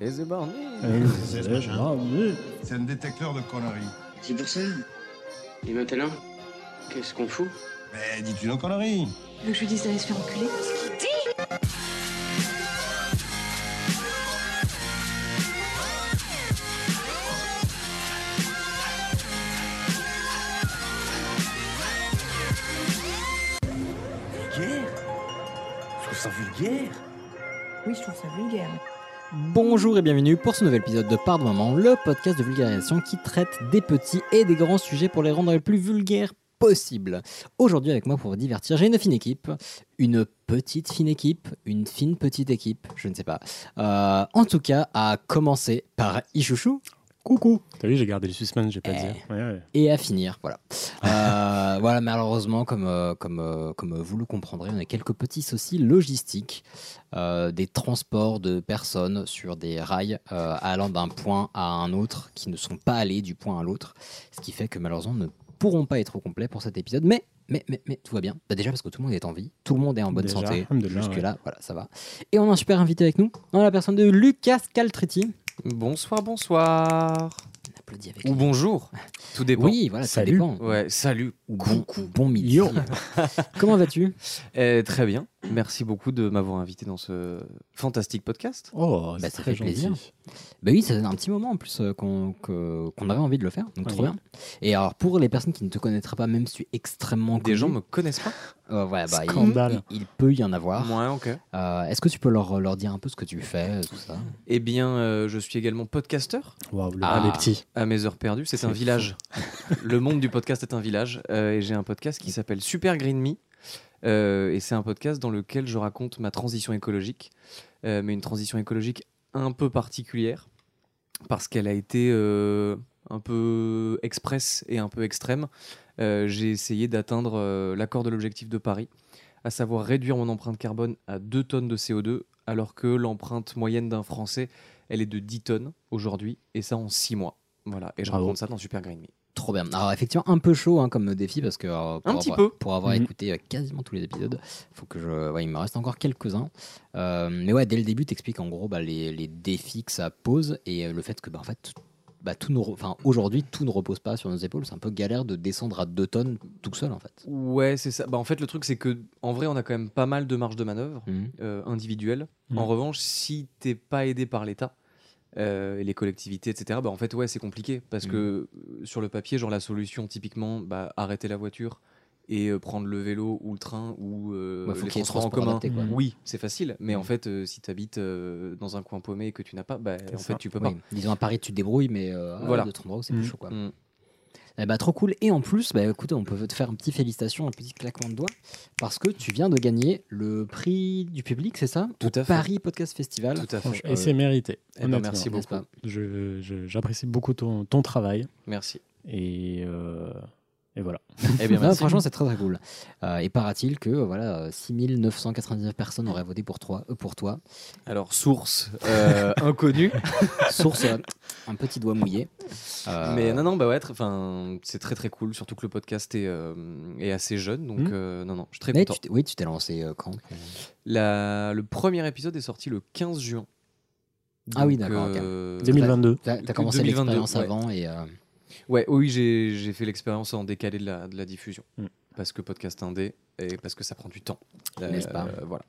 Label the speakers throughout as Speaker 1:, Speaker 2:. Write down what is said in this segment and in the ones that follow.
Speaker 1: Les éborgnés.
Speaker 2: C'est ce
Speaker 1: hein.
Speaker 2: machin.
Speaker 3: oui.
Speaker 2: C'est un détecteur de conneries.
Speaker 4: C'est pour ça. Et maintenant, qu'est-ce qu'on fout
Speaker 2: Mais dis-tu nos conneries
Speaker 5: Tu veux que je lui dise d'aller se faire enculer Oui, je trouve ça vulgaire.
Speaker 1: Bonjour et bienvenue pour ce nouvel épisode de Part de Maman, le podcast de vulgarisation qui traite des petits et des grands sujets pour les rendre les plus vulgaires possibles. Aujourd'hui avec moi pour vous divertir, j'ai une fine équipe, une petite fine équipe, une fine petite équipe, je ne sais pas. Euh, en tout cas, à commencer par Ichouchou
Speaker 3: Coucou.
Speaker 6: T'as vu, j'ai gardé le suspense, j'ai pas dit.
Speaker 1: Eh,
Speaker 3: Ouais, ouais.
Speaker 1: et à finir, voilà. Euh, voilà, malheureusement, comme, euh, comme, euh, comme vous le comprendrez, on a quelques petits soucis logistiques, euh, des transports de personnes sur des rails euh, allant d'un point à un autre qui ne sont pas allés du point à l'autre, ce qui fait que malheureusement ne pourront pas être au complet pour cet épisode, mais mais, mais, mais tout va bien. Bah, déjà parce que tout le monde est en vie, tout le monde est en bonne
Speaker 6: Déjà,
Speaker 1: santé.
Speaker 6: alhamdoulilah,
Speaker 1: Jusque-là, voilà, ça va. Et on a un super invité avec nous, dans la personne de Lucas Caltriti.
Speaker 7: Bonsoir, bonsoir.
Speaker 1: On applaudit avec
Speaker 7: Ou
Speaker 1: lui.
Speaker 7: bonjour. Tout dépend.
Speaker 1: Oui, voilà, ça
Speaker 6: Salut.
Speaker 1: dépend.
Speaker 7: Ouais, salut.
Speaker 1: Ou bon, ou bon midi. Comment vas-tu
Speaker 7: Eh, très bien. Merci beaucoup de m'avoir invité dans ce fantastique podcast.
Speaker 3: Oh,
Speaker 1: Bah,
Speaker 3: c'est
Speaker 1: ça
Speaker 3: très
Speaker 1: fait
Speaker 3: gentil.
Speaker 1: plaisir. Bah oui, ça fait un petit moment en plus euh, qu'on que- qu'on avait envie de le faire, donc
Speaker 6: Oui.
Speaker 1: trop bien. Et alors pour les personnes qui ne te connaîtraient pas, même si tu es extrêmement
Speaker 7: Des
Speaker 1: connu,
Speaker 7: gens me connaissent pas.
Speaker 1: euh, ouais, bah, il-
Speaker 3: Scandale.
Speaker 1: Il, il peut y en avoir.
Speaker 7: Ouais, ok.
Speaker 1: Euh, Est-ce que tu peux leur, leur dire un peu ce que tu fais, euh, tout ça
Speaker 7: Eh bien, euh, je suis également podcasteur
Speaker 6: Waouh, le
Speaker 7: Ah.
Speaker 6: les petits.
Speaker 7: à mes heures perdues. C'est
Speaker 6: C'est
Speaker 7: un
Speaker 6: fou.
Speaker 7: village. Le monde du podcast est un village. euh, et j'ai un podcast qui s'appelle Super Green Me. Euh, et c'est un podcast dans lequel je raconte ma transition écologique, euh, mais une transition écologique un peu particulière, parce qu'elle a été euh, un peu express et un peu extrême. Euh, j'ai essayé d'atteindre euh, l'accord de l'objectif de Paris, à savoir réduire mon empreinte carbone à 2 tonnes de CO2, alors que l'empreinte moyenne d'un Français, elle est de 10 tonnes aujourd'hui, et ça en 6 mois. Voilà, et je
Speaker 6: Bravo.
Speaker 7: raconte ça dans Super Green Me.
Speaker 1: Trop bien. Alors effectivement, un peu chaud hein, comme défi parce que euh, pour
Speaker 7: Un petit
Speaker 1: avoir,
Speaker 7: peu.
Speaker 1: pour avoir
Speaker 6: Mhm.
Speaker 1: écouté euh, quasiment tous les épisodes, faut que je, ouais, il me reste encore quelques uns. mais ouais, dès le début, t'expliques en gros bah, les, les défis que ça pose et euh, le fait que bah, en fait, bah, tout ne re- enfin aujourd'hui tout ne repose pas sur nos épaules. C'est un peu galère de descendre à 2 tonnes tout seul en fait.
Speaker 7: Ouais, c'est ça. Bah, en fait, le truc, c'est que en vrai, on a quand même pas mal de marge de manœuvre
Speaker 1: Mhm.
Speaker 7: euh, individuelle.
Speaker 6: Mhm.
Speaker 7: En revanche, si t'es pas aidé par l'État euh, et les collectivités, etc., bah, en fait, ouais, c'est compliqué. Parce
Speaker 1: Mhm.
Speaker 7: que euh, sur le papier, genre, la solution, typiquement, bah, arrêter la voiture et euh, prendre le vélo ou le train ou euh,
Speaker 1: Ouais, faut
Speaker 7: les
Speaker 1: qu'il y ait
Speaker 7: transports en
Speaker 1: transport
Speaker 7: commun.
Speaker 1: adapté, quoi.
Speaker 6: Mhm.
Speaker 7: Oui, c'est facile, mais en
Speaker 1: Mhm.
Speaker 7: fait, euh, si t'habites habites dans un coin paumé et que tu n'as pas, bah, en
Speaker 6: ça.
Speaker 7: fait, tu peux
Speaker 1: Oui. Disons à Paris, tu te débrouilles, mais euh,
Speaker 7: Voilà.
Speaker 1: à d'autres endroits où c'est plus
Speaker 6: Mhm.
Speaker 1: chaud quoi.
Speaker 7: pas. Mhm.
Speaker 1: Eh bah, trop cool. Et en plus, bah, écoute, on peut te faire un petit félicitation, un petit claquement de doigts, parce que tu viens de gagner le prix du public, c'est ça
Speaker 7: Tout à fait.
Speaker 1: Paris Podcast Festival.
Speaker 7: Tout à fait.
Speaker 6: Franchement, Et c'est mérité.
Speaker 7: Eh ben, merci
Speaker 6: honnêtement.
Speaker 1: N'est-ce pas
Speaker 6: Je- je- J'apprécie beaucoup ton, ton travail.
Speaker 7: Merci.
Speaker 6: Et, euh, et voilà.
Speaker 7: Eh bien,
Speaker 1: Non,
Speaker 7: merci.
Speaker 1: Bah, franchement, c'est très très cool. Euh, et paraît-il que euh, voilà, euh, 6999 personnes auraient voté pour toi. euh, pour toi.
Speaker 7: Alors, source euh, inconnue.
Speaker 1: Source, euh, un petit doigt mouillé. Euh,
Speaker 7: Mais non, non, bah ouais, tr- 'fin, c'est très très cool, surtout que le podcast est, euh, est assez jeune, donc
Speaker 6: Mhm.
Speaker 7: euh, non, non, je suis très
Speaker 1: Hmm. mais
Speaker 7: content.
Speaker 1: tu t'es- oui, tu t'es lancé euh, quand
Speaker 7: La- le premier épisode est sorti le 15 juin.
Speaker 1: Ah oui,
Speaker 7: Donc,
Speaker 1: d'accord, ok.
Speaker 7: euh,
Speaker 6: 2022.
Speaker 1: T'as as commencé
Speaker 7: 2022,
Speaker 1: l'expérience
Speaker 7: ouais.
Speaker 1: avant et euh,
Speaker 7: Ouais, oh oui, j'ai j'ai fait l'expérience en décalé de la, de la diffusion,
Speaker 1: Hmm.
Speaker 6: Mhm.
Speaker 7: parce que podcast indé et parce que ça prend du temps. Euh,
Speaker 1: N'est-ce pas
Speaker 7: Voilà.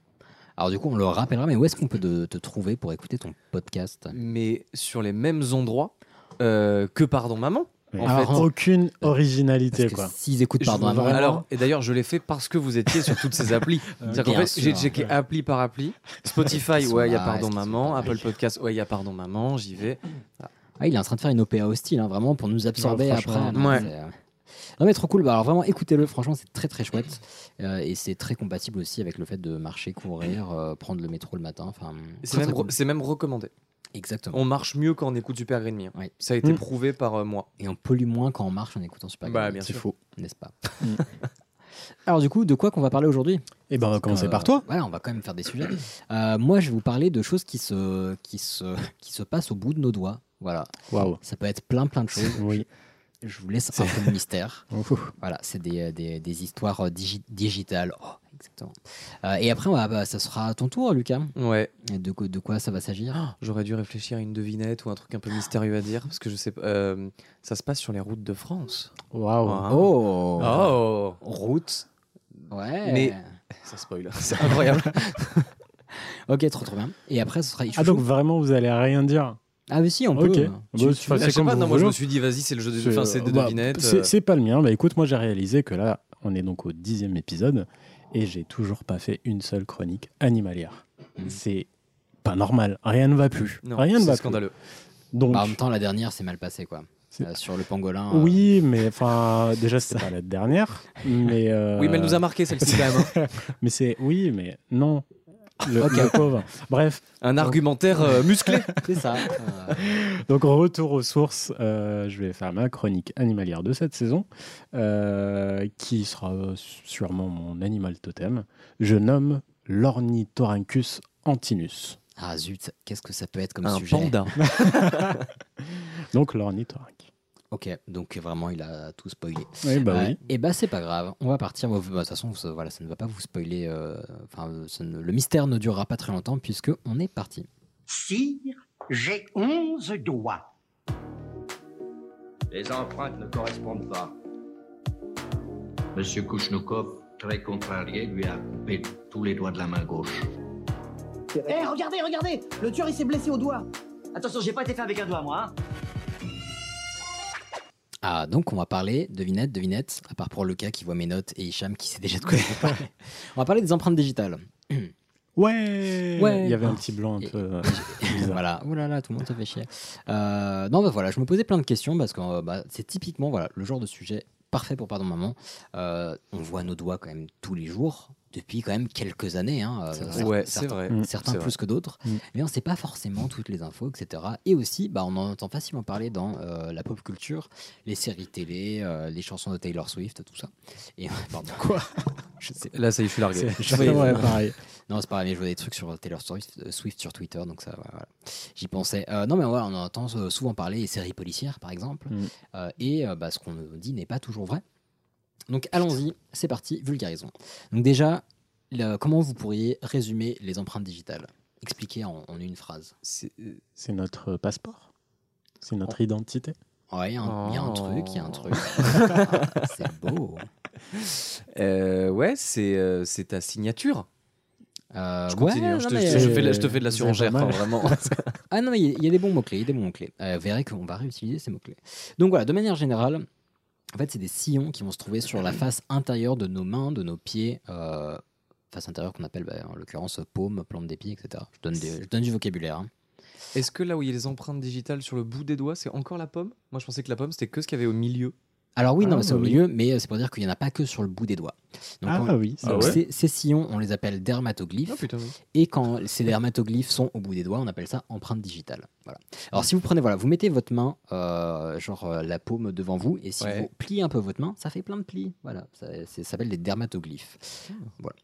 Speaker 1: alors du coup on le rappellera. Mais où est-ce qu'on peut te, te trouver pour écouter ton podcast
Speaker 7: Mais sur les mêmes endroits euh, que Pardon Maman.
Speaker 6: Oui.
Speaker 7: En
Speaker 6: Alors,
Speaker 7: fait,
Speaker 6: aucune
Speaker 1: euh, Parce
Speaker 6: originalité,
Speaker 1: que
Speaker 6: quoi.
Speaker 1: s'ils écoutent
Speaker 7: Je
Speaker 1: pardon
Speaker 6: veux
Speaker 1: avant,
Speaker 6: vraiment-
Speaker 7: Alors, et d'ailleurs, je l'ai fait parce que vous étiez sur toutes ces applis.
Speaker 6: Euh,
Speaker 7: C'est-à-dire qu'en
Speaker 1: Bien
Speaker 7: fait, j'ai
Speaker 1: sûr.
Speaker 7: checké appli par appli. Spotify,
Speaker 1: Est-ce qu'ils
Speaker 7: ouais,
Speaker 1: sont
Speaker 7: il y a
Speaker 1: là
Speaker 7: Pardon
Speaker 1: Est-ce qu'ils sont
Speaker 7: Maman.
Speaker 1: pas
Speaker 7: Apple Podcast, ouais, il y a Pardon Maman, j'y vais.
Speaker 1: Ah, il est en train de faire une OPA hostile, hein, vraiment, pour nous absorber
Speaker 6: Ouais,
Speaker 1: après.
Speaker 6: franchement.
Speaker 1: Non,
Speaker 7: Ouais.
Speaker 1: c'est, euh, non, mais trop cool. Bah, alors vraiment, écoutez-le. Franchement, c'est très très chouette. Euh, et c'est très compatible aussi avec le fait de marcher, courir, euh, prendre le métro le matin. Enfin,
Speaker 7: C'est
Speaker 1: très,
Speaker 7: même,
Speaker 1: très cool.
Speaker 7: re- c'est même recommandé.
Speaker 1: Exactement.
Speaker 7: On marche mieux quand on écoute Super Green Me, hein.
Speaker 1: Ouais.
Speaker 7: Ça a été
Speaker 6: Mm.
Speaker 7: prouvé par euh, moi.
Speaker 1: Et on pollue moins quand on marche en écoutant Super
Speaker 7: Bah,
Speaker 1: Gamer,
Speaker 7: bien
Speaker 1: c'est
Speaker 7: sûr.
Speaker 1: faux, n'est-ce pas
Speaker 6: Mm.
Speaker 1: Alors du coup, de quoi qu'on va parler aujourd'hui
Speaker 6: Et ben, on va commencer
Speaker 1: Euh,
Speaker 6: par toi.
Speaker 1: Voilà, on va quand même faire des sujets. Euh, moi, je vais vous parler de choses qui se, qui, se, qui se passent au bout de nos doigts. Voilà,
Speaker 6: Waouh.
Speaker 1: ça peut être plein plein de choses.
Speaker 6: Oui.
Speaker 1: Je vous laisse un peu de mystère.
Speaker 6: Ouf.
Speaker 1: Voilà, c'est des, des- des histoires euh, digi- digitales. Oh, exactement. Euh, et après, on va- bah, ça sera à ton tour, Lucas.
Speaker 7: Ouais.
Speaker 1: Et De, quoi- de quoi ça va s'agir
Speaker 6: Ah.
Speaker 7: J'aurais dû réfléchir à une devinette ou un truc un peu mystérieux à dire, parce que je sais pas. euh, ça se passe sur les routes de France.
Speaker 6: Waouh.
Speaker 7: Ah.
Speaker 1: Oh,
Speaker 7: Oh
Speaker 1: Route. Ouais.
Speaker 7: Mais- Ça spoil. C'est incroyable.
Speaker 1: Ok, trop trop bien. Et après, ce sera Ichouchou.
Speaker 6: Ah, donc vraiment, vous allez rien dire
Speaker 1: Ah, mais si, on peut.
Speaker 6: Ok.
Speaker 1: euh, tu-
Speaker 6: Bah,
Speaker 1: tu-
Speaker 6: enfin,
Speaker 7: Je
Speaker 6: c'est
Speaker 7: sais
Speaker 6: comme
Speaker 7: pas,
Speaker 6: vous
Speaker 7: non, moi je me
Speaker 6: voulez.
Speaker 7: suis dit, vas-y, c'est le jeu des
Speaker 6: C'est-
Speaker 7: enfin, c'est des
Speaker 6: bah,
Speaker 7: devinettes.
Speaker 6: c'est-
Speaker 7: euh.
Speaker 6: C'est pas le mien. Bah écoute, moi j'ai réalisé que là, on est donc au dixième épisode et j'ai toujours pas fait une seule chronique animalière.
Speaker 1: Mhm.
Speaker 6: C'est pas normal. Rien ne va plus.
Speaker 7: Hmm. Non,
Speaker 6: Rien ne
Speaker 7: c'est
Speaker 6: va
Speaker 7: scandaleux.
Speaker 6: plus. Donc,
Speaker 1: Bah, en même temps, la dernière s'est mal passée, quoi.
Speaker 6: C'est-
Speaker 1: Euh, sur le pangolin. euh,
Speaker 6: oui, mais enfin, déjà c'est pas la dernière. Mais euh,
Speaker 7: Oui, mais elle nous a marqué celle-ci quand même. hein.
Speaker 6: Mais c'est oui, mais non. Le,
Speaker 1: Ok.
Speaker 6: le pauvre. Bref,
Speaker 7: Un argumentaire euh, musclé.
Speaker 1: C'est ça. Euh,
Speaker 6: donc retour aux sources. euh, je vais faire ma chronique animalière de cette saison, euh, qui sera sûrement mon animal totem. Je nomme l'ornithorhynchus antinus.
Speaker 1: Ah zut, qu'est-ce que ça peut être comme
Speaker 7: Un
Speaker 1: sujet
Speaker 7: panda.
Speaker 6: Donc l'ornithorynque.
Speaker 1: Ok, donc vraiment, il a tout spoilé.
Speaker 6: Oui, bah oui.
Speaker 1: Et bah, c'est pas grave. On va partir. Bah, De toute façon, ça, voilà, ça ne va pas vous spoiler. euh, Enfin, euh, ça ne- le mystère ne durera pas très longtemps puisque on est parti.
Speaker 3: Sire, j'ai onze doigts.
Speaker 8: Les empreintes ne correspondent pas. Monsieur Kouchnoukov, très contrarié, lui a coupé tous les doigts de la main gauche.
Speaker 3: Eh, regardez, regardez Le tueur, il s'est blessé au doigt.
Speaker 9: Attention, j'ai pas été fait avec un doigt, moi. hein.
Speaker 1: Ah, donc on va parler, devinette, devinette, à part pour Lucas qui voit mes notes et Hicham qui sait déjà de quoi on va parler. On va parler des empreintes digitales.
Speaker 6: Ouais.
Speaker 1: Ouais.
Speaker 6: Il y avait un petit blanc un
Speaker 1: Et-
Speaker 6: peu. euh, bizarre.
Speaker 1: voilà, oh là là, tout le monde se fait chier. Euh, non, bah voilà, je me posais plein de questions parce que euh, bah, c'est typiquement voilà, le genre de sujet parfait pour Pardon Maman. Euh, on voit nos doigts quand même tous les jours depuis quand même quelques années. hein, euh, certains-
Speaker 7: Ouais, c'est
Speaker 1: certains-
Speaker 7: vrai.
Speaker 6: Mm.
Speaker 1: certains
Speaker 7: C'est
Speaker 1: plus que d'autres,
Speaker 6: Mm.
Speaker 1: mais on ne sait pas forcément toutes les infos, etc. Et aussi, bah, on en entend facilement parler dans euh, la pop culture, les séries télé, euh, les chansons de Taylor Swift, tout ça. Et pardon, quoi Je sais pas.
Speaker 7: Là, ça y est, je suis largué.
Speaker 6: C'est- c'est vrai, pareil.
Speaker 1: Non, c'est pas vrai, mais je vois des trucs sur Taylor Swift, euh, Swift sur Twitter, donc ça, voilà, voilà. j'y pensais. Euh, non, mais voilà, on en entend euh, souvent parler des séries policières, par exemple,
Speaker 6: Mm.
Speaker 1: Euh, et euh, bah, ce qu'on nous dit n'est pas toujours vrai. Donc allons-y, c'est parti, vulgarisons. Donc déjà, le- comment vous pourriez résumer les empreintes digitales Expliquer en, en une phrase.
Speaker 7: C'est- euh,
Speaker 6: C'est notre passeport. C'est notre identité.
Speaker 1: Ouais, il y a un- il y a un
Speaker 7: Oh.
Speaker 1: truc, il y a un truc. Ah, c'est beau.
Speaker 7: euh, ouais, c'est euh, c'est ta signature.
Speaker 1: Euh,
Speaker 7: Je continue,
Speaker 1: ouais,
Speaker 7: hein, je,
Speaker 1: non,
Speaker 7: te,
Speaker 1: mais- euh,
Speaker 7: je te- je fais de la- je te fais de la
Speaker 6: C'est
Speaker 7: surengère,
Speaker 6: pas mal.
Speaker 7: enfin, vraiment.
Speaker 1: Ah non, mais il y, a- il y a des bons mots-clés, il y a des bons mots-clés. Euh, vous verrez qu'on va réutiliser ces mots-clés. Donc voilà, de manière générale, en fait, c'est des sillons qui vont se trouver sur la face intérieure de nos mains, de nos pieds, euh, face intérieure qu'on appelle bah, en l'occurrence paume, plante des pieds, etc. Je donne, des- je donne du vocabulaire. hein.
Speaker 7: Est-ce que là où il y a les empreintes digitales sur le bout des doigts, c'est encore la pomme Moi, je pensais que la pomme, c'était que ce qu'il y avait au milieu.
Speaker 1: Alors oui, non,
Speaker 6: Ah,
Speaker 1: mais c'est
Speaker 6: bah
Speaker 1: au
Speaker 6: oui.
Speaker 1: milieu, mais euh, c'est pour dire qu'il n'y en a pas que sur le bout des doigts. Donc,
Speaker 6: Ah,
Speaker 1: on-
Speaker 6: oui. c'est
Speaker 1: donc,
Speaker 6: vrai.
Speaker 1: ces, ces sillons, on les appelle dermatoglyphes.
Speaker 7: Ah putain, oui.
Speaker 1: Et quand ces dermatoglyphes sont au bout des doigts, on appelle ça empreinte digitale. Voilà. Alors si vous prenez, voilà, vous mettez votre main, euh, genre euh, la paume devant vous, et si
Speaker 7: Ouais.
Speaker 1: vous pliez un peu votre main, ça fait plein de plis. Voilà, ça, c'est- ça s'appelle des dermatoglyphes. Voilà.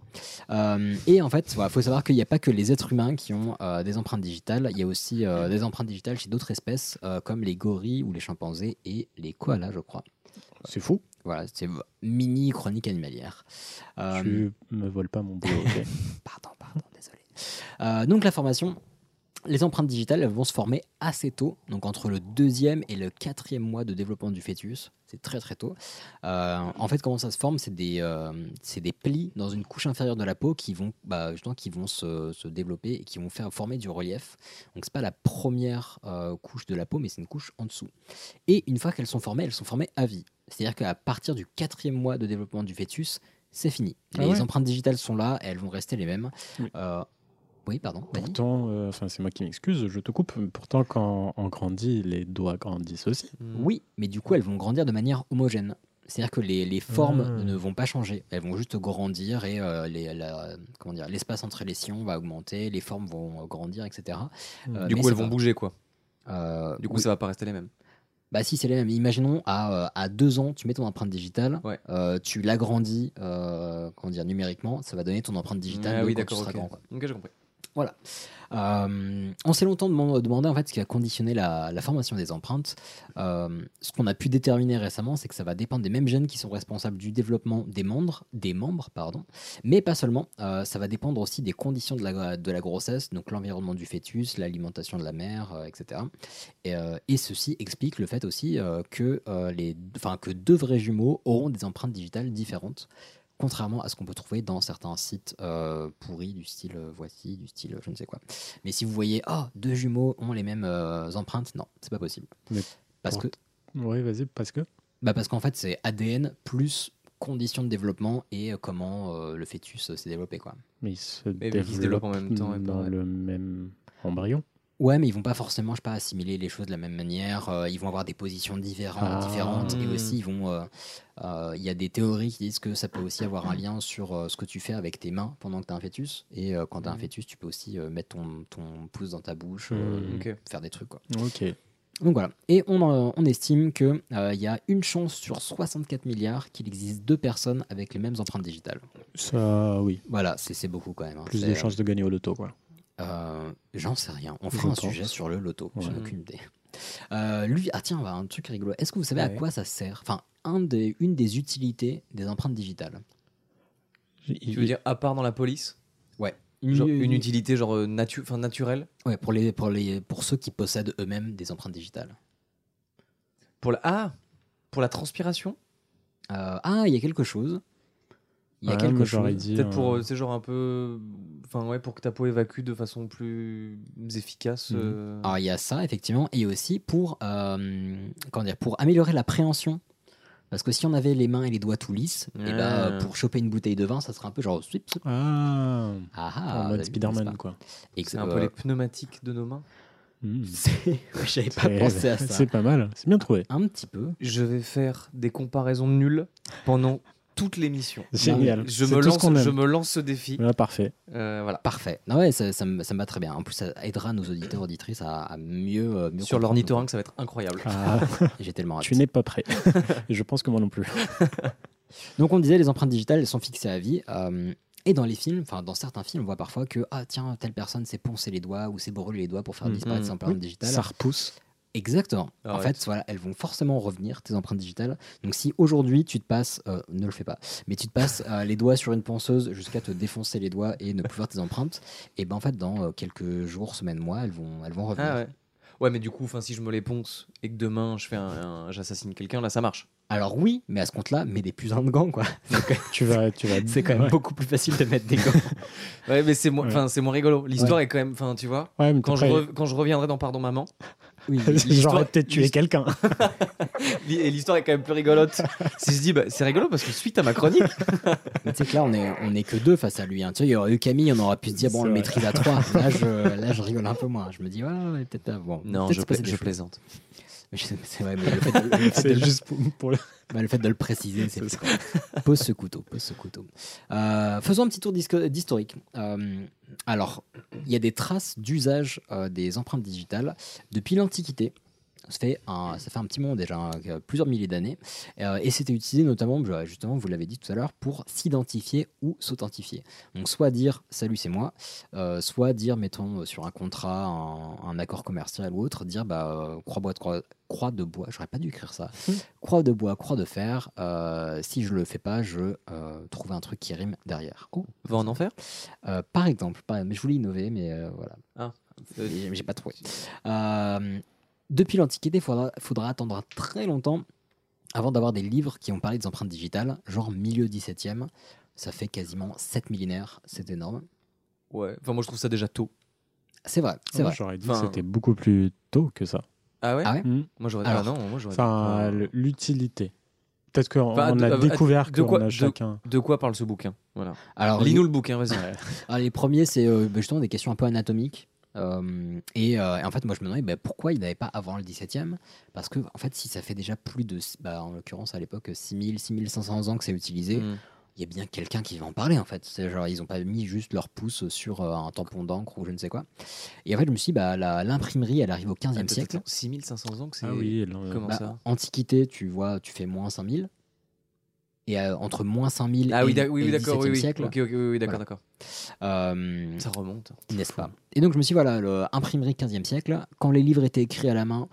Speaker 1: Euh, et en fait, il faut savoir qu'il n'y a pas que les êtres humains qui ont euh, des empreintes digitales. Il y a aussi euh, des empreintes digitales chez d'autres espèces, euh, comme les gorilles ou les chimpanzés et les koalas, je crois.
Speaker 6: C'est fou.
Speaker 1: Voilà, c'est mini chronique animalière. Euh,
Speaker 6: Tu me voles pas mon boulot. ok.
Speaker 1: Pardon, pardon, désolé. Euh, donc la formation, les empreintes digitales elles vont se former assez tôt, donc entre le deuxième et le quatrième mois de développement du fœtus, c'est très très tôt. Euh, en fait, comment ça se forme C'est des, euh, c'est des plis dans une couche inférieure de la peau qui vont, bah, justement, qui vont se, se développer et qui vont faire former du relief. Donc c'est pas la première euh, couche de la peau, mais c'est une couche en dessous. Et une fois qu'elles sont formées, elles sont formées à vie. C'est-à-dire qu'à partir du quatrième mois de développement du fœtus, c'est fini.
Speaker 6: Ah
Speaker 1: Les
Speaker 6: ouais
Speaker 1: empreintes digitales sont là, elles vont rester les mêmes.
Speaker 6: Oui.
Speaker 1: Euh, oui, pardon. vas-y.
Speaker 6: Pourtant, euh, enfin, c'est moi qui m'excuse, je te coupe. Pourtant, quand on grandit, les doigts grandissent aussi.
Speaker 7: Hmm.
Speaker 1: Oui, mais du coup, elles vont grandir de manière homogène. C'est-à-dire que les, les formes
Speaker 7: Hmm.
Speaker 6: Ah.
Speaker 1: ne vont pas changer. Elles vont juste grandir et euh, les- la- comment dire, l'espace entre les sillons va augmenter, les formes vont euh, grandir, etc.
Speaker 7: Hmm. Du
Speaker 1: Ah, mais
Speaker 7: coup,
Speaker 1: ça
Speaker 7: elles vont
Speaker 1: va.
Speaker 7: bouger, quoi.
Speaker 1: Euh,
Speaker 7: Du coup,
Speaker 1: oui.
Speaker 7: ça va pas rester les mêmes.
Speaker 1: Bah si, c'est les mêmes. Imaginons, à, euh, à deux ans, tu mets ton empreinte digitale,
Speaker 7: Ouais.
Speaker 1: euh, tu l'agrandis euh, comment dire, numériquement, ça va donner ton empreinte digitale
Speaker 7: Ah
Speaker 1: de
Speaker 7: oui,
Speaker 1: quand tu
Speaker 7: d'accord.
Speaker 1: seras
Speaker 7: ok.
Speaker 1: grand, quoi.
Speaker 7: Ok, j'ai compris.
Speaker 1: Voilà. Euh, on s'est longtemps deman- demandé en fait ce qui a conditionné la, la formation des empreintes. Euh, ce qu'on a pu déterminer récemment, c'est que ça va dépendre des mêmes gènes qui sont responsables du développement des membres, des membres pardon, mais pas seulement. Euh, ça va dépendre aussi des conditions de la, de la grossesse, donc l'environnement du fœtus, l'alimentation de la mère, euh, etc. Et, euh, et ceci explique le fait aussi euh, que, euh, les, enfin, que deux vrais jumeaux auront des empreintes digitales différentes, contrairement à ce qu'on peut trouver dans certains sites euh, pourris du style euh, voici, du style euh, je ne sais quoi. Mais si vous voyez, ah, deux jumeaux ont les mêmes euh, empreintes, non, c'est pas possible.
Speaker 6: Mais
Speaker 1: parce que,
Speaker 6: Oui, vas-y, parce que.
Speaker 1: bah parce qu'en fait, c'est ADN plus conditions de développement et euh, comment euh, le fœtus euh, s'est développé, quoi.
Speaker 6: Mais ils se,
Speaker 7: mais ils se développent en même temps, et
Speaker 6: dans
Speaker 7: pareil.
Speaker 6: le même embryon.
Speaker 1: Ouais, mais ils vont pas forcément, je sais pas, assimiler les choses de la même manière. euh, ils vont avoir des positions différentes,
Speaker 6: Ah.
Speaker 1: différentes, et
Speaker 7: Hmm.
Speaker 1: aussi ils vont. euh, euh, Il y a des théories qui disent que ça peut aussi avoir un lien sur euh, ce que tu fais avec tes mains pendant que t'as un fœtus. Et euh, quand t'as un fœtus, tu peux aussi euh, mettre ton, ton pouce dans ta bouche, euh,
Speaker 6: Hmm.
Speaker 7: Ok.
Speaker 1: faire des trucs quoi.
Speaker 6: Ok.
Speaker 1: Donc voilà. Et on, en- on estime que euh, il y a une chance sur 64 milliards qu'il existe deux personnes avec les mêmes empreintes digitales.
Speaker 6: Ça, oui.
Speaker 1: Voilà, c'est c'est beaucoup quand même. hein.
Speaker 6: Plus
Speaker 1: C'est,
Speaker 6: des
Speaker 1: euh,
Speaker 6: chances de gagner au loto, quoi.
Speaker 1: euh, J'en sais rien. On
Speaker 6: Je
Speaker 1: fera un
Speaker 6: pense.
Speaker 1: sujet sur le loto. J'en ai
Speaker 6: Ouais.
Speaker 1: aucune idée. Euh, lui, ah tiens, on va un truc rigolo. Est-ce que vous savez à
Speaker 7: Ouais.
Speaker 1: quoi ça sert Enfin, un des, une des utilités des empreintes digitales.
Speaker 7: Tu veux dire, à part dans la police Genre, une utilité genre euh, natu- enfin, naturelle
Speaker 1: Ouais, pour, les, pour, les, pour ceux qui possèdent eux-mêmes des empreintes digitales.
Speaker 7: pour la... Ah Pour la transpiration
Speaker 1: Euh, ah, il y a quelque chose. Il y a
Speaker 6: Ouais,
Speaker 1: quelque
Speaker 6: Ah, moi, j'aurais
Speaker 1: chose.
Speaker 6: dit,
Speaker 7: Peut-être pour,
Speaker 6: euh,
Speaker 7: euh, c'est genre un peu, enfin ouais, pour que ta peau évacue de façon plus efficace.
Speaker 6: Mhm.
Speaker 7: euh,
Speaker 1: Alors, Ah, il y a ça, effectivement, et aussi pour, euh, comment dire, pour améliorer l'appréhension. Parce que si on avait les mains et les doigts tout lisses, et ben,
Speaker 7: Ah.
Speaker 1: euh, pour choper une bouteille de vin, ça serait un peu genre. swip, swip.
Speaker 6: Ah
Speaker 1: Ah,
Speaker 6: En
Speaker 1: ah,
Speaker 7: bah,
Speaker 6: mode
Speaker 1: t'as vu, n'est-ce
Speaker 6: Spider-Man,
Speaker 1: pas
Speaker 6: quoi.
Speaker 1: Et que-
Speaker 7: c'est un peu les pneumatiques de nos mains.
Speaker 6: Hmm.
Speaker 1: C'est- ouais, J'avais pas
Speaker 6: C'est-
Speaker 1: pensé à ça.
Speaker 6: C'est pas mal. C'est bien trouvé.
Speaker 1: Un petit peu.
Speaker 7: Je vais faire des comparaisons nulles pendant toute l'émission.
Speaker 6: Génial.
Speaker 7: Je
Speaker 6: C'est
Speaker 7: me,
Speaker 6: tout ce
Speaker 7: lance,
Speaker 6: qu'on aime.
Speaker 7: je me lance ce défi.
Speaker 6: Ah, parfait.
Speaker 7: Euh, voilà.
Speaker 1: Parfait. Non, ouais, ça, ça me, ça me va très bien. En plus, ça aidera nos auditeurs, auditrices à, à mieux, euh, mieux
Speaker 7: Sur
Speaker 1: comprendre.
Speaker 7: l'ornithorynque, ça va être incroyable.
Speaker 6: Ah,
Speaker 1: J'ai tellement hâte.
Speaker 6: tu n'es pas prêt. Et je pense que moi non plus.
Speaker 1: Donc, on disait, les empreintes digitales, elles sont fixées à vie. euh, et dans les films, enfin, dans certains films, on voit parfois que, ah, tiens, telle personne s'est poncé les doigts ou s'est brûlé les doigts pour faire
Speaker 6: Mhm.
Speaker 1: disparaître ses empreintes
Speaker 6: Oui,
Speaker 1: digitales.
Speaker 6: Ça repousse.
Speaker 1: Exactement.
Speaker 7: Mm-hmm. Ah
Speaker 1: en
Speaker 7: ouais.
Speaker 1: fait, voilà, elles vont forcément revenir, tes empreintes digitales. Donc si aujourd'hui tu te passes, euh, ne le fais pas, mais tu te passes euh, les doigts sur une ponceuse jusqu'à te défoncer les doigts et ne plus voir tes empreintes, et ben en fait dans euh, quelques jours, semaines, mois, elles vont, elles vont revenir.
Speaker 7: Ah ouais. Ouais, mais du coup, enfin, si je me les ponce et que demain je fais un, un- j'assassine quelqu'un, là, ça marche.
Speaker 1: Alors oui, mais à ce compte-là, mets des plus de gants quoi.
Speaker 7: Mm-hmm.
Speaker 1: Donc,
Speaker 6: Tu vas, tu vas.
Speaker 1: C'est quand même
Speaker 6: Ouais.
Speaker 1: beaucoup plus facile de mettre des gants.
Speaker 7: Ouais, mais c'est moins,
Speaker 6: Ouais.
Speaker 7: enfin, c'est moins rigolo. L'histoire est quand même, enfin, tu vois.
Speaker 6: Ouais, mais
Speaker 7: Quand je,
Speaker 6: t'es
Speaker 7: re- quand je reviendrai dans Pardon Maman,
Speaker 1: Oui,
Speaker 6: prêt. J'aurais
Speaker 7: l'histoire-
Speaker 6: peut-être tué quelqu'un.
Speaker 7: li- et l'histoire est quand même plus rigolote. si je dis, bah, c'est rigolo parce que suite à ma chronique,
Speaker 1: mais tu sais que là on est, on est que deux face à lui. hein. Tu sais, il y aurait eu Camille, on aurait pu se dire bon, on
Speaker 6: C'est
Speaker 1: le
Speaker 6: vrai.
Speaker 1: maîtrise à trois. Là je, là je rigole un peu moins. Je me dis ouais, ouais, peut-être ah, bon.
Speaker 7: Non,
Speaker 1: peut-être
Speaker 7: je,
Speaker 1: se passer
Speaker 7: pla-
Speaker 1: des
Speaker 7: je
Speaker 1: choses.
Speaker 7: plaisante.
Speaker 1: Mais je- C'est vrai, mais le fait de- le fait de
Speaker 6: C'est
Speaker 1: le-
Speaker 6: juste pour, pour le.
Speaker 1: Bah, le fait de le préciser, c'est
Speaker 6: C'est
Speaker 1: plus cool. Pose ce couteau, pose ce couteau. Euh, faisons un petit tour d'hisco- d'historique. Euh, alors, il y a des traces d'usage euh, des empreintes digitales depuis l'Antiquité. Ça fait, un, ça fait un petit moment déjà, hein, que- plusieurs milliers d'années. Euh, et c'était utilisé notamment, bah, justement, vous l'avez dit tout à l'heure, pour s'identifier ou s'authentifier. Donc, soit dire salut, c'est moi, euh, soit dire, mettons, euh, sur un contrat, un, un accord commercial ou autre, dire bah, euh, croix-bois de croix, croix de bois, j'aurais pas dû écrire ça, croix de bois, croix de fer. euh, si je le fais pas, je euh, trouve un truc qui rime derrière.
Speaker 7: Va en enfer
Speaker 1: Euh, par exemple, par- mais je voulais innover, mais euh, voilà,
Speaker 7: Euh,
Speaker 1: j'ai j'ai pas trouvé. Euh, depuis l'Antiquité, il faudra, faudra attendre un très longtemps avant d'avoir des livres qui ont parlé des empreintes digitales, genre milieu 17e. Ça fait quasiment 7 millénaires, c'est énorme.
Speaker 7: Ouais. Enfin, moi, je trouve ça déjà tôt.
Speaker 1: C'est vrai, c'est
Speaker 6: Moi,
Speaker 1: vrai.
Speaker 6: J'aurais dit
Speaker 7: Enfin-
Speaker 6: que c'était beaucoup plus tôt que ça.
Speaker 7: Ah ouais
Speaker 1: Ah ouais
Speaker 6: Hmm.
Speaker 7: Moi, j'aurais.
Speaker 1: Alors,
Speaker 7: ah non, moi, j'aurais.
Speaker 6: Enfin,
Speaker 7: Euh,
Speaker 6: le- l'utilité. Peut-être qu'on
Speaker 7: Enfin,
Speaker 6: on
Speaker 7: de-
Speaker 6: a
Speaker 7: euh,
Speaker 6: découvert
Speaker 7: de
Speaker 6: qu'on
Speaker 7: quoi-
Speaker 6: a
Speaker 7: de-
Speaker 6: chacun.
Speaker 7: De quoi parle ce bouquin Voilà.
Speaker 1: Alors,
Speaker 7: Lis-nous le bouquin, vas-y.
Speaker 1: Ah, les premiers, c'est euh, bah, justement des questions un peu anatomiques. Euh, et, euh, et en fait, moi, je me demandais bah, pourquoi il n'avait pas avant le 17e. Parce que, en fait, si ça fait déjà plus de, bah, en l'occurrence, à l'époque, 6000, 6500 ans que c'est utilisé, il
Speaker 7: Mm.
Speaker 1: y a bien quelqu'un qui va en parler, en fait. C'est genre, ils n'ont pas mis juste leur pouce sur euh, un tampon d'encre ou je ne sais quoi. Et en fait, je me suis dit, bah, la- l'imprimerie, elle arrive au 15e
Speaker 7: Attends,
Speaker 1: siècle. hein.
Speaker 7: attends, 6500 ans que c'est.
Speaker 6: Ah oui, l'en-
Speaker 7: Ah, Comment
Speaker 1: Bah,
Speaker 7: ça
Speaker 1: Antiquité, tu vois, tu fais moins 5000. et euh, entre moins 5000
Speaker 7: Ah
Speaker 1: et,
Speaker 7: oui,
Speaker 1: le-
Speaker 7: d'ac- oui,
Speaker 1: et
Speaker 7: oui,
Speaker 1: le
Speaker 7: d'accord, oui,
Speaker 1: 17e
Speaker 7: oui.
Speaker 1: siècle.
Speaker 7: Ok, ok, oui, oui, d'accord,
Speaker 1: Voilà.
Speaker 7: d'accord.
Speaker 1: Euh,
Speaker 7: Ça remonte. hein.
Speaker 1: n'est-ce pas Et donc je me suis dit, voilà, le- imprimerie 15e siècle, quand les livres étaient écrits à la main,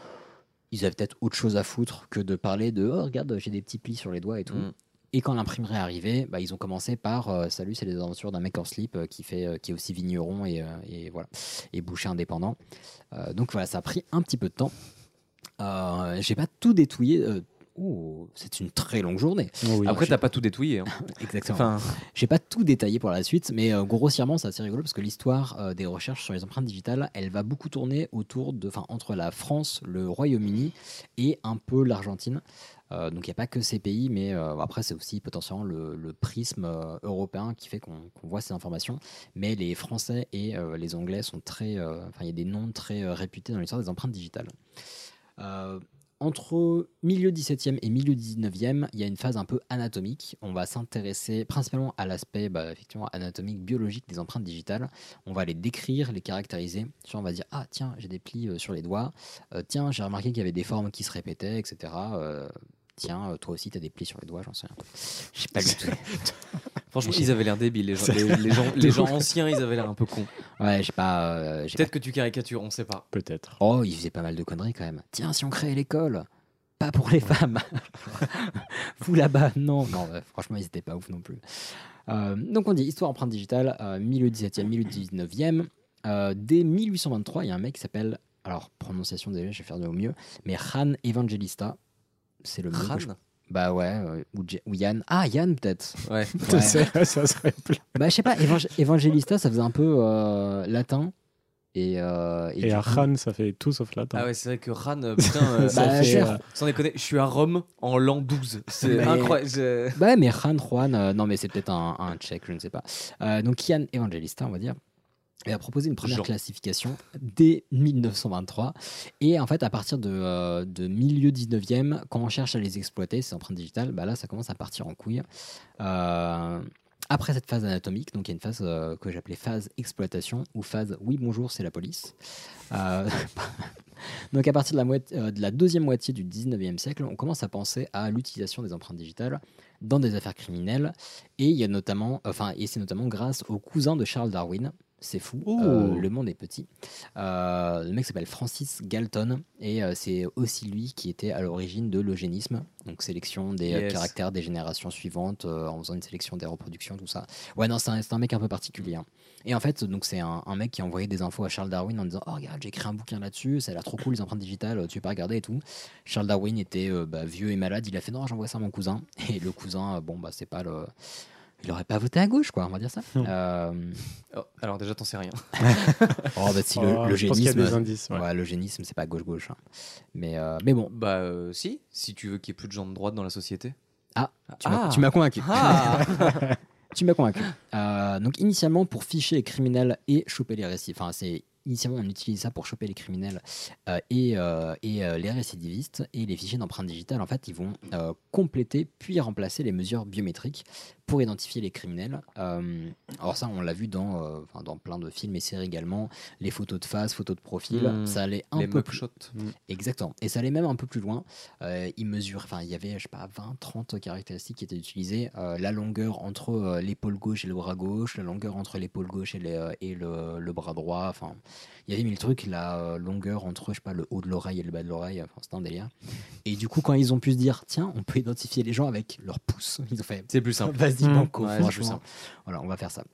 Speaker 1: ils avaient peut-être autre chose à foutre que de parler de oh, regarde, j'ai des petits plis sur les doigts et tout.
Speaker 7: Mm.
Speaker 1: Et quand l'imprimerie est arrivée, bah, ils ont commencé par euh, Salut, c'est les aventures d'un mec en slip euh, qui, fait, euh, qui est aussi vigneron et, euh, et voilà, et boucher indépendant. Euh, donc voilà, ça a pris un petit peu de temps. Euh, j'ai pas tout détouillé. euh, oh, c'est une très longue journée.
Speaker 6: euh,
Speaker 7: Après, t'as pas tout détouillé. hein.
Speaker 1: Exactement.
Speaker 7: Enfin,
Speaker 1: J'ai pas tout détaillé pour la suite, mais euh, grossièrement, c'est assez rigolo parce que l'histoire euh, des recherches sur les empreintes digitales, elle va beaucoup tourner autour de, enfin, entre la France, le Royaume-Uni et un peu l'Argentine. Euh, donc il n'y a pas que ces pays, mais euh, après c'est aussi potentiellement le, le prisme euh, européen qui fait qu'on qu'on voit ces informations. Mais les Français et euh, les Anglais sont très, euh, enfin il y a des noms très euh, réputés dans l'histoire des empreintes digitales. Euh, entre milieu 17e et milieu 19e, il y a une phase un peu anatomique. On va s'intéresser principalement à l'aspect bah, effectivement anatomique, biologique des empreintes digitales. On va les décrire, les caractériser. Genre, on va dire Ah, tiens, j'ai des plis euh, sur les doigts. Euh, tiens, j'ai remarqué qu'il y avait des formes qui se répétaient, etc. Euh, tiens, euh, toi aussi, tu as des plis sur les doigts, j'en sais rien. Je sais pas du tout.
Speaker 7: franchement, ils avaient l'air débiles, les gens, les, les gens, les gens anciens, ils avaient l'air un peu cons.
Speaker 1: Ouais, j'ai pas. euh, j'ai
Speaker 7: Peut-être que tu caricatures, on sait pas.
Speaker 6: Peut-être.
Speaker 1: Oh, il faisait pas mal de conneries quand même. Tiens, si on créait l'école, pas pour les femmes. Vous là-bas, non. Non, bah, franchement, ils étaient pas ouf non plus. Euh, donc on dit histoire empreinte digitale, euh, milieu 17e, milieu 19e. Euh, dès 1823, il y a un mec qui s'appelle, alors prononciation déjà, je vais faire de au mieux, mais Jan Evangelista. C'est le mec. que je-
Speaker 7: Crâne
Speaker 1: Bah ouais, euh, ou, J- ou Yann. Ah, Yann peut-être.
Speaker 7: Ouais.
Speaker 1: Ouais.
Speaker 6: ça, ça serait plus-
Speaker 1: bah je sais pas, évang- Evangelista, ça faisait un peu euh, latin. Et, euh,
Speaker 6: Et
Speaker 1: du
Speaker 6: à
Speaker 1: coup-
Speaker 6: Khan, ça fait tout sauf latin.
Speaker 7: Ah ouais, c'est vrai que Ran, euh, putain, euh,
Speaker 6: Ça
Speaker 1: Bah,
Speaker 6: fait,
Speaker 1: cher.
Speaker 6: euh,
Speaker 7: sans déconner, je suis à Rome en l'an 12. C'est
Speaker 1: Mais-
Speaker 7: incroyable. je-
Speaker 1: Bah ouais, mais Juan, Juan, euh, non mais c'est peut-être un, un tchèque, je ne sais pas. Euh, donc Ian Evangelista, on va dire, il a proposé une première
Speaker 7: Jean.
Speaker 1: classification dès 1923. Et en fait, à partir de, euh, de milieu 19e, quand on cherche à les exploiter, ces empreintes digitales, bah là, ça commence à partir en couille. Euh, après cette phase anatomique, donc il y a une phase euh, que j'appelais phase exploitation ou phase oui bonjour c'est la police. Euh, donc à partir de la, moitié- euh, de la deuxième moitié du 19e siècle, on commence à penser à l'utilisation des empreintes digitales dans des affaires criminelles et il y a notamment, enfin et c'est notamment grâce au cousin de Charles Darwin. C'est fou, euh, le monde est petit. Euh, le mec s'appelle Francis Galton et euh, c'est aussi lui qui était à l'origine de l'eugénisme, donc sélection des euh,
Speaker 7: Yes.
Speaker 1: caractères des générations suivantes euh, en faisant une sélection des reproductions, tout ça. Ouais, non, c'est un, c'est un mec un peu particulier. hein. Et en fait, donc c'est un, un mec qui a envoyé des infos à Charles Darwin en disant Oh, regarde, j'ai écrit un bouquin là-dessus, ça a l'air trop cool, les empreintes digitales, euh, tu veux pas regarder et tout. Charles Darwin était euh, bah, vieux et malade, il a fait Non, j'envoie ça à mon cousin. Et le cousin, euh, bon, bah, c'est pas le. Il aurait pas voté à gauche, quoi, on va dire ça. Euh,
Speaker 7: Oh, alors déjà, t'en sais rien.
Speaker 1: Oh, bah, si, le,
Speaker 6: oh,
Speaker 1: le
Speaker 6: je pense qu'il y a
Speaker 1: génisme.
Speaker 6: des indices. ouais.
Speaker 1: ouais, le génisme, c'est pas gauche-gauche. hein. Mais, euh, mais bon,
Speaker 7: Bah euh, si, si tu veux qu'il y ait plus de gens de droite dans la société.
Speaker 1: Ah, tu m'as-
Speaker 7: ah,
Speaker 1: tu m'as convaincu.
Speaker 7: Ah
Speaker 1: Tu m'as convaincu. Euh, donc initialement pour ficher les criminels et choper les récidivistes. Enfin c'est initialement on utilise ça pour choper les criminels euh, et, euh, et, euh, les récidivistes et les fichiers d'empreintes digitales. En fait ils vont euh, compléter puis remplacer les mesures biométriques pour identifier les criminels. Euh, alors ça on l'a vu dans euh, enfin, dans plein de films et séries également. Les photos de face, photos de profil,
Speaker 7: Mmh.
Speaker 1: ça allait un
Speaker 7: Les Mm.
Speaker 1: peu plus.
Speaker 7: mugshots.
Speaker 1: Exactement. Et ça allait même un peu plus loin. Euh, il mesure, enfin, il y avait, je sais pas, 20, 30 caractéristiques qui étaient utilisées. Euh, la longueur entre euh, l'épaule gauche et le bras gauche, la longueur entre l'épaule gauche et, les, euh, et le, le bras droit. Enfin, il y avait mille trucs. La euh, longueur entre, je sais pas, le haut de l'oreille et le bas de l'oreille. Enfin, c'était un délire. Et du coup, quand ils ont pu se dire, tiens, on peut identifier les gens avec leur pouce, ils ont fait,
Speaker 7: C'est plus simple.
Speaker 1: Vas-y, banco,
Speaker 7: Ouais, c'est
Speaker 1: franchement.
Speaker 7: plus simple.
Speaker 1: Voilà, on va faire ça.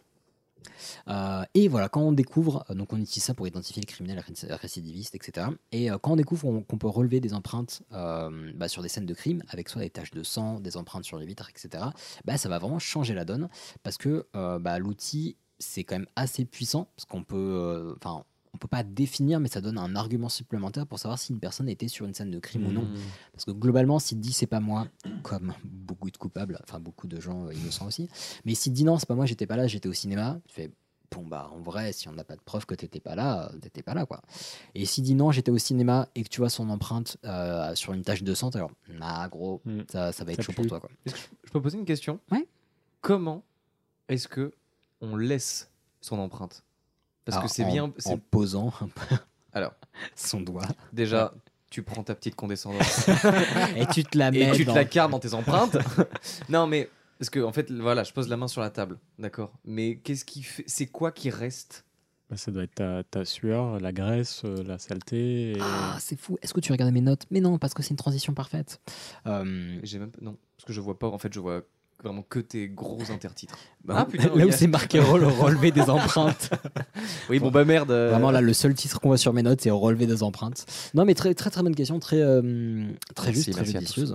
Speaker 1: Euh, et voilà, quand on découvre, euh, donc on utilise ça pour identifier les criminels réc- récidivistes, etc. Et euh, quand on découvre on- qu'on peut relever des empreintes euh, bah, sur des scènes de crime, avec soit des taches de sang, des empreintes sur les vitres, etc., bah, ça va vraiment changer la donne parce que euh, bah, l'outil, c'est quand même assez puissant parce qu'on peut. euh, Enfin, on peut pas définir, mais ça donne un argument supplémentaire pour savoir si une personne était sur une scène de crime ou non.
Speaker 7: Mmh.
Speaker 1: Parce que globalement, s'il dit c'est pas moi, comme beaucoup de coupables, enfin beaucoup de gens euh, innocents aussi, mais s'il dit non, c'est pas moi, j'étais pas là, j'étais au cinéma, tu fais bon bah en vrai, si on n'a pas de preuve que t'étais pas là, euh, t'étais pas là quoi. Et s'il dit non, j'étais au cinéma et que tu vois son empreinte euh, sur une tache de sang, t'es alors nah gros,
Speaker 6: Mm.
Speaker 1: ça, ça va être
Speaker 6: Ça
Speaker 1: chaud
Speaker 6: pue.
Speaker 1: pour toi quoi.
Speaker 7: Je peux poser une question
Speaker 1: Ouais.
Speaker 7: Comment est-ce que on laisse son empreinte Parce
Speaker 1: Alors,
Speaker 7: que c'est
Speaker 1: Ah, en-
Speaker 7: bien. c'est-
Speaker 1: en posant
Speaker 7: Alors,
Speaker 1: son doigt.
Speaker 7: déjà, tu prends ta petite condescendance
Speaker 1: Et tu te la mets.
Speaker 7: et tu te
Speaker 1: dans-
Speaker 7: la cartes dans tes empreintes. non, mais parce que en fait, voilà, je pose la main sur la table, d'accord. Mais qu'est-ce qui fait C'est quoi qui reste
Speaker 6: Bah, ça doit être ta, ta sueur, la graisse, euh, la saleté. et-
Speaker 1: Ah, c'est fou. Est-ce que tu regardais mes notes Mais non, parce que c'est une transition parfaite. Euh,
Speaker 7: J'ai même non, parce que je vois pas. En fait, je vois vraiment que tes gros intertitres.
Speaker 1: bah,
Speaker 7: Ah, putain,
Speaker 1: là où
Speaker 7: yes.
Speaker 1: c'est marqué rôle, relevé des empreintes.
Speaker 7: Oui, bon bah merde. euh,
Speaker 1: Vraiment, là, le seul titre qu'on voit sur mes notes, c'est relevé des empreintes. Non, mais très, très, très bonne question, très, euh, très
Speaker 7: Merci,
Speaker 1: juste, très
Speaker 7: merci à tous.
Speaker 1: judicieuse.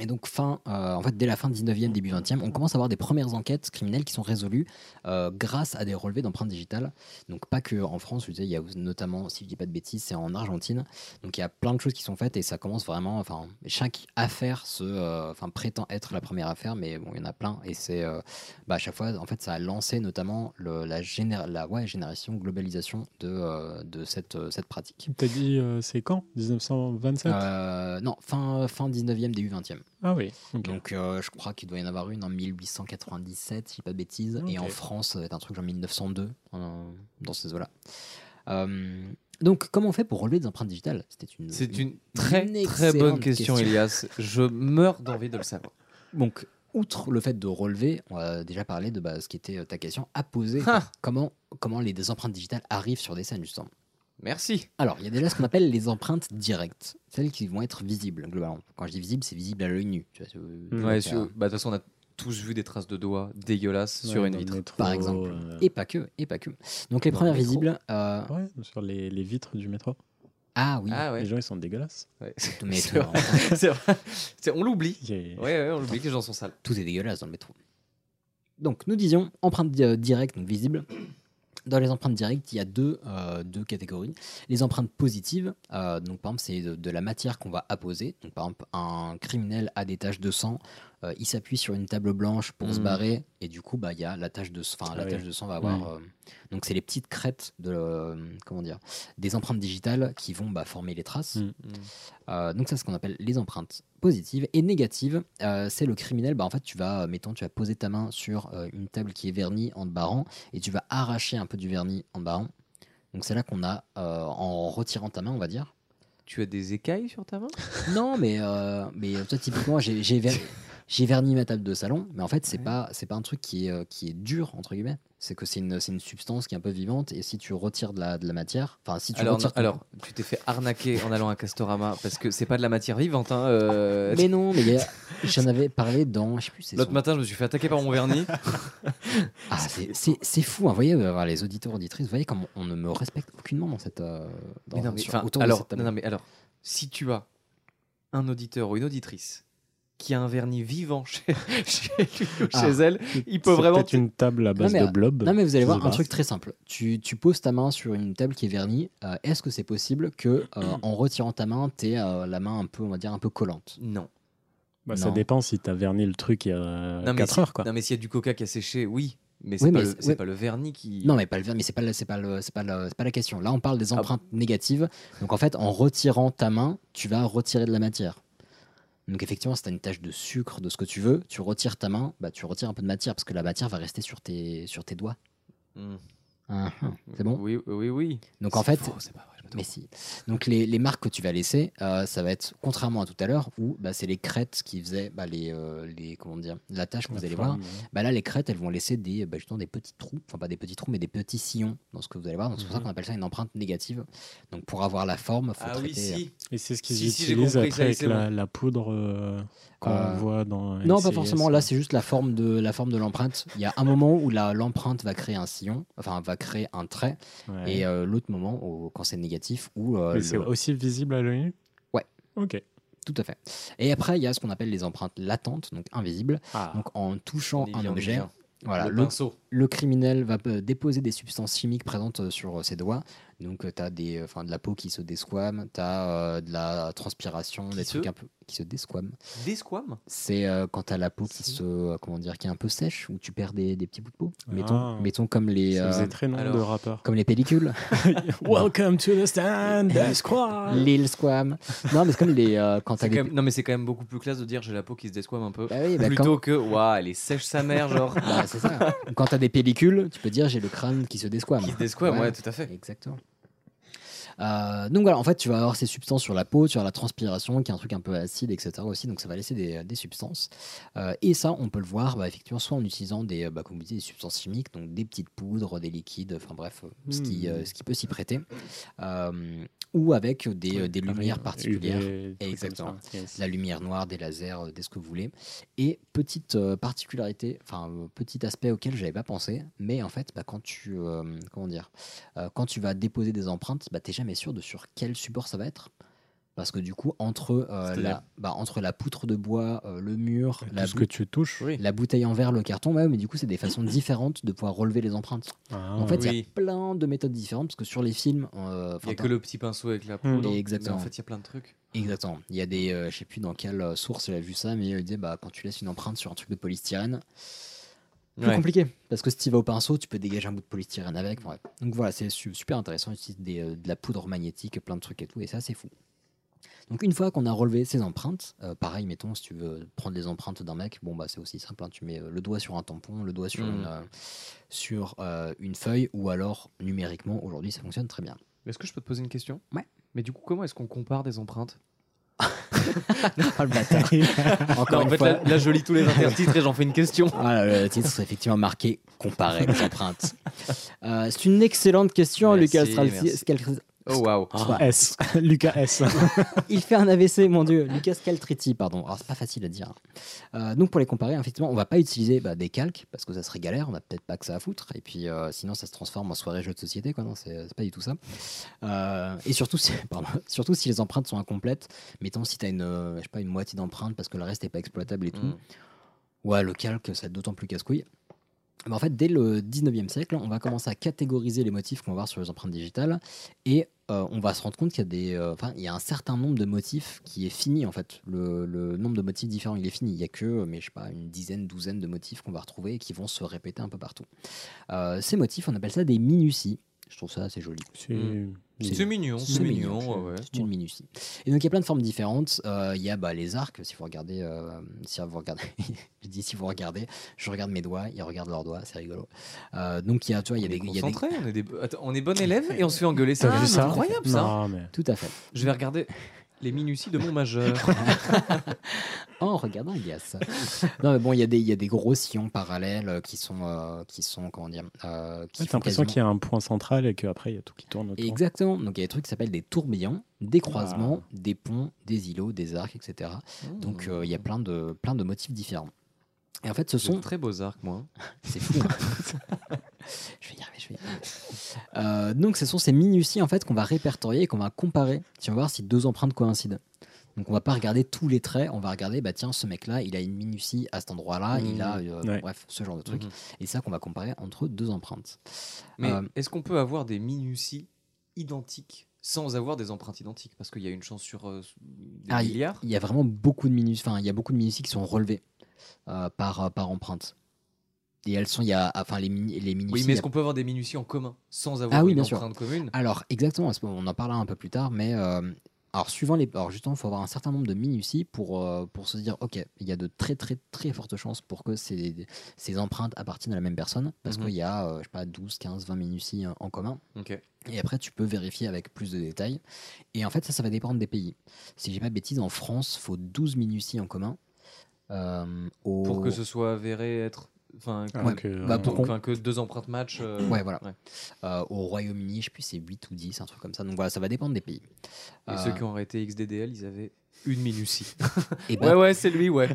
Speaker 1: Et donc, fin, euh, en fait, dès la fin 19e, début 20e, on commence à avoir des premières enquêtes criminelles qui sont résolues euh, grâce à des relevés d'empreintes digitales. Donc, pas que en France, je disais, il y a notamment, si je dis pas de bêtises, c'est en Argentine. Donc, il y a plein de choses qui sont faites et ça commence vraiment. Enfin, chaque affaire se, euh, enfin, prétend être la première affaire, mais bon, il y en a plein. Et c'est, euh, bah, à chaque fois, en fait, ça a lancé notamment le- la, géné- la ouais, génération, globalisation de, euh, de cette, euh, cette pratique.
Speaker 6: T'as dit, euh, c'est quand 1927
Speaker 1: Euh, non, fin, fin 19e, début 20e.
Speaker 6: Ah oui. ok.
Speaker 1: Donc euh, je crois qu'il doit y en avoir une en 1897, si je dis pas de bêtises, et en
Speaker 6: Ok.
Speaker 1: France, ça doit être un truc genre 1902, euh, dans ces eaux-là. Euh, donc comment on fait pour relever des empreintes digitales C'était une,
Speaker 7: C'est
Speaker 1: une-
Speaker 7: une très
Speaker 1: une
Speaker 7: très bonne
Speaker 1: excellente
Speaker 7: question,
Speaker 1: question.
Speaker 7: Elias. Je meurs d'envie de le savoir.
Speaker 1: Donc, outre le fait de relever, on a déjà parlé de bah, ce qui était euh, ta question, à poser
Speaker 7: Ah.
Speaker 1: comment, comment les des empreintes digitales arrivent sur des scènes, justement.
Speaker 7: Merci.
Speaker 1: Alors, il y a déjà ce qu'on appelle les empreintes directes, celles qui vont être visibles, globalement. Quand je dis visible, c'est visible à l'œil nu. tu vois, c'est-
Speaker 7: Ouais,
Speaker 1: Donc,
Speaker 7: sur-
Speaker 1: euh,
Speaker 7: bah, de toute façon, on a tous vu des traces de doigts dégueulasses
Speaker 6: Ouais,
Speaker 7: sur une
Speaker 6: dans le
Speaker 7: vitre.
Speaker 6: métro,
Speaker 1: par exemple.
Speaker 6: euh,
Speaker 1: Et pas que, et pas que. Donc les
Speaker 6: Dans le
Speaker 1: premières
Speaker 6: métro.
Speaker 1: visibles. euh,
Speaker 6: ouais, sur les, les vitres du métro.
Speaker 1: Ah oui.
Speaker 7: Ah
Speaker 6: Les
Speaker 7: ouais.
Speaker 6: gens, ils sont dégueulasses.
Speaker 7: ouais.
Speaker 1: tout- mais
Speaker 7: C'est
Speaker 1: tout,
Speaker 7: vrai. C'est vrai. C'est- On l'oublie.
Speaker 6: Il y a-
Speaker 7: Ouais, ouais, on l'oublie que les gens sont sales.
Speaker 1: tout est dégueulasse dans le métro. Donc nous disions empreinte di- euh, directe, donc visible. Dans les empreintes directes, il y a deux, euh, deux catégories. Les empreintes positives, euh, donc par exemple, c'est de, de la matière qu'on va apposer. Donc par exemple, un criminel a des taches de sang, euh, il s'appuie sur une table blanche pour se
Speaker 7: Mhm.
Speaker 1: barrer, et du coup, bah, il y a la tache de, s- enfin,
Speaker 6: Ah
Speaker 1: la
Speaker 6: oui.
Speaker 1: tache de sang va avoir. euh, donc c'est les petites crêtes de, euh, comment dire, des empreintes digitales qui vont bah, former les traces.
Speaker 6: Mhm.
Speaker 7: Mm.
Speaker 1: Euh, donc ça, c'est ce qu'on appelle les empreintes positives et négatives. euh, c'est le criminel. Bah, en fait, tu vas, euh, mettons, tu vas poser ta main sur euh, une table qui est vernie en te barrant et tu vas arracher un peu du vernis en te barrant. Donc c'est là qu'on a, euh, en retirant ta main, on va dire.
Speaker 7: Tu as des écailles sur ta main
Speaker 1: Non, mais euh, mais toi typiquement, j'ai j'ai ver- j'ai verni ma table de salon, mais en fait c'est
Speaker 7: Ouais.
Speaker 1: pas c'est pas un truc qui est euh, qui est dur entre guillemets. C'est que c'est une, c'est une substance qui est un peu vivante et si tu retires de la, de la matière, enfin si tu
Speaker 7: alors,
Speaker 1: retires
Speaker 7: non,
Speaker 1: ton-
Speaker 7: alors, tu t'es fait arnaquer en allant à Castorama parce que c'est pas de la matière vivante. Hein, euh,
Speaker 1: mais non, mais il y a- j'en avais parlé dans je sais plus c'est
Speaker 7: L'autre
Speaker 1: son-
Speaker 7: matin, je me suis fait attaquer par mon vernis.
Speaker 1: Ah, c'est- c'est c'est fou, hein. vous voyez, euh, voir les auditeurs, auditrices, vous voyez comme on ne me respecte aucunement dans cette. euh, dans-
Speaker 7: Mais non, mais,
Speaker 1: sur-
Speaker 7: enfin,
Speaker 1: autour de
Speaker 7: alors,
Speaker 1: cette table.
Speaker 7: non, non, mais alors, si tu as un auditeur ou une auditrice qui a un vernis vivant chez, chez lui ou
Speaker 1: Ah.
Speaker 7: chez elle, il peut
Speaker 6: C'est
Speaker 7: vraiment.
Speaker 6: peut-être une table à base
Speaker 1: mais,
Speaker 6: de blob.
Speaker 1: Non, mais vous allez
Speaker 6: Je
Speaker 1: voir
Speaker 6: sais
Speaker 1: un
Speaker 6: pas.
Speaker 1: truc très simple. Tu, tu poses ta main sur une table qui est vernie. euh, Est-ce que c'est possible que euh, en retirant ta main, t'aies euh, la main un peu, on va dire, un peu collante
Speaker 7: Non.
Speaker 6: Bah, ça
Speaker 1: Non.
Speaker 6: dépend si t'as verni le truc il y a
Speaker 7: Non, mais
Speaker 6: 4
Speaker 7: si-
Speaker 6: Euh, heures. Quoi.
Speaker 7: Non, mais s'il y a du coca qui a séché, oui. Mais c'est
Speaker 1: Oui,
Speaker 7: pas,
Speaker 1: mais
Speaker 7: le-
Speaker 1: c'est-
Speaker 7: c'est
Speaker 1: oui.
Speaker 7: pas le vernis qui.
Speaker 1: Non, mais pas le vernis, mais c'est pas, le- c'est pas, le- c'est pas, le- c'est pas la question. Là, on parle
Speaker 7: Ah
Speaker 1: des empreintes négatives. Donc, en fait, en retirant ta main, tu vas retirer de la matière. Donc, effectivement, si tu as une tache de sucre, de ce que tu veux, tu retires ta main, bah, tu retires un peu de matière parce que la matière va rester sur tes, sur tes doigts.
Speaker 7: Hmm.
Speaker 1: Hein, hein. C'est bon
Speaker 7: Oui, oui, oui.
Speaker 1: Donc, en
Speaker 7: C'est
Speaker 1: fait,
Speaker 7: faux, c'est pas vrai, je me trompe.
Speaker 1: mais si. Donc les, les marques que tu vas laisser, euh, ça va être contrairement à tout à l'heure où bah, c'est les crêtes qui faisaient bah, les, euh, les comment dire la tâche que vous
Speaker 6: La
Speaker 1: allez voir.
Speaker 6: forme, euh.
Speaker 1: Bah là les crêtes elles vont laisser des bah, justement des petits trous, enfin pas des petits trous mais des petits sillons dans ce que vous allez voir. Donc c'est pour ça
Speaker 6: Mhm.
Speaker 1: qu'on appelle ça une empreinte négative. Donc pour avoir la forme, faut
Speaker 7: Ah oui,
Speaker 1: traiter. euh,
Speaker 7: si.
Speaker 6: Et c'est ce qu'ils
Speaker 7: Si, si, j'ai
Speaker 6: utilisent
Speaker 7: compris, ça y
Speaker 6: après
Speaker 7: est,
Speaker 6: avec
Speaker 7: c'est
Speaker 6: la, la poudre euh, qu'on
Speaker 1: Euh,
Speaker 6: voit dans.
Speaker 1: Non, pas
Speaker 6: NCIS.
Speaker 1: forcément. Là, c'est juste la forme de la forme de l'empreinte. Il y a un moment où la- l'empreinte va créer un sillon, enfin va créer un trait,
Speaker 6: Ouais.
Speaker 1: et euh, l'autre moment, au- quand c'est négatif, où euh,
Speaker 6: Mais c'est
Speaker 1: le-
Speaker 6: aussi visible à l'œil nu
Speaker 1: Ouais.
Speaker 6: Ok.
Speaker 1: tout à fait. Et après, il y a ce qu'on appelle les empreintes latentes, donc invisibles.
Speaker 6: Ah.
Speaker 1: Donc en touchant
Speaker 7: On y
Speaker 1: un
Speaker 7: vient, on y
Speaker 1: objet,
Speaker 7: vient.
Speaker 1: voilà,
Speaker 7: le
Speaker 1: le,
Speaker 7: pinceau.
Speaker 1: le criminel va euh, déposer des substances chimiques présentes euh, sur euh, ses doigts. Donc tu as des, euh, enfin de la peau qui se désquame, tu as de la transpiration,
Speaker 7: Qui
Speaker 1: des
Speaker 7: se-
Speaker 1: trucs un peu qui se désquament.
Speaker 7: Des squames
Speaker 1: C'est euh, quand tu as la peau qui
Speaker 7: Si.
Speaker 1: se euh, comment dire qui est un peu sèche ou tu perds des, des petits bouts de peau.
Speaker 6: Ah.
Speaker 1: Mettons, mettons comme les
Speaker 6: Ça
Speaker 1: euh,
Speaker 6: faisait très nom de
Speaker 7: alors-
Speaker 6: rappeur.
Speaker 1: comme les pellicules,
Speaker 6: Welcome to the stand, the squad.
Speaker 1: l'île squam. Non, mais c'est comme les euh, quand
Speaker 7: C'est
Speaker 1: t'as des
Speaker 7: quand même- Non, mais c'est quand même beaucoup plus classe de dire j'ai la peau qui se desquame un peu.
Speaker 1: Bah oui, bah,
Speaker 7: plutôt que, waouh, elle est sèche sa mère, genre.
Speaker 1: quand... Bah, c'est ça. Quand t'as des pellicules, tu peux dire j'ai le crâne qui se désquame.
Speaker 7: qui se desquame, ouais,
Speaker 1: Ouais.
Speaker 7: tout à fait.
Speaker 1: Exactement. Euh, donc voilà, en fait, tu vas avoir ces substances sur la peau, tu as la transpiration, qui est un truc un peu acide, etc. aussi, donc ça va laisser des, des substances. Euh, et ça, on peut le voir, bah, effectivement, soit en utilisant des, euh, bah, comme vous disiez, des substances chimiques, donc des petites poudres, des liquides, enfin bref, euh, ce, qui,
Speaker 6: Hmm.
Speaker 1: euh, ce qui peut s'y prêter, Euh, ou avec des, euh, des lumières particulières. Exactement. La lumière noire, des lasers, euh, des ce que vous voulez. Et petite euh, particularité, enfin euh, petit aspect auquel j'avais pas pensé, mais en fait, bah, quand tu euh, comment dire, euh, quand tu vas déposer des empreintes, bah, t'es jamais sûr de sur quel support ça va être. Parce que du coup, entre, euh,
Speaker 6: C'est-à-dire
Speaker 1: la, bah, entre la poutre de bois, euh, le mur, la,
Speaker 6: Tout ce
Speaker 1: bou-
Speaker 6: que tu touches.
Speaker 7: Oui.
Speaker 1: la bouteille en verre, le carton, ouais, mais du coup, c'est des façons différentes de pouvoir relever les empreintes.
Speaker 6: Ah.
Speaker 1: en fait, il y a
Speaker 7: oui.
Speaker 1: plein de méthodes différentes, parce que sur les films, euh,
Speaker 7: Il n'y
Speaker 1: enfin,
Speaker 7: a que le petit pinceau avec
Speaker 1: Mm.
Speaker 7: la poudre. Mais
Speaker 1: exactement.
Speaker 7: en fait, il y a plein de trucs.
Speaker 1: Exactement. Il y a des, euh, je sais plus dans quelle euh, source j'ai vu ça, mais il disait bah quand tu laisses une empreinte sur un truc de polystyrène, plus
Speaker 7: Ouais.
Speaker 1: compliqué parce que si tu vas au pinceau, tu peux dégager un bout de polystyrène avec. ouais. Donc voilà, c'est su- super intéressant. Ils utilisent des, euh, de la poudre magnétique, plein de trucs et tout, et ça c'est fou. Donc une fois qu'on a relevé ces empreintes, euh, pareil, mettons si tu veux prendre les empreintes d'un mec, bon bah c'est aussi simple. hein. tu mets euh, le doigt sur un tampon, le doigt sur
Speaker 7: Mhm.
Speaker 1: une euh, sur euh, une feuille, ou alors numériquement aujourd'hui ça fonctionne très bien.
Speaker 7: Mais Est-ce que je peux te poser une question
Speaker 1: Ouais.
Speaker 7: Mais du coup, comment est-ce qu'on compare des empreintes
Speaker 1: Ah, le bâtard. Encore
Speaker 7: Non, En
Speaker 1: une
Speaker 7: fait,
Speaker 1: fois.
Speaker 7: là, là, je lis tous les intertitres et j'en fais une question.
Speaker 1: Ah, le titre serait effectivement marqué Comparer les empreintes. Euh, c'est une excellente question,
Speaker 7: Merci,
Speaker 1: Lucas Stralsi-
Speaker 7: merci.
Speaker 1: Scaltri-
Speaker 7: Oh waouh.
Speaker 6: Ah. S. Lucas S.
Speaker 1: Il fait un AVC, mon dieu. Lucas Caltriti, pardon. Alors, c'est pas facile à dire. Euh, donc, pour les comparer, effectivement, on va pas utiliser bah, des calques parce que ça serait galère. On a peut-être pas que ça à foutre. Et puis, euh, sinon, ça se transforme en soirée jeu de société. Quoi. Non, c'est, c'est pas du tout ça. Euh, et surtout si, pardon, surtout si les empreintes sont incomplètes. Mettons, si t'as une, euh, je sais pas, une moitié d'empreinte parce que le reste est pas exploitable et tout.
Speaker 7: Mm.
Speaker 1: Ouais, le calque, ça va être d'autant plus casse-couille. Mais en fait, dès le 19e siècle, on va commencer à catégoriser les motifs qu'on va voir sur les empreintes digitales et euh, on va se rendre compte qu'il y a des, euh, enfin, il y a un certain nombre de motifs qui est fini en fait. Le, le nombre de motifs différents, il est fini. Il y a que, mais je sais pas, une dizaine, douzaine de motifs qu'on va retrouver et qui vont se répéter un peu partout. Euh, ces motifs, on appelle ça des minuties. Je trouve ça assez joli.
Speaker 6: C'est
Speaker 7: Mm.
Speaker 1: C'est-
Speaker 7: C'est mignon, c'est mignon. ouais, ouais.
Speaker 1: C'est une minutie. Et donc il y a plein de formes différentes. Euh, Il y a bah, les arcs, si vous regardez, euh, si vous regardez, je dis si vous regardez, je regarde mes doigts, ils regardent leurs doigts, c'est rigolo. Euh, donc il y a, tu vois, il y a
Speaker 7: On
Speaker 1: des,
Speaker 7: est
Speaker 1: il y a des-
Speaker 7: concentré, on est des- attends, on est bon élève et on se fait engueuler.
Speaker 1: Ah,
Speaker 6: T'as
Speaker 7: ça,
Speaker 6: vu
Speaker 7: c'est
Speaker 6: ça
Speaker 7: incroyable ça.
Speaker 6: Non, mais.
Speaker 1: tout à fait.
Speaker 7: Je vais regarder les minuties de mon majeur.
Speaker 1: Oh, regarde, il y a ça. non, mais bon, il y a des, il y a des gros sillons parallèles euh, qui sont, euh, qui sont, comment dire, euh, qui
Speaker 6: T'as
Speaker 1: font
Speaker 6: l'impression
Speaker 1: quasiment-
Speaker 6: qu'il y a un point central et qu'après il y a tout qui tourne autour.
Speaker 1: Exactement. Donc il y a des trucs qui s'appellent des tourbillons, des
Speaker 6: Ah.
Speaker 1: croisements, des ponts, des îlots, des arcs, etc.
Speaker 7: Mmh.
Speaker 1: Donc euh, il y a plein de, plein de motifs différents. Et en fait, ce
Speaker 7: ce sont
Speaker 1: sont
Speaker 7: très beaux arcs, moi.
Speaker 1: C'est fou. hein. je vais y arriver, je vais y arriver. Euh, donc, ce sont ces minuties en fait qu'on va répertorier et qu'on va comparer. Si on va voir si deux empreintes coïncident. Donc, on va pas regarder tous les traits. On va regarder, bah tiens, ce mec-là, il a une minutie à cet endroit-là.
Speaker 7: Mmh.
Speaker 1: Il a, euh,
Speaker 6: Ouais.
Speaker 1: bref, ce genre de truc.
Speaker 7: Mhm.
Speaker 1: Et ça qu'on va comparer entre deux empreintes.
Speaker 7: Mais
Speaker 1: Mm-hmm. Euh,
Speaker 7: est-ce qu'on peut avoir des minuties identiques sans avoir des empreintes identiques Parce qu'il y a une chance sur euh, des
Speaker 1: Ah,
Speaker 7: milliards.
Speaker 1: Il y a vraiment beaucoup de minuties. Enfin, il y a beaucoup de minuties qui sont relevées euh, par euh, par empreinte. Et elles sont, il y a, enfin, les mini- les minuties.
Speaker 7: Oui,
Speaker 1: il y
Speaker 7: mais
Speaker 1: a
Speaker 7: est-ce qu'on peut avoir des minuties en commun sans avoir
Speaker 1: Ah oui,
Speaker 7: une
Speaker 1: bien sûr.
Speaker 7: empreinte commune
Speaker 1: Alors, exactement, à ce moment- on en parlera un peu plus tard, mais euh, alors, suivant les. Alors, justement, il faut avoir un certain nombre de minuties pour, euh, pour se dire, OK, il y a de très, très, très fortes chances pour que ces, ces empreintes appartiennent à la même personne, parce
Speaker 7: Mhm.
Speaker 1: qu'il y a, euh, je sais pas, 12, 15, 20 minuties euh, en commun.
Speaker 7: Ok.
Speaker 1: Et après, tu peux vérifier avec plus de détails. Et en fait, ça, ça va dépendre des pays. Si j'ai pas de bêtises, en France, faut 12 minuties en commun. Euh, au-
Speaker 7: Pour que ce soit avéré être. Enfin, que,
Speaker 6: Ah,
Speaker 1: Ouais.
Speaker 6: que,
Speaker 1: Bah,
Speaker 6: euh,
Speaker 1: pour-
Speaker 7: enfin, que deux empreintes match. euh,
Speaker 1: Ouais, voilà. euh, au Royaume-Uni, je sais plus, c'est 8 ou 10, un truc comme ça. Donc voilà, ça va dépendre des pays. Euh,
Speaker 7: Et
Speaker 1: Ah.
Speaker 7: ceux qui ont arrêté XDDL, ils avaient une minutie.
Speaker 1: et ben,
Speaker 7: ouais, ouais, c'est lui, ouais.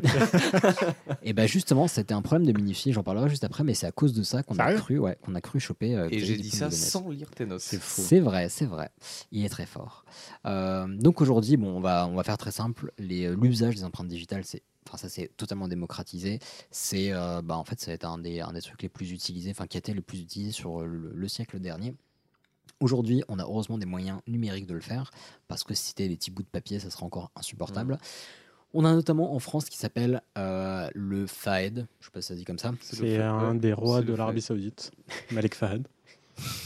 Speaker 1: Et ben justement, c'était un problème de minutie, j'en parlerai juste après, mais c'est à cause de ça qu'on a
Speaker 6: Sérieux
Speaker 1: cru, ouais, qu'on a cru choper. euh,
Speaker 7: Et
Speaker 1: Xavier
Speaker 7: j'ai
Speaker 1: Dupont
Speaker 7: dit
Speaker 1: de
Speaker 7: ça
Speaker 1: Ligonnès.
Speaker 7: sans lire tes notes.
Speaker 1: C'est vrai, c'est vrai. Il est très fort. Euh, donc aujourd'hui, bon, on va on va faire très simple. Les- euh, L'usage des empreintes digitales, c'est Enfin, ça c'est totalement démocratisé. C'est, euh, bah, en fait, ça a été un des, un des trucs les plus utilisés, enfin qui a été le plus utilisé sur euh, le, le siècle dernier. Aujourd'hui, on a heureusement des moyens numériques de le faire, parce que si c'était des petits bouts de papier, ça serait encore insupportable. On a notamment en France qui s'appelle euh, le FAED, je sais pas si ça se dit comme ça.
Speaker 7: le
Speaker 6: C'est
Speaker 7: fait,
Speaker 6: un
Speaker 7: ouais.
Speaker 6: des rois
Speaker 7: C'est le
Speaker 6: de
Speaker 7: fait.
Speaker 6: l'Arabie Saoudite, Malik Fahad.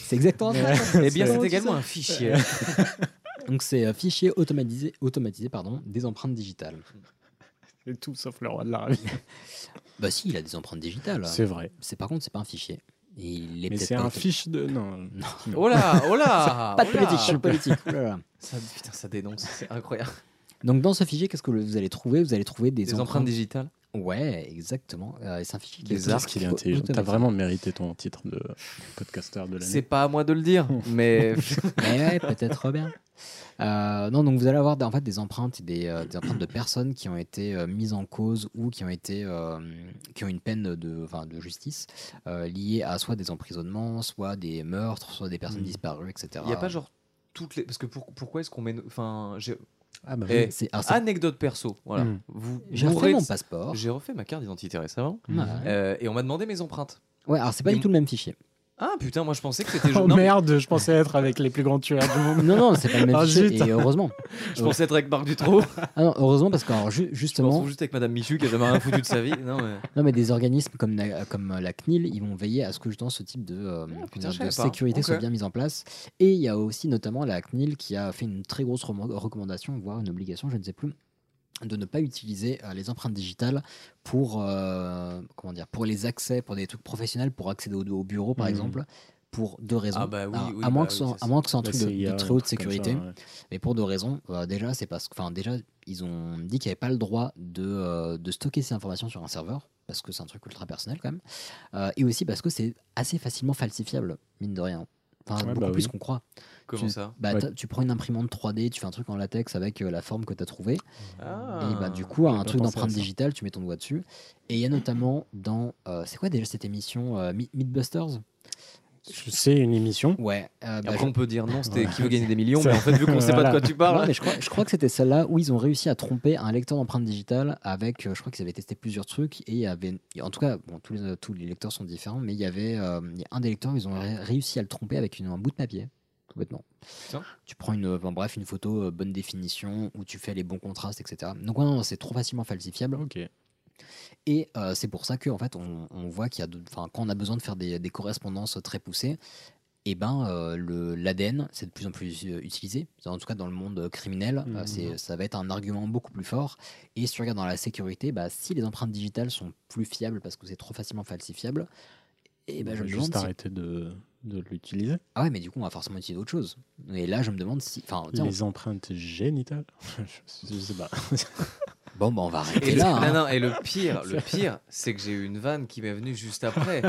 Speaker 1: C'est exactement ça.
Speaker 7: Eh bien,
Speaker 1: C'est-
Speaker 7: c'est également un fichier.
Speaker 1: Donc c'est euh, fichier automatisé, automatisé pardon, des empreintes digitales.
Speaker 6: C'est tout sauf le roi de l'Arabie.
Speaker 1: Bah si, il a des empreintes digitales.
Speaker 6: C'est vrai.
Speaker 1: C'est par contre, c'est pas un fichier. Il est
Speaker 6: Mais
Speaker 1: peut-être
Speaker 6: c'est
Speaker 1: pas
Speaker 6: un Ah,
Speaker 1: tout-
Speaker 6: fiche de. Non.
Speaker 7: Oh là, oh là
Speaker 1: Pas de
Speaker 7: oh là.
Speaker 1: politique, pas de politique. Oulala.
Speaker 7: Ça, putain, ça dénonce, c'est incroyable.
Speaker 1: Donc dans ce fichier, qu'est-ce que vous allez trouver Vous allez trouver des,
Speaker 7: Des empreintes digitales.
Speaker 1: Ouais, exactement. Euh, c'est un fichier qui
Speaker 7: Des
Speaker 1: est
Speaker 7: arcs.
Speaker 6: Parce qu'il est intelligent. T'as vraiment mérité ton titre de podcasteur de
Speaker 7: C'est
Speaker 6: l'année.
Speaker 7: pas à moi de le dire, mais
Speaker 1: Mais ouais, peut-être bien. Euh, non, donc vous allez avoir en fait des empreintes, et des, euh, des empreintes de personnes qui ont été euh, mises en cause ou qui ont été, euh, qui ont une peine de, enfin, de justice euh, liée à soit des emprisonnements, soit des meurtres, soit des personnes
Speaker 6: Mm.
Speaker 1: disparues, etc.
Speaker 7: Hmm. il n'y a pas genre toutes les. Parce que pour- pourquoi est-ce qu'on met. nos- Enfin, j'ai-
Speaker 6: Ah bah
Speaker 7: Eh,
Speaker 1: C'est- alors, c'est-
Speaker 7: anecdote perso. Voilà.
Speaker 6: Mm.
Speaker 7: Vous
Speaker 1: J'ai refait
Speaker 7: mourrez de-
Speaker 1: mon passeport.
Speaker 7: J'ai refait ma carte d'identité récemment
Speaker 1: Ouais.
Speaker 7: euh, et on m'a demandé mes empreintes.
Speaker 1: Ouais, alors c'est pas
Speaker 7: Et
Speaker 1: du tout le même fichier.
Speaker 7: Ah putain, moi je pensais que c'était.
Speaker 6: Oh
Speaker 7: non,
Speaker 6: merde, je pensais être avec les plus grands tueurs du monde.
Speaker 1: Non, non, c'est pas le même
Speaker 6: Ah,
Speaker 1: fichier.
Speaker 6: zut.
Speaker 1: Et heureusement.
Speaker 7: je pensais être avec Marc Dutroux.
Speaker 1: Ah non, heureusement parce que alors, ju-
Speaker 7: Je me
Speaker 1: justement,
Speaker 7: retrouve juste avec Madame Michu qui a jamais rien foutu de sa vie. Non, mais...
Speaker 1: Non, mais des organismes comme la, comme euh, la CNIL, ils vont veiller à ce que justement ce type de, euh, comment
Speaker 7: Ah, putain,
Speaker 1: dire,
Speaker 7: je
Speaker 1: de
Speaker 7: savais pas.
Speaker 1: sécurité soit
Speaker 7: Ok.
Speaker 1: bien mise en place. Et il y a aussi notamment la CNIL qui a fait une très grosse remo- recommandation, voire une obligation, je ne sais plus, de ne pas utiliser euh, les empreintes digitales pour, euh, comment dire, pour les accès, pour des trucs professionnels, pour accéder au, au bureau par
Speaker 6: Mhm.
Speaker 1: exemple. Pour deux raisons.
Speaker 7: Ah bah oui,
Speaker 1: Alors,
Speaker 7: oui,
Speaker 1: à, moins
Speaker 7: bah
Speaker 1: que
Speaker 7: oui,
Speaker 1: ce-
Speaker 7: ça,
Speaker 1: à
Speaker 7: c'est-
Speaker 1: moins que ce soit un
Speaker 6: La
Speaker 1: truc de- de,
Speaker 6: CIA,
Speaker 1: très haute
Speaker 6: euh, un truc comme
Speaker 1: sécurité.
Speaker 6: ça, ouais.
Speaker 1: Mais pour deux raisons. Euh, déjà, c'est parce que, enfin, déjà, ils ont dit qu'il n'y avait pas le droit de, euh, de stocker ces informations sur un serveur, parce que c'est un truc ultra personnel quand même. Euh, et aussi parce que c'est assez facilement falsifiable, mine de rien. Enfin,
Speaker 6: Ouais,
Speaker 1: beaucoup
Speaker 6: bah
Speaker 1: plus
Speaker 6: oui.
Speaker 1: qu'on croit.
Speaker 7: Comment ça
Speaker 1: Bah,
Speaker 6: Ouais.
Speaker 1: t'as- Tu prends une imprimante 3D, tu fais un truc en latex avec euh, la forme que tu as trouvée.
Speaker 7: ah.
Speaker 1: Et bah, du coup, un
Speaker 6: pas
Speaker 1: truc
Speaker 6: pensé à
Speaker 1: d'empreinte
Speaker 6: ça.
Speaker 1: digitale, tu mets ton doigt dessus. Et il y a notamment dans. euh, c'est quoi déjà cette émission euh, Mi- Mythbusters
Speaker 6: C'est une émission.
Speaker 1: Ouais. euh, bah,
Speaker 7: Après,
Speaker 1: je-
Speaker 7: on peut dire non, c'était
Speaker 6: Ouais.
Speaker 7: qui veut gagner des millions,
Speaker 6: Ça-
Speaker 7: mais en fait, vu qu'on sait pas de quoi
Speaker 6: Voilà.
Speaker 7: tu parles.
Speaker 1: Non, mais je, crois, je crois que c'était celle-là où ils ont réussi à tromper un lecteur d'empreintes digitales avec, euh, je crois qu'ils avaient testé plusieurs trucs et il y avait, en tout cas, bon, tous, les, tous les lecteurs sont différents, mais il y avait euh, il y a un des lecteurs, ils ont ré- réussi à le tromper avec une, un bout de papier. tout bêtement.
Speaker 7: Putain.
Speaker 1: Tu prends une, enfin, bref, une photo euh, bonne définition où tu fais les bons contrastes, etc. Donc ouais, non, c'est trop facilement falsifiable.
Speaker 6: Ok.
Speaker 1: Et euh, c'est pour ça que en fait, on, on voit qu'il y a, de- enfin, quand on a besoin de faire des, des correspondances très poussées, et ben euh, le- l'ADN c'est de plus en plus euh, utilisé. En tout cas, dans le monde criminel, euh,
Speaker 6: Mhm.
Speaker 1: c'est- ça va être un argument beaucoup plus fort. Et si tu regardes dans la sécurité, bah, si les empreintes digitales sont plus fiables parce que c'est trop facilement falsifiable, et ben je me demande
Speaker 6: juste
Speaker 1: si-
Speaker 6: arrêter de, de l'utiliser.
Speaker 1: ah ouais, mais du coup, on va forcément utiliser autre chose. Et là, je me demande si, enfin, Oh, tiens,
Speaker 6: Les empreintes génitales. je, je sais pas.
Speaker 1: bon, bah, on va
Speaker 7: Et,
Speaker 1: arrêter
Speaker 7: le,
Speaker 1: là.
Speaker 7: non,
Speaker 1: hein.
Speaker 7: non, et le pire, le pire, c'est que j'ai eu une vanne qui m'est venue juste après.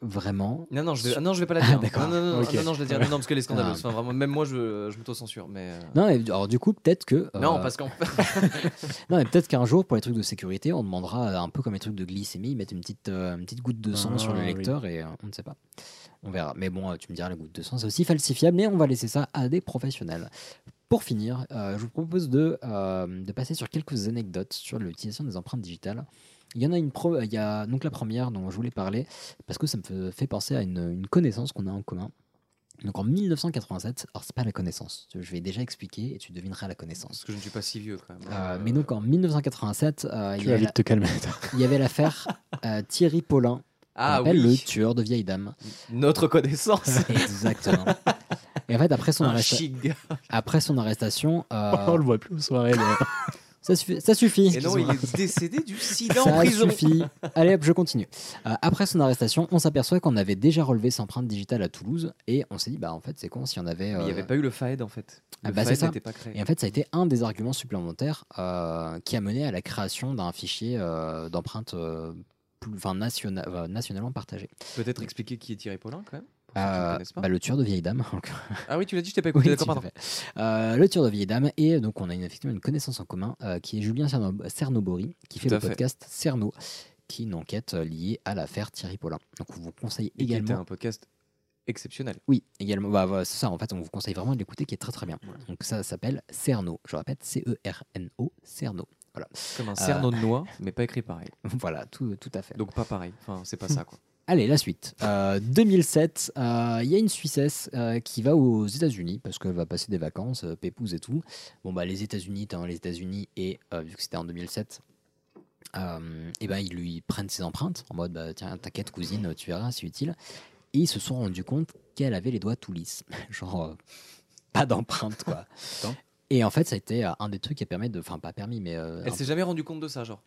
Speaker 1: Vraiment.
Speaker 7: Non, non, je vais, ah, non, je vais pas la
Speaker 1: Ah,
Speaker 7: dire.
Speaker 1: d'accord.
Speaker 7: non, non, non,
Speaker 1: Ok.
Speaker 7: non, non, je la dirai. Non, non, parce qu'elle est scandaleuse.
Speaker 1: Ah.
Speaker 7: Enfin, vraiment, même moi, je, je m'auto-censure. Mais... euh,
Speaker 1: Non, mais, alors du coup, peut-être que. euh,
Speaker 7: Non, parce qu'en fait.
Speaker 1: Non, mais peut-être qu'un jour, pour les trucs de sécurité, on demandera, euh, un peu comme les trucs de glycémie, mettre une petite, euh, une petite goutte de sang
Speaker 6: Ah,
Speaker 1: sur le
Speaker 6: oui.
Speaker 1: lecteur et euh, on ne sait pas. On verra. Mais bon, euh, tu me diras, la goutte de sang, c'est aussi falsifiable, mais on va laisser ça à des professionnels. Pour finir, euh, je vous propose de, euh, de passer sur quelques anecdotes sur l'utilisation des empreintes digitales. Il y en a une pro, il y a donc la première dont je voulais parler parce que ça me fait- fait penser à une, une connaissance qu'on a en commun. Donc en 1987, alors c'est pas la connaissance, je vais déjà expliquer et tu devineras la
Speaker 7: Parce
Speaker 1: connaissance.
Speaker 7: que je ne suis pas si vieux quand même.
Speaker 1: Euh, mais donc en 1987, euh, il
Speaker 6: Tu
Speaker 1: y
Speaker 6: vas
Speaker 1: avait
Speaker 6: vite
Speaker 1: la-
Speaker 6: te calmer.
Speaker 1: il y avait l'affaire euh, Thierry Paulin, qu'on
Speaker 7: Ah
Speaker 1: appelle le
Speaker 7: oui,
Speaker 1: tueur de vieilles dames.
Speaker 7: notre connaissance.
Speaker 1: Exactement. Et en fait, après son,
Speaker 7: Un
Speaker 1: arresta-
Speaker 7: chic gars.
Speaker 1: après son arrestation, euh,
Speaker 6: On Oh, le voit plus aux soirées. d'ailleurs.
Speaker 1: ça, suffi- ça suffit.
Speaker 7: Et non, il est décédé du sida en
Speaker 1: Ça
Speaker 7: prison.
Speaker 1: suffit. Euh, Allez hop, je continue. Euh, après son arrestation, on s'aperçoit qu'on avait déjà relevé ses empreintes digitales à Toulouse et on s'est dit, bah en fait, c'est con si on avait.
Speaker 7: Mais Il n'y
Speaker 1: euh,
Speaker 7: avait pas eu le FAED en fait.
Speaker 1: Ah
Speaker 7: Le
Speaker 1: bah, c'est
Speaker 7: FAED
Speaker 1: ça.
Speaker 7: n'était pas créé.
Speaker 1: Et en fait, ça a été un des arguments supplémentaires euh, qui a mené à la création d'un fichier euh, d'empreintes euh, plus- enfin, nationa- euh, nationalement partagé.
Speaker 7: Peut-être expliquer qui est Thierry Paulin quand même pour ceux qui ne
Speaker 1: Euh,
Speaker 7: connaissent pas.
Speaker 1: bah, le tueur de vieilles dames, en l'occurrence.
Speaker 7: Ah oui, tu l'as dit, je t'ai pas
Speaker 1: Oui,
Speaker 7: écouté. D'accord,
Speaker 1: tout à
Speaker 7: pardon.
Speaker 1: fait. Euh, le tueur de vieilles dames et donc on a une, effectivement une connaissance en commun euh, qui est Julien Cerno- Cernobori qui fait
Speaker 7: Tout
Speaker 1: le
Speaker 7: à fait.
Speaker 1: podcast Cerno qui est une enquête euh, liée à l'affaire Thierry Paulin. Donc on vous conseille
Speaker 7: Et qui était
Speaker 1: également
Speaker 7: un podcast exceptionnel.
Speaker 1: oui, également bah, voilà, c'est ça en fait on vous conseille vraiment de l'écouter qui est très très bien. Donc ça s'appelle Cerno, je répète C E R N O Cerno.
Speaker 7: Comme un
Speaker 1: Ah.
Speaker 7: cerneau de noix, mais pas écrit pareil.
Speaker 1: Voilà, tout, tout à fait.
Speaker 7: Donc pas pareil. Enfin, c'est pas ça quoi.
Speaker 1: Allez, la suite. Euh, 2007, euh, il y a une Suissesse euh, qui va aux États-Unis parce qu'elle va passer des vacances, euh, pépouse et tout. Bon, bah, les États-Unis, t'as les États-Unis, et euh, vu que c'était en 2007, euh, et ben ils lui prennent ses empreintes en mode bah, tiens, t'inquiète, cousine, tu verras, c'est utile. Et ils se sont rendus compte qu'elle avait les doigts tout lisses. Genre, euh, pas d'empreintes, quoi. Et en fait, ça a été euh, un des trucs qui a permis de. Enfin, pas permis, mais. euh,
Speaker 7: Elle s'est jamais rendue compte de ça, genre.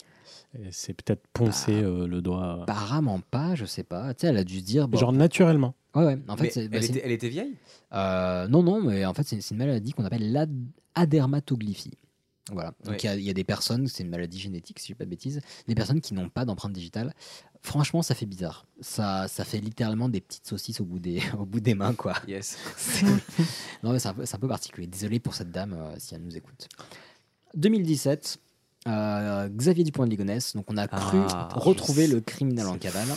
Speaker 6: Et C'est peut-être
Speaker 1: Ah.
Speaker 6: poncer euh, le doigt.
Speaker 1: apparemment pas, je sais pas. Tu sais, elle a dû se dire. bon,
Speaker 6: Genre naturellement.
Speaker 1: ouais, ouais. En fait,
Speaker 7: Mais
Speaker 1: c'est- bah,
Speaker 7: elle,
Speaker 1: c'est-
Speaker 7: était, elle était vieille
Speaker 1: Euh, non, non, mais en fait, c'est c'est une maladie qu'on appelle l'adhermatoglyphie. Voilà. Donc,
Speaker 7: Ouais.
Speaker 1: il y a- il y, a des personnes, c'est une maladie génétique, si je ne dis pas de bêtises, des personnes qui n'ont pas d'empreinte digitale. Franchement, ça fait bizarre. Ça, ça fait littéralement des petites saucisses au bout des, au bout des mains, quoi.
Speaker 7: Yes.
Speaker 1: C'est- non, mais c'est un, peu- c'est un peu particulier. Désolé pour cette dame euh, si elle nous écoute. 2017, euh, Xavier Dupont de Ligonnès. Donc, on a cru
Speaker 7: Ah,
Speaker 1: retrouver
Speaker 7: je sais.
Speaker 1: le criminel en cavale.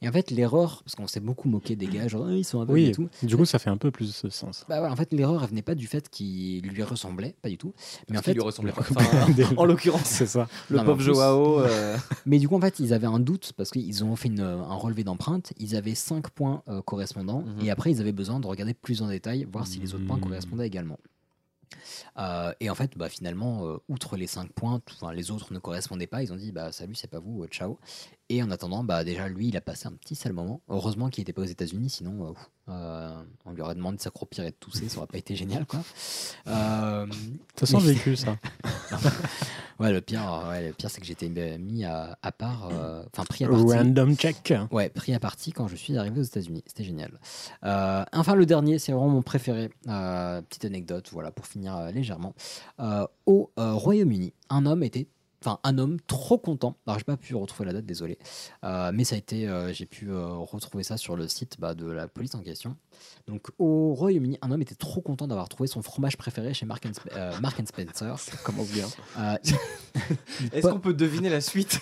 Speaker 1: Et en fait, l'erreur, parce qu'on s'est beaucoup moqué des gars, genre, Ah, ils sont aveugles
Speaker 6: Oui.
Speaker 1: et tout.
Speaker 6: Du coup, ça fait un peu plus de sens.
Speaker 1: Bah voilà, en fait, l'erreur, elle venait pas du fait qu'il lui ressemblait, pas du tout. Mais, en
Speaker 7: Parce
Speaker 1: fait,
Speaker 7: qu'il lui ressemblait pas. Enfin, en l'occurrence,
Speaker 6: C'est ça.
Speaker 7: le
Speaker 1: Non, mais en
Speaker 7: pauvre
Speaker 1: plus-
Speaker 7: Joao. euh,
Speaker 1: mais du coup, en fait, ils avaient un doute parce qu'ils ont fait une- un relevé d'empreintes. Ils avaient cinq points euh, correspondants
Speaker 7: Mhm.
Speaker 1: et après, ils avaient besoin de regarder plus en détail, voir si les autres points
Speaker 6: Mhm.
Speaker 1: correspondaient également. Euh, et en fait, bah, finalement, euh, outre les cinq points, tout- enfin, les autres ne correspondaient pas. Ils ont dit, bah, salut, c'est pas vous, euh, ciao. Et en attendant, bah, déjà, lui, il a passé un petit sale moment. Heureusement qu'il n'était pas aux États-Unis, sinon, euh, ouf, euh, on lui aurait demandé de s'accroupir et de tousser. Ça aurait pas été génial, quoi. Euh,
Speaker 6: Ça sent
Speaker 1: Mais-
Speaker 6: vécu, ça.
Speaker 1: Ouais, le pire, euh, ouais, le pire c'est que j'étais euh, mis à, à part, euh, enfin pris à partie.
Speaker 6: Random check.
Speaker 1: Ouais, pris à partie quand je suis arrivé aux États-Unis. C'était génial. Euh, enfin, le dernier, c'est vraiment mon préféré. Euh, petite anecdote, voilà, pour finir euh, légèrement. Euh, au euh, Royaume-Uni, un homme était. Enfin, un homme trop content. Alors, j'ai pas pu retrouver la date, désolé. Euh, mais ça a été. euh, j'ai pu euh, retrouver ça sur le site bah, de la police en question. Donc, au Royaume-Uni, un homme était trop content d'avoir trouvé son fromage préféré chez Mark, and Sp- euh, Mark and Spencer.
Speaker 6: Comment bien.
Speaker 1: Euh,
Speaker 7: Est-ce qu'on peut deviner la suite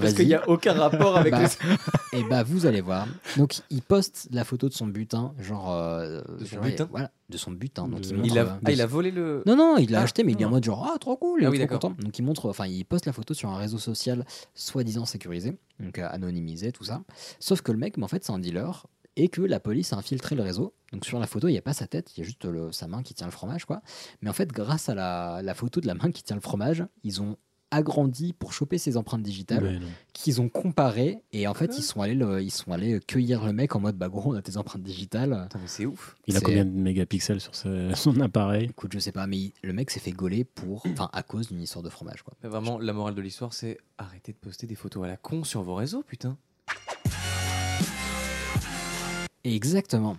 Speaker 7: Parce qu'il
Speaker 1: Ah, vas-y.
Speaker 7: n'y a aucun rapport avec
Speaker 1: Bah,
Speaker 7: le-
Speaker 1: Et bah vous allez voir. Donc il poste la photo de son butin, genre euh,
Speaker 7: De son
Speaker 1: genre, il-
Speaker 7: butin
Speaker 1: voilà, de son butin. Donc
Speaker 6: De-
Speaker 1: il montre,
Speaker 7: Il
Speaker 1: euh,
Speaker 7: a, ah, il a volé le.
Speaker 1: Non non, il l'a
Speaker 7: Ah,
Speaker 1: acheté, mais il est en
Speaker 7: ah.
Speaker 1: mode genre ah trop cool,
Speaker 7: Ah
Speaker 1: ah,
Speaker 7: oui,
Speaker 1: trop
Speaker 7: d'accord.
Speaker 1: content. Donc il montre, enfin il poste la photo sur un réseau social soi-disant sécurisé, donc euh, anonymisé tout ça. Sauf que le mec, mais en fait c'est un dealer et que la police a infiltré le réseau. Donc sur la photo, il n'y a pas sa tête, il y a juste le- sa main qui tient le fromage quoi. Mais en fait, grâce à la, la photo de la main qui tient le fromage, ils ont agrandi pour choper ses empreintes
Speaker 6: Bah
Speaker 1: digitales qu'ils ont comparé et en fait ils sont allés le- ils sont allés cueillir le mec en mode bah gros on a tes empreintes digitales
Speaker 7: Putain, mais c'est ouf.
Speaker 6: Il a
Speaker 1: C'est-
Speaker 6: combien de mégapixels sur ce- son appareil
Speaker 1: écoute je sais pas mais il- le mec s'est fait gauler pour enfin à cause d'une histoire de fromage quoi
Speaker 7: Mais vraiment, la morale de l'histoire, c'est arrêtez de poster des photos à la con sur vos réseaux, putain.
Speaker 1: exactement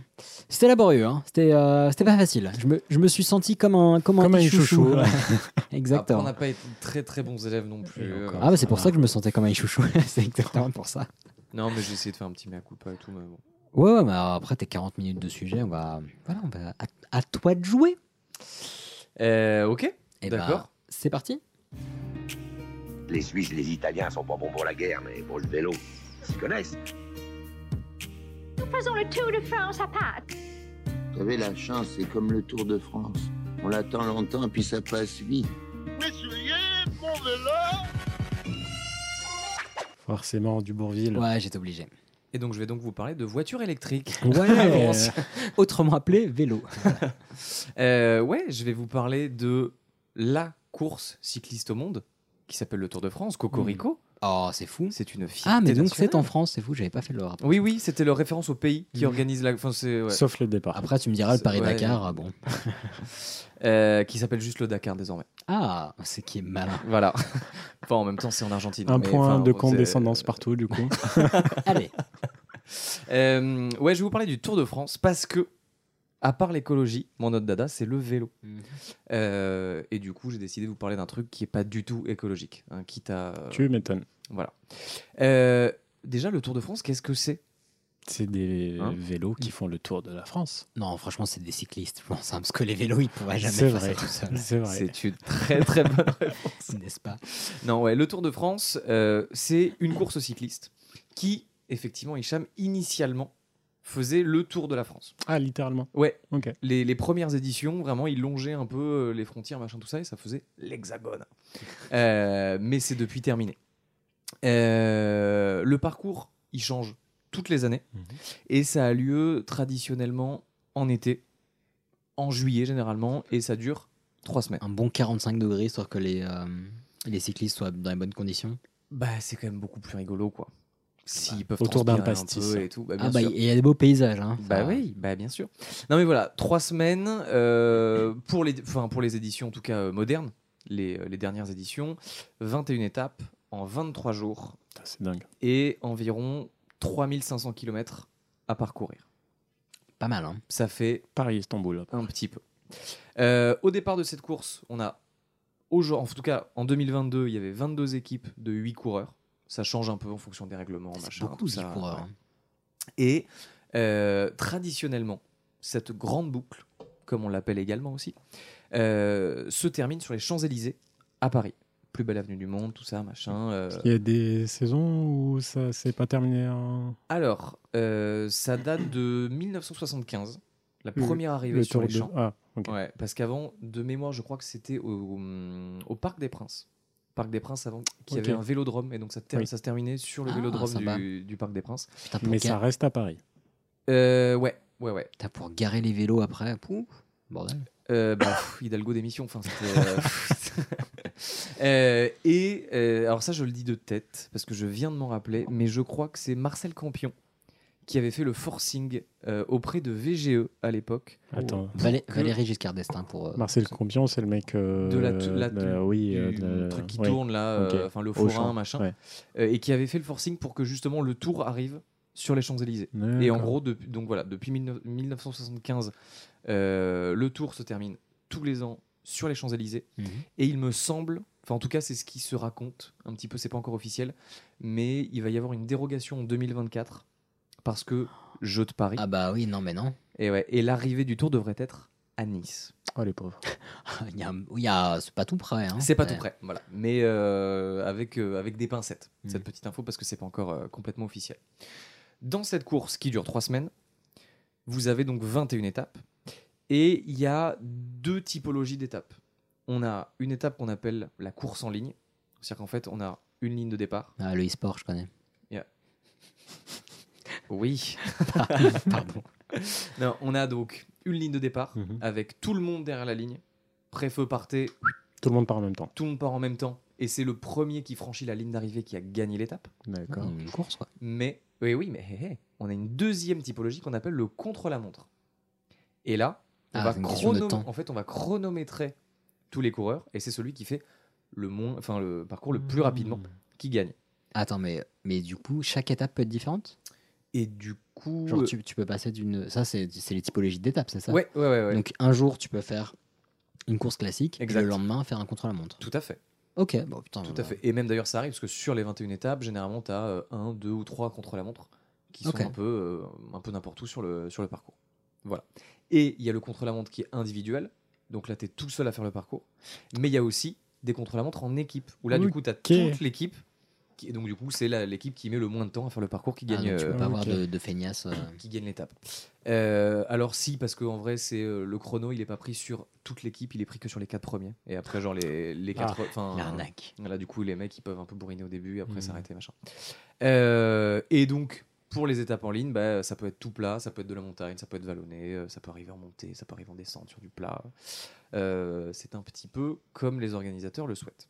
Speaker 1: c'était laborieux hein. c'était euh, c'était pas facile je me, je me suis senti comme un comme un,
Speaker 6: Comme un
Speaker 1: petit
Speaker 6: chouchou. ouais.
Speaker 7: Après, on
Speaker 1: exactement
Speaker 7: n'a pas été très très bons élèves non plus. euh,
Speaker 6: Et encore.
Speaker 1: ah bah c'est
Speaker 7: hein.
Speaker 1: pour ça que je me sentais comme un chouchou c'est exactement pour ça
Speaker 7: Non, mais j'ai essayé de faire un petit mea culpa et tout, mais bon.
Speaker 1: ouais ouais mais après t'es 40 minutes de sujet on va voilà on va à, à toi de jouer
Speaker 7: Euh, ok,
Speaker 1: et
Speaker 7: D'accord.
Speaker 1: c'est parti
Speaker 10: Les Suisses, les Italiens sont pas bons pour la guerre, mais pour le vélo, ils s'y connaissent.
Speaker 5: Faisons le Tour de France à Pâques.
Speaker 8: Vous savez, la chance, c'est comme le Tour de France. On l'attend longtemps et puis ça passe vite.
Speaker 6: Forcément, du Bourville.
Speaker 1: ouais j'étais obligé
Speaker 7: et donc je vais donc vous parler de voitures électriques.
Speaker 6: Ouais.
Speaker 1: autrement appelé vélo
Speaker 7: Euh, ouais, je vais vous parler de la course cycliste au monde qui s'appelle le Tour de France, Cocorico.
Speaker 1: oh c'est fou
Speaker 7: C'est une fierté.
Speaker 1: Ah, mais donc
Speaker 7: nationale.
Speaker 1: c'est en France, c'est fou, j'avais pas fait le rapport.
Speaker 7: Oui, oui, c'était leur référence au pays qui organise la. Enfin, c'est. ouais.
Speaker 6: Sauf le départ.
Speaker 1: Après, tu me diras le
Speaker 7: C'est-
Speaker 1: Paris-Dakar,
Speaker 7: Oh. ouais.
Speaker 1: ah bon.
Speaker 7: Euh, qui s'appelle juste le Dakar désormais.
Speaker 1: Ah, c'est qui est malin.
Speaker 7: Voilà. enfin, en même temps, c'est en Argentine.
Speaker 6: un
Speaker 7: mais
Speaker 6: point
Speaker 7: enfin,
Speaker 6: de
Speaker 7: c'est-
Speaker 6: condescendance partout, du coup.
Speaker 1: Allez,
Speaker 7: Euh, ouais, je vais vous parler du Tour de France parce que, à part l'écologie, mon autre dada, c'est le vélo. Euh, et du coup, j'ai décidé de vous parler d'un truc qui est pas du tout écologique, hein, quitte à.
Speaker 6: tu m'étonnes.
Speaker 7: Voilà. Euh, déjà, le Tour de France, qu'est-ce que c'est
Speaker 6: C'est des
Speaker 7: Hein
Speaker 6: vélos qui font le tour de la France.
Speaker 1: non, franchement, c'est des cyclistes, je pense, hein, parce que les vélos, ils pourraient jamais
Speaker 6: C'est
Speaker 1: faire
Speaker 6: vrai.
Speaker 1: ça tout seuls,
Speaker 6: C'est vrai.
Speaker 7: C'est une très très bonne
Speaker 1: n'est-ce pas
Speaker 7: Non, ouais, le Tour de France, euh, c'est une course cycliste qui, effectivement, Hicham, initialement, faisait le Tour de la France.
Speaker 6: Ah, littéralement.
Speaker 7: Ouais,
Speaker 6: Ok.
Speaker 7: les, les premières éditions, vraiment, ils longeaient un peu euh, les frontières, machin, tout ça, et ça faisait l'hexagone. Euh, mais c'est depuis terminé. Euh, le parcours, il change toutes les années,
Speaker 6: Mhm.
Speaker 7: et ça a lieu traditionnellement en été, en juillet généralement, et ça dure trois semaines.
Speaker 1: Un bon 45 degrés, histoire que les, euh, les cyclistes soient dans les bonnes conditions.
Speaker 7: Bah, c'est quand même beaucoup plus rigolo, quoi. s'ils peuvent
Speaker 6: Autour d'un
Speaker 7: transpirer un
Speaker 6: pastis.
Speaker 7: peu et tout, bah, bien
Speaker 1: Ah bah,
Speaker 7: sûr.
Speaker 1: il y a des beaux paysages. Hein,
Speaker 7: Bah
Speaker 1: Ça-
Speaker 7: oui, bah bien sûr. Non mais voilà, trois semaines euh, pour les, enfin pour les éditions en tout cas euh, modernes, les, euh, les dernières éditions, 21 étapes en 23 jours
Speaker 6: Putain, C'est dingue.
Speaker 7: et environ 3500 km à parcourir.
Speaker 1: Pas mal. Hein.
Speaker 7: Ça fait
Speaker 6: Paris-Istanbul.
Speaker 7: un petit peu. Euh, au départ de cette course, on a aujourd'hui, en tout cas en 2022, il y avait 22 équipes de 8 coureurs. Ça change un peu en fonction des règlements,
Speaker 1: C'est
Speaker 7: machin,
Speaker 1: beaucoup hein.
Speaker 7: tout bah, ça.
Speaker 1: ça,
Speaker 7: Ouais. Et euh, traditionnellement, cette grande boucle, comme on l'appelle également aussi, euh, se termine sur les Champs-Élysées à Paris. Plus belle avenue du monde, tout ça, machin. euh.
Speaker 6: Il y a des saisons où ça s'est pas terminé en...
Speaker 7: Alors, euh, ça date de 1975, la
Speaker 6: Le-
Speaker 7: première arrivée
Speaker 6: le
Speaker 7: sur
Speaker 6: tour
Speaker 7: les
Speaker 6: de...
Speaker 7: Champs.
Speaker 6: Ah, ok.
Speaker 7: Ouais, parce qu'avant, de mémoire, je crois que c'était au, au Parc des Princes. Parc des Princes avant, qui
Speaker 6: Ok.
Speaker 7: avait un vélodrome, et donc ça, ter-
Speaker 6: Oui.
Speaker 7: ça se terminait sur le
Speaker 1: Ah,
Speaker 7: vélodrome
Speaker 1: sympa.
Speaker 7: du, du Parc des Princes.
Speaker 1: Putain, pour,
Speaker 6: Mais
Speaker 1: ga-
Speaker 6: ça reste à Paris.
Speaker 7: Euh, ouais, ouais, ouais.
Speaker 1: putain, pour garer les vélos après, pouf, bordel.
Speaker 7: Euh, bah, pff, Hidalgo d'émission, enfin c'était. euh, pff. Euh, et euh, alors ça, je le dis de tête parce que je viens de m'en rappeler, mais je crois que c'est Marcel Campion qui avait fait le forcing euh, auprès de VGE à l'époque.
Speaker 6: Attends.
Speaker 1: Valé- Valérie Giscard d'Estaing pour. euh,
Speaker 6: Marcel Compion, c'est le mec euh,
Speaker 7: De la t- la-
Speaker 6: de- oui,
Speaker 7: du
Speaker 6: euh, de la-
Speaker 7: truc qui
Speaker 6: ouais,
Speaker 7: tourne là, euh,
Speaker 6: ok.
Speaker 7: enfin le
Speaker 6: au
Speaker 7: forain,
Speaker 6: champ,
Speaker 7: machin,
Speaker 6: ouais.
Speaker 7: euh, et qui avait fait le forcing pour que justement le tour arrive sur les Champs-Élysées. Et en
Speaker 6: D'accord.
Speaker 7: gros, depuis, donc voilà, depuis 19- 1975, euh, le tour se termine tous les ans sur les Champs-Élysées.
Speaker 1: mhm.
Speaker 7: Et il me semble, enfin en tout cas c'est ce qui se raconte un petit peu, c'est pas encore officiel, mais il va y avoir une dérogation en 2024 parce que jeu de Paris.
Speaker 1: Ah bah oui, non mais non.
Speaker 7: Et ouais, et l'arrivée du tour devrait être à Nice.
Speaker 6: Oh, les pauvres.
Speaker 1: Il y a, il y a- c'est pas tout près. Hein.
Speaker 7: c'est pas tout
Speaker 1: Ouais.
Speaker 7: près, voilà. Mais euh, avec euh, avec des pincettes
Speaker 1: Mhm.
Speaker 7: cette petite info parce que c'est pas encore euh, complètement officiel. Dans cette course qui dure trois semaines, vous avez donc 21 étapes et il y a deux typologies d'étapes. On a une étape qu'on appelle la course en ligne, c'est-à-dire qu'en fait on a une ligne de départ
Speaker 1: Ah, le e-sport, je connais.
Speaker 7: Oui.
Speaker 1: Pardon.
Speaker 7: Non, on a donc une ligne de départ
Speaker 6: Mhm.
Speaker 7: avec tout le monde derrière la ligne. Pré-feu partez,
Speaker 6: Tout le monde part en même temps.
Speaker 7: tout le monde part en même temps. Et c'est le premier qui franchit la ligne d'arrivée qui a gagné l'étape.
Speaker 6: D'accord.
Speaker 1: Une course, quoi.
Speaker 7: Mais, oui, oui, mais hé, hé, on a une deuxième typologie qu'on appelle le contre-la-montre. Et là, on
Speaker 1: Ah,
Speaker 7: va
Speaker 1: c'est une question de
Speaker 7: chronom-
Speaker 1: temps.
Speaker 7: en fait, on va chronométrer tous les coureurs et c'est celui qui fait le, moins, enfin, le parcours le
Speaker 6: Mhm.
Speaker 7: plus rapidement
Speaker 1: Mmh.
Speaker 7: qui gagne.
Speaker 1: Attends, mais, mais du coup, chaque étape peut être différente
Speaker 7: Et du coup.
Speaker 1: Genre,
Speaker 7: euh,
Speaker 1: tu, tu peux passer d'une. Ça, c'est c'est les typologies d'étapes, c'est ça
Speaker 7: ouais, ouais, ouais, ouais.
Speaker 1: Donc, un jour, tu peux faire une course classique
Speaker 7: Exact.
Speaker 1: et le lendemain, faire un contre-la-montre.
Speaker 7: tout à fait.
Speaker 1: Ok, bon, putain.
Speaker 7: Tout à
Speaker 1: bah,
Speaker 7: fait. Et même d'ailleurs, ça arrive parce que sur les 21 étapes, généralement, tu as un, deux ou trois contre la montre qui sont
Speaker 1: Ok.
Speaker 7: un peu euh, un peu n'importe où sur le, sur le parcours. Voilà. Et il y a le contre la montre qui est individuel. Donc là, tu es tout seul à faire le parcours. Mais il y a aussi des contre la montre en équipe où là, du coup, tu as toute l'équipe. qui- Et donc, du coup, c'est la- l'équipe qui met le moins de temps à faire le parcours qui
Speaker 1: ah,
Speaker 7: gagne.
Speaker 1: donc tu peux
Speaker 7: euh,
Speaker 1: pas avoir
Speaker 6: ok.
Speaker 1: de, de feignasse. euh.
Speaker 7: qui gagne l'étape. Euh, alors si, parce qu'en vrai, c'est euh, le chrono, il est pas pris sur toute l'équipe, il est pris que sur les quatre premiers. Et après, genre les, les
Speaker 6: Ah,
Speaker 7: quatre... enfin,
Speaker 1: L'arnaque.
Speaker 7: Là, du coup, les mecs, ils peuvent un peu bourriner au début, après
Speaker 6: Mhm.
Speaker 7: s'arrêter, machin. Euh, et donc, pour les étapes en ligne, bah, ça peut être tout plat, ça peut être de la montagne, ça peut être vallonné, euh, ça peut arriver en montée, ça peut arriver en descente sur du plat. Euh, c'est un petit peu comme les organisateurs le souhaitent.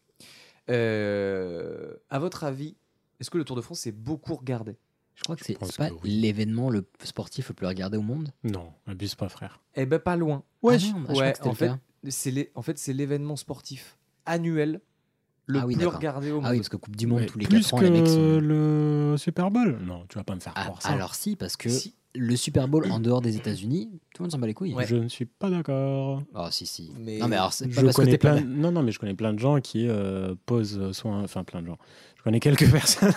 Speaker 7: Euh, à votre avis, est-ce que le Tour de France est beaucoup regardé
Speaker 1: Je crois que c'est
Speaker 6: pense
Speaker 1: c'est pas
Speaker 6: que oui.
Speaker 1: l'événement le sportif le plus regardé au monde.
Speaker 6: Non, abuse pas, frère.
Speaker 7: Eh ben, pas loin.
Speaker 1: Ouais, ah, merde, je crois
Speaker 7: ouais,
Speaker 1: que c'était
Speaker 7: en
Speaker 1: le
Speaker 7: fait,
Speaker 1: cas.
Speaker 7: c'est les- en fait, c'est l'événement sportif annuel le
Speaker 1: Ah oui,
Speaker 7: plus
Speaker 1: d'accord.
Speaker 7: regardé au monde.
Speaker 1: Ah oui, parce que Coupe du Monde,
Speaker 6: Mais
Speaker 1: tous les
Speaker 6: plus
Speaker 1: 4 ans,
Speaker 6: que
Speaker 1: les mecs sont.
Speaker 6: le Super Bowl Non, tu vas pas me faire
Speaker 1: Ah,
Speaker 6: croire ça.
Speaker 1: alors si, parce que
Speaker 7: Si.
Speaker 1: le Super Bowl en dehors des États-Unis, tout le monde s'en bat les couilles.
Speaker 7: Ouais.
Speaker 6: Je ne suis pas d'accord.
Speaker 1: Oh si si.
Speaker 7: Mais-
Speaker 1: Non mais alors c'est pas
Speaker 6: Je
Speaker 1: parce que
Speaker 6: connais
Speaker 1: t'es pas
Speaker 6: plein. Non, non, mais je connais plein de gens qui euh, posent soit, enfin plein de gens. Je connais quelques personnes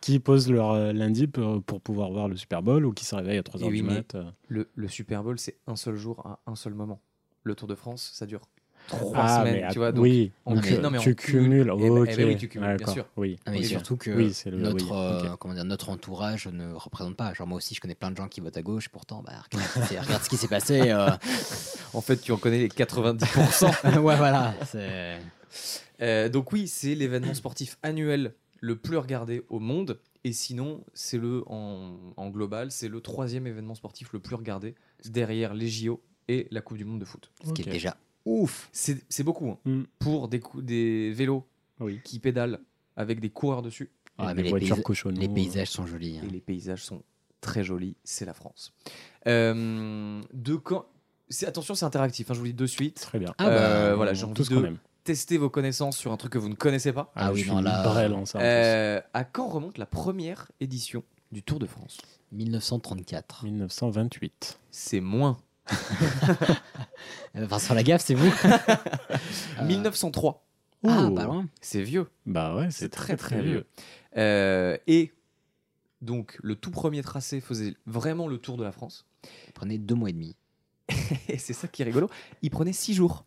Speaker 6: qui posent leur euh, lundi pour, pour pouvoir voir le Super Bowl ou qui se réveillent à 3h
Speaker 7: Eh oui,
Speaker 6: du
Speaker 7: mais-
Speaker 6: mat. euh.
Speaker 7: Le, le Super Bowl, c'est un seul jour à un seul moment. Le Tour de France, ça dure trois
Speaker 6: Ah,
Speaker 7: semaines,
Speaker 6: mais att-
Speaker 7: tu vois. Donc,
Speaker 6: oui,
Speaker 7: on
Speaker 6: donc,
Speaker 1: cumule.
Speaker 6: euh,
Speaker 7: Non, mais on
Speaker 6: tu
Speaker 7: cumule.
Speaker 6: cumules.
Speaker 7: Eh ben-
Speaker 6: ok,
Speaker 7: eh ben oui, tu cumules, bien
Speaker 6: d'accord,
Speaker 7: sûr.
Speaker 6: Oui.
Speaker 1: Ah, mais
Speaker 6: ok.
Speaker 1: surtout que
Speaker 6: Oui, c'est le-
Speaker 1: notre,
Speaker 6: oui,
Speaker 1: euh,
Speaker 6: ok.
Speaker 1: comment dire, notre entourage ne représente pas. Genre moi aussi, je connais plein de gens qui votent à gauche, pourtant, bah, regarde, ce qui s'est- regarde ce qui s'est passé. euh.
Speaker 7: En fait, tu en connais les 90%.
Speaker 1: ouais, voilà. c'est-
Speaker 7: Euh, donc oui, c'est l'événement sportif annuel le plus regardé au monde. Et sinon, c'est le en, en global, c'est le troisième événement sportif le plus regardé derrière les JO et la Coupe du Monde de foot.
Speaker 1: Ce qui est
Speaker 6: Ok.
Speaker 1: déjà ouf.
Speaker 7: C'est c'est beaucoup hein.
Speaker 6: Mm.
Speaker 7: pour des, cou- des vélos
Speaker 6: Oui.
Speaker 7: qui pédalent avec des coureurs dessus.
Speaker 6: Et
Speaker 1: Ouais, Ah,
Speaker 6: les,
Speaker 1: mais les
Speaker 6: voitures
Speaker 1: pays-
Speaker 6: cochonnes.
Speaker 1: Les paysages sont jolis. hein.
Speaker 7: Et les paysages sont très jolis, c'est la France. Euh, de quand... c'est- Attention, c'est interactif, hein, je vous le dis de suite.
Speaker 6: Très bien.
Speaker 1: Ah bah,
Speaker 7: Euh, voilà, j'ai
Speaker 6: On-
Speaker 7: envie
Speaker 6: tout ce qu'on
Speaker 7: de
Speaker 6: aime.
Speaker 7: tester vos connaissances sur un truc que vous ne connaissez pas.
Speaker 1: Ah
Speaker 6: je
Speaker 1: oui,
Speaker 6: suis
Speaker 1: non, là-
Speaker 6: brêle en ça. en
Speaker 7: Euh, à quand remonte la première édition du Tour de France
Speaker 1: 1934.
Speaker 6: plus. 1928.
Speaker 7: C'est moins.
Speaker 1: Euh, Vincent Lagaffe, c'est vous Euh,
Speaker 7: 1903.
Speaker 1: Ah,
Speaker 6: Ouh.
Speaker 1: pas loin.
Speaker 7: C'est vieux.
Speaker 6: Bah ouais,
Speaker 7: C'est très très vieux. Euh, et donc, le tout premier tracé faisait vraiment le tour de la France.
Speaker 1: Prenez deux mois et demi.
Speaker 7: Et c'est ça qui est rigolo. Il prenait six jours.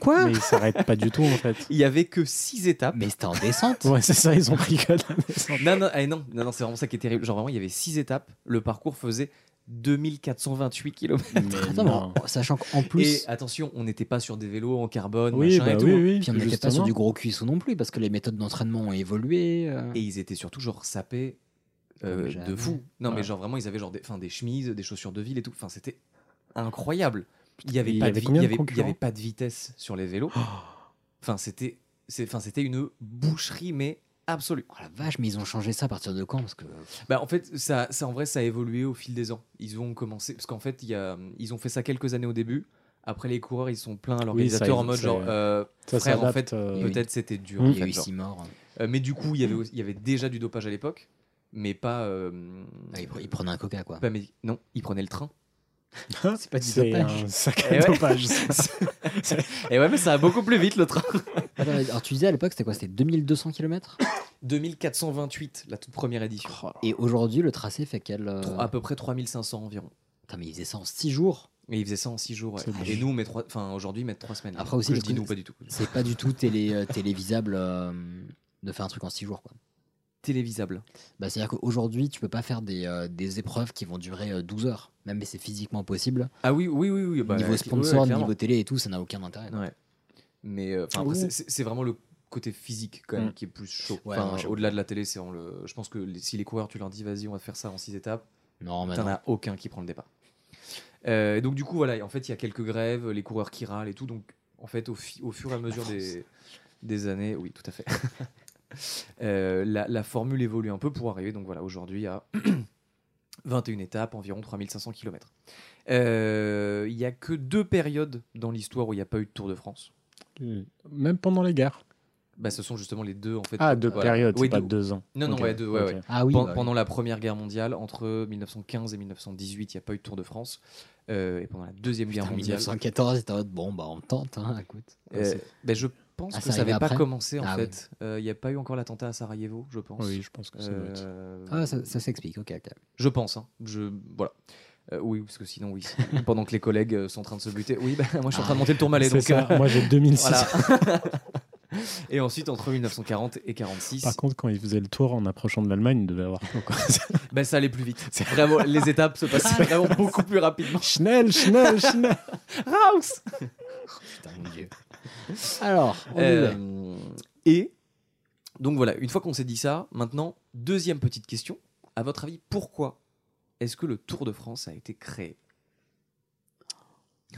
Speaker 1: Quoi
Speaker 6: Mais ils s'arrêtent pas du tout en fait.
Speaker 7: Il y avait que six étapes.
Speaker 1: Mais c'était en descente.
Speaker 6: Ouais, c'est ça, ils ont pris que la descente.
Speaker 7: Non, non, eh non, non, non, c'est vraiment ça qui est terrible. Genre, vraiment, il y avait six étapes. Le parcours faisait 2428 km.
Speaker 1: Attends,
Speaker 6: Mais
Speaker 1: mais
Speaker 6: non. euh,
Speaker 1: en- sachant qu'en
Speaker 7: Et
Speaker 1: plus,
Speaker 7: attention, on n'était pas sur des vélos en carbone,
Speaker 6: Oui,
Speaker 7: machin
Speaker 6: bah
Speaker 7: et tout. hein.
Speaker 6: oui, oui.
Speaker 1: puis on n'était pas sur
Speaker 6: justement.
Speaker 1: du gros cuisson non plus, parce que les méthodes d'entraînement ont évolué. euh.
Speaker 7: Et ils étaient surtout, genre, sapés euh,
Speaker 1: Comme jamais.
Speaker 7: de fou. Non, mais
Speaker 6: Ouais.
Speaker 7: genre, vraiment, ils avaient genre des, enfin, des chemises, des chaussures de ville et tout. Enfin, c'était incroyable. Il n'y avait,
Speaker 6: Il y
Speaker 7: pas de
Speaker 6: avait
Speaker 7: vi-
Speaker 6: combien
Speaker 7: il y
Speaker 6: de
Speaker 7: avait- il y
Speaker 6: concurrents
Speaker 7: avait pas de vitesse sur les vélos. Enfin, c'était c'est- enfin, c'était une boucherie, mais absolue.
Speaker 1: Oh la vache, mais ils ont changé ça à partir de quand Parce que
Speaker 6: Mmh.
Speaker 7: Bah, en fait, ça, ça, en vrai, ça a évolué au fil des ans. Ils ont commencé parce qu'en fait, il y a, ils ont fait ça quelques années au début. Après, les coureurs, ils sont pleins à l'organisateur
Speaker 6: ça,
Speaker 7: en mode
Speaker 6: ça-
Speaker 7: genre, euh,
Speaker 6: Ça
Speaker 7: frère, en
Speaker 6: s'adapte,
Speaker 7: fait,
Speaker 6: euh,
Speaker 7: peut-être c'était dur.
Speaker 6: Mm.
Speaker 7: en
Speaker 1: il y a
Speaker 7: fait,
Speaker 1: eu
Speaker 7: genre.
Speaker 1: six morts.
Speaker 7: Euh, mais du coup, il y avait, aussi- il y avait déjà du dopage à l'époque, mais pas. euh,
Speaker 1: Ah, ils, pre- ils prenaient un coca, quoi.
Speaker 7: pas médi- non, ils prenaient le train.
Speaker 6: C'est pas
Speaker 1: du dopage.
Speaker 6: un
Speaker 7: Eh
Speaker 6: sacré
Speaker 7: ouais.
Speaker 6: dopage. ça.
Speaker 7: Et ouais, mais ça va beaucoup plus vite le train.
Speaker 1: Attends, mais- alors tu disais à l'époque, c'était quoi C'était 2200 km
Speaker 7: 2428, la toute première édition.
Speaker 1: Et aujourd'hui, le tracé fait quel. euh,
Speaker 7: Tro- À peu près 3500 environ.
Speaker 1: Putain, mais ils faisaient ça en 6 jours.
Speaker 7: Et ils faisaient ça en 6 jours. ouais.
Speaker 6: C'est
Speaker 7: Et nous, on met trois- enfin, aujourd'hui, ils mettent 3 semaines.
Speaker 1: Après aussi,
Speaker 7: Que
Speaker 1: le
Speaker 7: je dis
Speaker 1: truc-
Speaker 7: nous, pas du tout.
Speaker 1: C'est pas du tout télé, euh, télévisable euh, de faire un truc en 6 jours, quoi.
Speaker 7: Télévisable.
Speaker 1: Bah, C'est-à-dire qu'aujourd'hui, tu peux pas faire des, euh, des épreuves qui vont durer euh, 12 heures, même si c'est physiquement possible.
Speaker 7: Ah oui, oui, oui, oui. bah,
Speaker 1: niveau
Speaker 7: ouais,
Speaker 1: sponsor,
Speaker 7: ouais, clairement.
Speaker 1: niveau télé et tout, ça n'a aucun intérêt.
Speaker 7: Ouais. Mais euh, enfin, après,
Speaker 6: Oui.
Speaker 7: c'est- c'est c'est vraiment le côté physique quand même
Speaker 6: Mm.
Speaker 7: qui est plus chaud.
Speaker 1: Ouais,
Speaker 7: Enfin,
Speaker 1: moi, j'avoue.
Speaker 7: Au-delà de la télé, c'est en le. Je pense que les- si les coureurs, tu leur dis vas-y, on va faire ça en six étapes,
Speaker 1: Non, mais
Speaker 7: t'en
Speaker 1: Bah non.
Speaker 7: as aucun qui prend le départ. Euh, et donc du coup, voilà. En fait, il y a quelques grèves, les coureurs qui râlent et tout. Donc en fait, au, fi- au fur et à mesure des des années, oui, tout à fait. Euh, la, la formule évolue un peu pour arriver donc voilà aujourd'hui à 21 étapes, environ 3500 km. Euh, Il y n'y a que deux périodes dans l'histoire où il n'y a pas eu de Tour de France.
Speaker 6: Même pendant la guerre.
Speaker 7: Bah, ce sont justement les deux en fait.
Speaker 6: Ah, deux
Speaker 7: Voilà.
Speaker 6: périodes,
Speaker 7: Oui,
Speaker 6: c'est pas
Speaker 7: deux.
Speaker 6: deux ans.
Speaker 7: Non, non,
Speaker 6: Ok,
Speaker 7: ouais, deux, ouais,
Speaker 6: ok.
Speaker 7: ouais.
Speaker 1: Ah oui,
Speaker 7: Pen-
Speaker 1: bah,
Speaker 7: Pendant la Première Guerre mondiale, entre 1915 et 1918, il n'y a pas eu de Tour de France. Euh, et pendant la Deuxième Guerre
Speaker 1: putain,
Speaker 7: mondiale,
Speaker 1: 1914, c'était en mode bon, bah on tente, hein, écoute.
Speaker 7: euh, bah, je pense
Speaker 1: Ah,
Speaker 7: que
Speaker 1: ça
Speaker 7: ça
Speaker 1: arrivait
Speaker 7: n'avait pas
Speaker 1: après
Speaker 7: commencé en
Speaker 1: Ah,
Speaker 7: fait. Euh, Il n'y a pas eu encore l'attentat à Sarajevo, je pense.
Speaker 6: Oui, je pense que ça doit être.
Speaker 7: Euh,
Speaker 1: Ah, ça, ça s'explique, ok, ok.
Speaker 7: Je pense. hein. Je voilà. Euh, oui, parce que sinon, oui. pendant que les collègues euh, sont en train de se buter, oui, bah, moi je suis en train de monter le tourmalet.
Speaker 6: C'est
Speaker 7: Donc,
Speaker 6: ça,
Speaker 7: euh,
Speaker 6: moi j'ai 2006.
Speaker 7: voilà. et ensuite, entre 1940 et 46,
Speaker 6: Par contre, quand ils faisaient le tour en approchant de l'Allemagne, ils devaient avoir chaud, quoi.
Speaker 7: bah, ça allait plus vite. Vraiment, les étapes se passaient vraiment beaucoup plus rapidement.
Speaker 6: Schnell, Schnell, Schnell.
Speaker 1: Putain, mon dieu. Alors, on y va.
Speaker 7: Euh, et donc voilà, une fois qu'on s'est dit ça, maintenant, deuxième petite question. À votre avis, pourquoi est-ce que le Tour de France a été créé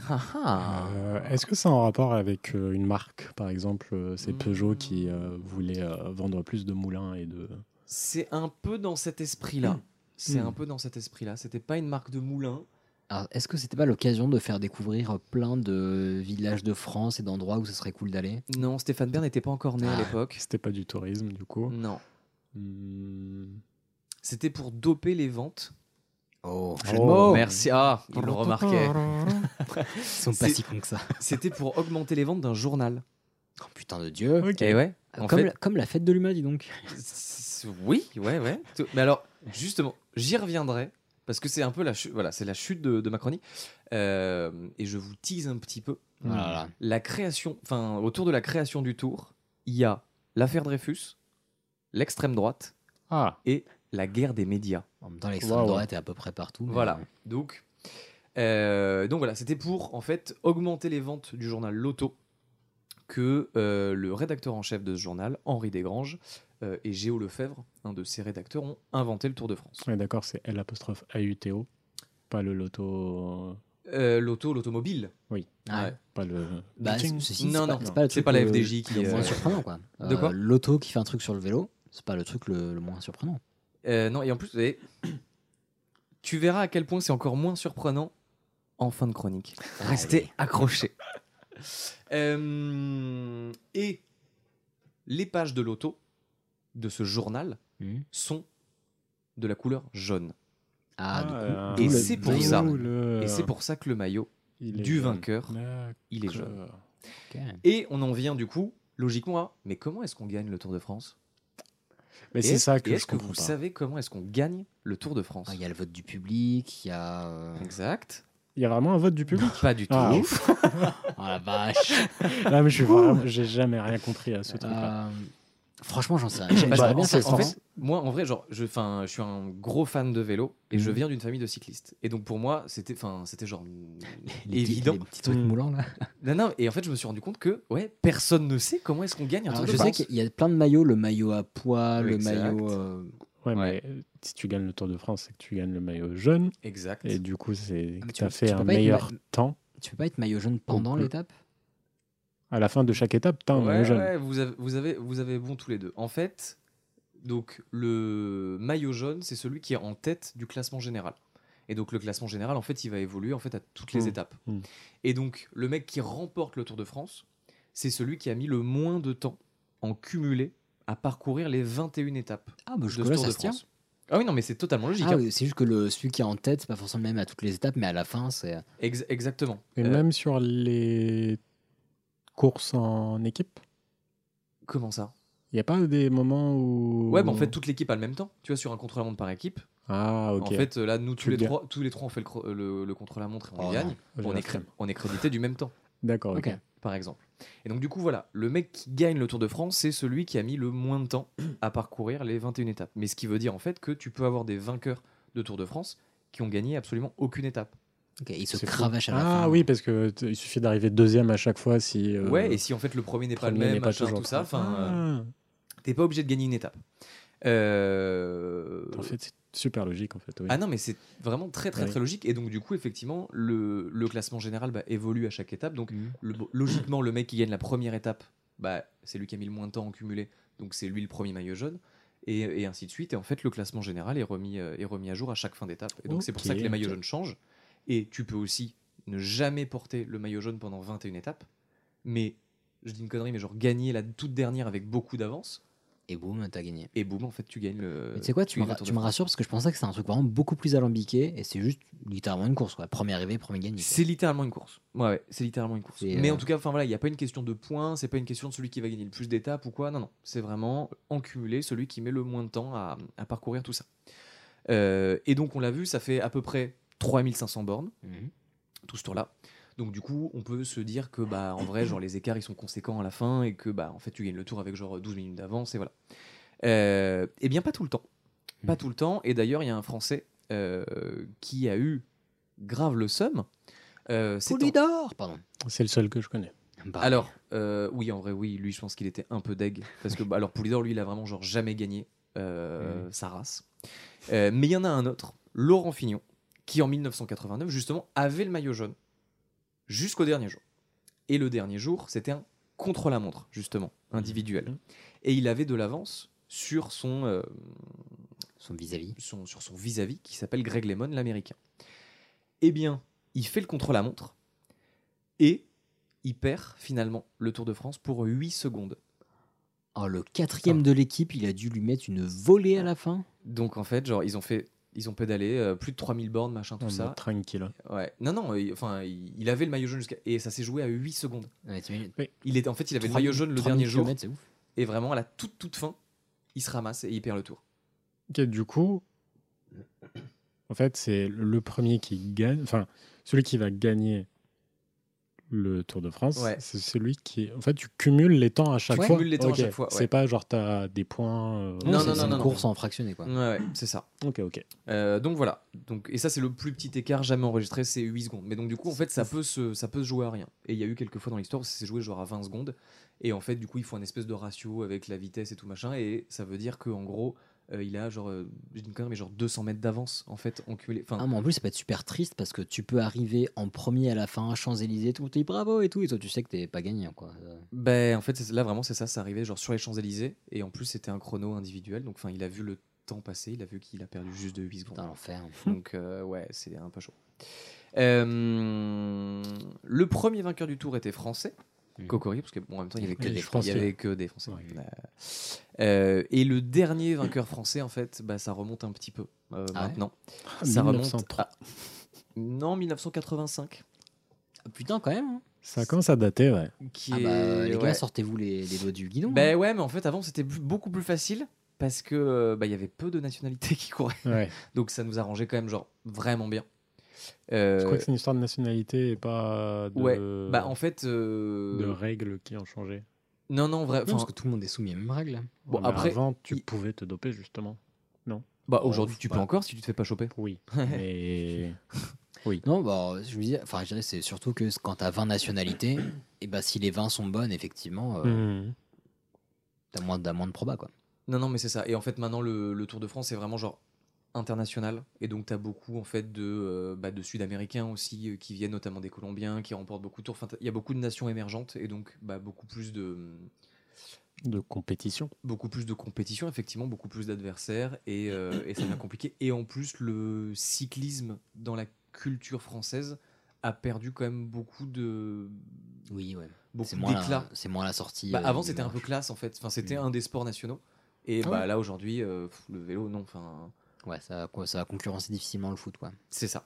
Speaker 7: Ah ah.
Speaker 6: Euh, Est-ce que c'est en rapport avec euh, une marque, par exemple, euh, c'est
Speaker 7: Hmm.
Speaker 6: Peugeot qui euh, voulait euh, vendre plus de moulins et de.
Speaker 7: C'est un peu dans cet esprit-là. C'est
Speaker 6: Mm.
Speaker 7: un peu dans cet esprit-là. C'était pas une marque de moulin.
Speaker 1: Alors, est-ce que c'était pas l'occasion de faire découvrir euh, plein de villages de France et d'endroits où ce serait cool d'aller
Speaker 7: Non, Stéphane Bern n'était pas encore né à
Speaker 1: Ah.
Speaker 7: l'époque.
Speaker 6: C'était pas du tourisme, du coup.
Speaker 7: Non.
Speaker 6: Hmm.
Speaker 7: C'était pour doper les ventes.
Speaker 1: Oh,
Speaker 6: de mots.
Speaker 7: merci. Ah, il le remarquait.
Speaker 1: ils sont
Speaker 7: pas
Speaker 1: pas
Speaker 7: c'est-
Speaker 1: si cons que ça.
Speaker 7: C'était pour augmenter les ventes d'un journal.
Speaker 1: Oh putain de dieu.
Speaker 6: Ok. Eh
Speaker 7: Et Eh ouais. En
Speaker 1: Comme,
Speaker 7: fait,
Speaker 1: la, comme la fête de l'humain, dis donc.
Speaker 7: S- Oui, ouais, ouais. Tout- Mais alors, justement, j'y reviendrai parce que c'est un peu la chute, voilà, c'est la chute de, de ma chronique. Euh, et je vous tease un petit peu.
Speaker 11: Hmm.
Speaker 1: Voilà.
Speaker 7: La création, enfin, autour de la création du tour, il y a l'affaire Dreyfus, l'extrême droite,
Speaker 6: Ah,
Speaker 7: la guerre des médias.
Speaker 1: En même temps, l'extrême
Speaker 6: Waouh.
Speaker 1: droite est à peu près partout. mais-
Speaker 7: Voilà. Donc, euh, donc voilà, c'était pour en fait augmenter les ventes du journal Loto que euh, le rédacteur en chef de ce journal, Henri Desgranges, euh, et Géo Lefebvre, un de ses rédacteurs, ont inventé le Tour de France.
Speaker 6: ouais, d'accord, c'est L apostrophe AUTO, pas le loto.
Speaker 7: Euh, L'auto, l'automobile.
Speaker 1: Ah,
Speaker 7: Ouais.
Speaker 6: Pas le.
Speaker 1: Bah,
Speaker 6: Tching.
Speaker 1: ceci,
Speaker 7: Non, non,
Speaker 1: c'est pas, c'est pas, le
Speaker 7: c'est
Speaker 1: truc
Speaker 7: pas la
Speaker 1: le-
Speaker 7: FDJ qui
Speaker 1: le
Speaker 7: est-
Speaker 1: moins surprenant quoi.
Speaker 7: De quoi
Speaker 1: L'auto qui fait un truc sur le vélo, C'est pas le truc le, le moins surprenant.
Speaker 7: Euh, non, et en plus, vous avez- tu verras à quel point c'est encore moins surprenant en fin de chronique.
Speaker 1: Ah
Speaker 7: Restez accrochés. Euh, et les pages de l'auto de ce journal
Speaker 1: Mhm.
Speaker 7: sont de la couleur jaune.
Speaker 1: Ah, du coup,
Speaker 6: euh,
Speaker 7: et
Speaker 6: le
Speaker 7: c'est pour ça.
Speaker 6: maillot, le-
Speaker 7: Et c'est pour ça que le maillot,
Speaker 6: Il est
Speaker 7: du
Speaker 6: jaune.
Speaker 7: vainqueur,
Speaker 6: D'accord.
Speaker 7: il est jaune. Et on en vient du coup, logiquement, à mais comment est-ce qu'on gagne le Tour de France
Speaker 6: Mais
Speaker 7: Et
Speaker 6: c'est
Speaker 7: est-ce-
Speaker 6: ça
Speaker 7: et
Speaker 6: que je
Speaker 7: Est-ce que
Speaker 6: comprends
Speaker 7: vous
Speaker 6: pas.
Speaker 7: savez comment est-ce qu'on gagne le Tour de France
Speaker 1: Ah, Il y a le vote du public, il y a. euh,
Speaker 7: Exact.
Speaker 6: Il y a vraiment un vote du public
Speaker 7: Pas du tout.
Speaker 6: Ah,
Speaker 1: Oh la vache
Speaker 6: Là, mais je suis vraiment- j'ai jamais rien compris à
Speaker 7: Ah,
Speaker 6: ce truc-là.
Speaker 1: Euh, Franchement, j'en sais rien. J'aimerais
Speaker 6: Bah,
Speaker 1: bien
Speaker 7: En
Speaker 6: en
Speaker 7: fait,
Speaker 1: savoir.
Speaker 7: en fait, moi, en vrai, genre, je, 'fin, je suis un gros fan de vélo et
Speaker 6: Mhm.
Speaker 7: je viens d'une famille de cyclistes. Et donc pour moi, c'était, 'fin, c'était genre
Speaker 1: les petits-
Speaker 7: évident.
Speaker 1: les petits trucs
Speaker 6: Mm.
Speaker 1: moulants là.
Speaker 7: Non, non. Et en fait, je me suis rendu compte que, ouais, personne ne sait comment est-ce qu'on gagne un Tour
Speaker 1: Alors,
Speaker 7: de
Speaker 1: Ah, je sais
Speaker 7: France.
Speaker 1: qu'il y a plein de maillots, le maillot à poids, le
Speaker 7: Ah, Exact.
Speaker 1: maillot. euh,
Speaker 6: Ouais,
Speaker 7: Ouais.
Speaker 6: mais euh, si tu gagnes le Tour de France, c'est que tu gagnes le maillot jaune.
Speaker 7: Exact.
Speaker 6: Et du coup, c'est
Speaker 1: Ah, mais
Speaker 6: que
Speaker 1: tu
Speaker 6: tu as
Speaker 1: peux-
Speaker 6: fait
Speaker 1: tu peux
Speaker 6: un
Speaker 1: pas être
Speaker 6: meilleur temps.
Speaker 1: Tu peux pas être maillot jaune pendant
Speaker 6: peut.
Speaker 1: l'étape
Speaker 6: À la fin de chaque étape,
Speaker 1: Ah,
Speaker 6: tu as un
Speaker 7: Ouais,
Speaker 6: maillot jaune.
Speaker 7: ouais, vous avez, vous avez, vous avez bon tous les deux. En fait, donc le maillot jaune, c'est celui qui est en tête du classement général. Et donc le classement général, en fait, il va évoluer en fait à toutes les
Speaker 1: Hmm.
Speaker 6: Mmh.
Speaker 7: étapes.
Speaker 6: Mmh.
Speaker 7: Et donc le mec qui remporte le Tour de France, c'est celui qui a mis le moins de temps en cumulé à parcourir les 21 étapes
Speaker 1: Ah, bah
Speaker 7: de ce
Speaker 1: jusque-là,
Speaker 7: Tour
Speaker 1: ça
Speaker 7: de
Speaker 1: se tient.
Speaker 7: France. Ah oui, non, mais c'est totalement logique.
Speaker 1: Ah
Speaker 7: hein.
Speaker 1: oui, c'est juste que le, celui qui est en tête, c'est pas forcément le même à toutes les étapes, mais à la fin, c'est.
Speaker 7: Ex- exactement.
Speaker 6: Et
Speaker 7: Euh,
Speaker 6: même sur les courses en équipe,
Speaker 7: Comment ça
Speaker 6: il n'y a pas des moments où.
Speaker 7: Ouais, bah, en fait, toute l'équipe a le même temps. Tu vois, sur un contre-la-montre par équipe.
Speaker 6: Ah, ok.
Speaker 7: En fait, là, nous, tous
Speaker 6: Tu
Speaker 7: les,
Speaker 6: gagnes.
Speaker 7: trois, tous les trois, on fait le, cro- le- le contre-la-montre et on
Speaker 1: Oh,
Speaker 7: le gagne.
Speaker 1: non.
Speaker 6: J'ai
Speaker 7: on
Speaker 6: la
Speaker 7: est, cré-
Speaker 6: flemme.
Speaker 7: on est crédité du même temps,
Speaker 6: D'accord, ok.
Speaker 1: Ok.
Speaker 7: par exemple. Et donc, du coup, voilà, le mec qui gagne le Tour de France, c'est celui qui a mis le moins de temps à parcourir les 21 étapes. Mais ce qui veut dire, en fait, que tu peux avoir des vainqueurs de Tour de France qui ont gagné absolument aucune étape.
Speaker 1: Ok, il se
Speaker 6: C'est fou.
Speaker 1: cravache à la fin.
Speaker 6: Ah oui, parce que t- il suffit d'arriver deuxième à chaque fois si. euh,
Speaker 7: ouais, et si, en fait, le premier n'est pas le
Speaker 6: premier
Speaker 7: même,
Speaker 6: n'est pas
Speaker 7: machin,
Speaker 6: toujours
Speaker 7: tout ça,
Speaker 6: premier.
Speaker 7: enfin, euh,
Speaker 6: Ah.
Speaker 7: t'es pas obligé de gagner une étape. Euh,
Speaker 6: Ah. En fait, c'est super logique en fait. oui.
Speaker 7: Ah non, mais c'est vraiment très très
Speaker 6: Ouais.
Speaker 7: très logique. Et donc du coup, effectivement, le, le classement général bah, évolue à chaque étape. Donc
Speaker 1: Mhm.
Speaker 7: le- logiquement, le mec qui gagne la première étape, bah, c'est lui qui a mis le moins de temps en cumulé. Donc c'est lui le premier maillot jaune. Et, et ainsi de suite. Et en fait, le classement général est remis, euh, est remis à jour à chaque fin d'étape. Et donc c'est pour
Speaker 6: Ok,
Speaker 7: ça que les maillots
Speaker 6: ok.
Speaker 7: jaunes changent. Et tu peux aussi ne jamais porter le maillot jaune pendant 21 étapes. Mais, je dis une connerie, mais genre gagner la toute dernière avec beaucoup d'avance.
Speaker 1: Et boum, t'as gagné.
Speaker 7: Et boum, en fait, tu gagnes le...
Speaker 1: Mais tu sais quoi, tu, me,
Speaker 7: gagnes le
Speaker 1: ra-
Speaker 7: Tour
Speaker 1: tu
Speaker 7: de
Speaker 1: me
Speaker 7: France.
Speaker 1: rassures parce que je pensais que c'était un truc vraiment beaucoup plus alambiqué et c'est juste littéralement une course. Quoi. Premier arrivé, premier gagné. quoi.
Speaker 7: C'est littéralement une course. Ouais, ouais, c'est littéralement une course.
Speaker 1: C'est,
Speaker 7: Mais
Speaker 1: euh,
Speaker 7: en tout cas, enfin voilà, il n'y a pas une question de points, c'est pas une question de celui qui va gagner le plus d'étapes ou quoi. Non, non, c'est vraiment euh, en cumulé celui qui met le moins de temps à, à parcourir tout ça. Euh, et donc on l'a vu, ça fait à peu près 3500 bornes
Speaker 1: Mhm.
Speaker 7: tout ce tour-là. Donc du coup, on peut se dire que bah en vrai, genre les écarts ils sont conséquents à la fin et que bah en fait tu gagnes le tour avec genre 12 minutes d'avance et voilà. Euh, eh bien pas tout le temps, pas
Speaker 1: Mhm.
Speaker 7: tout le temps. Et d'ailleurs, il y a un Français euh, qui a eu grave le seum. Euh, c'est en-
Speaker 1: Poulidor Pardon.
Speaker 6: C'est le seul que je connais.
Speaker 1: Bah,
Speaker 7: alors, euh, oui, en vrai, oui, lui, je pense qu'il était un peu deg. Parce que, bah, alors, Poulidor, lui, il a vraiment, genre, jamais gagné euh, sa race. Euh, mais il y en a un autre, Laurent Fignon, qui en 1989, justement, avait le maillot jaune jusqu'au dernier jour. Et le dernier jour, c'était un contre-la-montre, justement, individuel.
Speaker 6: Mhm.
Speaker 7: Et il avait de l'avance sur son, euh,
Speaker 1: son vis-à-vis.
Speaker 7: son- sur son vis-à-vis qui s'appelle Greg Lemon, l'américain. Eh bien, il fait le contre-la-montre et il perd finalement le Tour de France pour 8 secondes.
Speaker 1: Oh, le quatrième de l'équipe, il a dû lui mettre une
Speaker 7: Oh.
Speaker 1: volée à la fin.
Speaker 7: Donc en fait, genre, ils ont fait. Ils ont pédalé euh, plus de 3000 bornes, machin, tout
Speaker 6: Un
Speaker 7: ça.
Speaker 6: mode tranquille.
Speaker 7: Ouais. Non, non, euh, il- enfin, il il avait le maillot jaune jusqu'à. Et ça s'est joué à 8 secondes.
Speaker 1: Ouais, t'imagines-
Speaker 7: Il était, en fait, il avait le
Speaker 1: 3000
Speaker 7: maillot jaune le
Speaker 1: 3000
Speaker 7: dernier jour.
Speaker 1: kilomètres, c'est ouf.
Speaker 7: Et vraiment, à la toute, toute fin, il se ramasse et il perd le tour.
Speaker 6: Ok, du coup, en fait, c'est le premier qui gagne. Enfin, celui qui va gagner le Tour de France,
Speaker 7: Ouais.
Speaker 6: c'est celui qui. En fait, tu cumules les temps à chaque
Speaker 7: Ouais.
Speaker 6: fois.
Speaker 7: Cumules les temps à
Speaker 6: Ok,
Speaker 7: chaque fois, ouais.
Speaker 6: C'est pas genre t'as des points. euh,
Speaker 7: Non,
Speaker 1: c'est-
Speaker 7: non,
Speaker 1: c'est
Speaker 7: non,
Speaker 1: une
Speaker 7: non.
Speaker 1: course en fractionné, quoi.
Speaker 7: Ouais, ouais, c'est ça.
Speaker 6: Ok, ok.
Speaker 7: Euh, donc voilà. Donc, et ça, c'est le plus petit écart jamais enregistré, c'est 8 secondes. Mais donc, du coup, en fait, ça peut se, ça peut se jouer à rien. Et il y a eu quelques fois dans l'histoire où ça s'est joué genre à 20 secondes. Et en fait, du coup, il faut un espèce de ratio avec la vitesse et tout machin. Et ça veut dire que en gros, euh, il a genre, euh, je dis une connerie, mais genre 200 mètres d'avance en fait, en cumulé. Enfin,
Speaker 1: Ah, mais en plus, ça peut être super triste parce que tu peux arriver en premier à la fin, Champs-Élysées, tout, t'es bravo et tout, et toi, tu sais que t'es pas gagnant, quoi. Euh,
Speaker 7: Ben, en fait, c'est- là vraiment, c'est ça, ça arrivait genre sur les Champs-Élysées, et en plus, c'était un chrono individuel, donc enfin, il a vu le temps passer, il a vu qu'il a perdu juste de 8 secondes.
Speaker 1: Putain, l'enfer.
Speaker 7: Donc, euh, ouais, c'est un peu chaud. Euh, le premier vainqueur du tour était français,
Speaker 1: Mhm.
Speaker 7: Cocori, parce que bon, en même temps, il n'y avait, que
Speaker 6: Oui,
Speaker 7: des
Speaker 6: les
Speaker 7: Français. Il y
Speaker 6: Français.
Speaker 7: avait que des Français.
Speaker 6: Ouais.
Speaker 7: Euh, euh, et le dernier vainqueur français, en fait, bah, ça remonte un petit peu euh,
Speaker 1: Ah ouais
Speaker 7: maintenant. ça
Speaker 6: Ça
Speaker 7: remonte à... Non, 1985.
Speaker 1: Ah, Putain, quand même. hein.
Speaker 6: Ça commence à dater, ouais.
Speaker 7: Qui
Speaker 1: Ah
Speaker 7: est...
Speaker 1: bah, les
Speaker 7: ouais.
Speaker 1: gars, sortez-vous les, les doigts du guidon. hein.
Speaker 7: Ben ouais, mais en fait, avant, c'était bu- beaucoup plus facile parce que euh, bah, il y avait peu de nationalités qui couraient.
Speaker 6: ouais.
Speaker 7: Donc ça nous arrangeait quand même, genre, vraiment bien. Euh,
Speaker 6: Je crois que c'est une histoire de nationalité et pas de,
Speaker 7: Ouais, bah, en fait. euh,
Speaker 6: de règles qui ont changé.
Speaker 7: Non, non, vrai.
Speaker 1: Non, parce
Speaker 7: enfin,
Speaker 1: que tout le monde est soumis aux mêmes règles.
Speaker 7: Bon,
Speaker 6: Mais
Speaker 7: après,
Speaker 6: avant, tu
Speaker 7: il-
Speaker 6: pouvais te doper, justement.
Speaker 7: bah, aujourd'hui,
Speaker 6: Ouf,
Speaker 7: tu peux
Speaker 6: bah.
Speaker 7: encore si tu te fais pas choper.
Speaker 6: Oui. Mais
Speaker 1: Non, bah, je veux dire, enfin, je dirais, c'est surtout que c- quand t'as 20 nationalités, et bah, si les 20 sont bonnes, effectivement,
Speaker 7: Mm.
Speaker 1: euh,
Speaker 6: Mhm.
Speaker 1: t'as moins, t'as moins de probas, quoi.
Speaker 7: Non, non, mais c'est ça. Et en fait, maintenant, le, le Tour de France, c'est vraiment genre international. Et donc, t'as beaucoup, en fait, de, euh, bah, de Sud-Américains aussi euh, qui viennent, notamment des Colombiens, qui remportent beaucoup de tours. Enfin, t'as- il y a beaucoup de nations émergentes et donc, bah, beaucoup plus de.
Speaker 6: de compétition.
Speaker 7: beaucoup plus de compétition, effectivement, beaucoup plus d'adversaires et, euh, et ça devient compliqué. Et en plus, le cyclisme dans la culture française a perdu quand même beaucoup de
Speaker 1: Oui, ouais.
Speaker 7: beaucoup
Speaker 1: C'est moins,
Speaker 7: d'éclat.
Speaker 1: la- c'est moins la sortie.
Speaker 7: Bah,
Speaker 1: euh,
Speaker 7: avant,
Speaker 1: du
Speaker 7: c'était un peu
Speaker 1: dimanche.
Speaker 7: classe en fait. Enfin, c'était
Speaker 1: Mm.
Speaker 7: un des sports nationaux. Et
Speaker 1: Ah
Speaker 7: bah
Speaker 1: ouais.
Speaker 7: là aujourd'hui, euh, pff, le vélo, non. Enfin,
Speaker 1: Ouais, ça, quoi, ça va concurrencer difficilement le foot, quoi.
Speaker 7: c'est ça.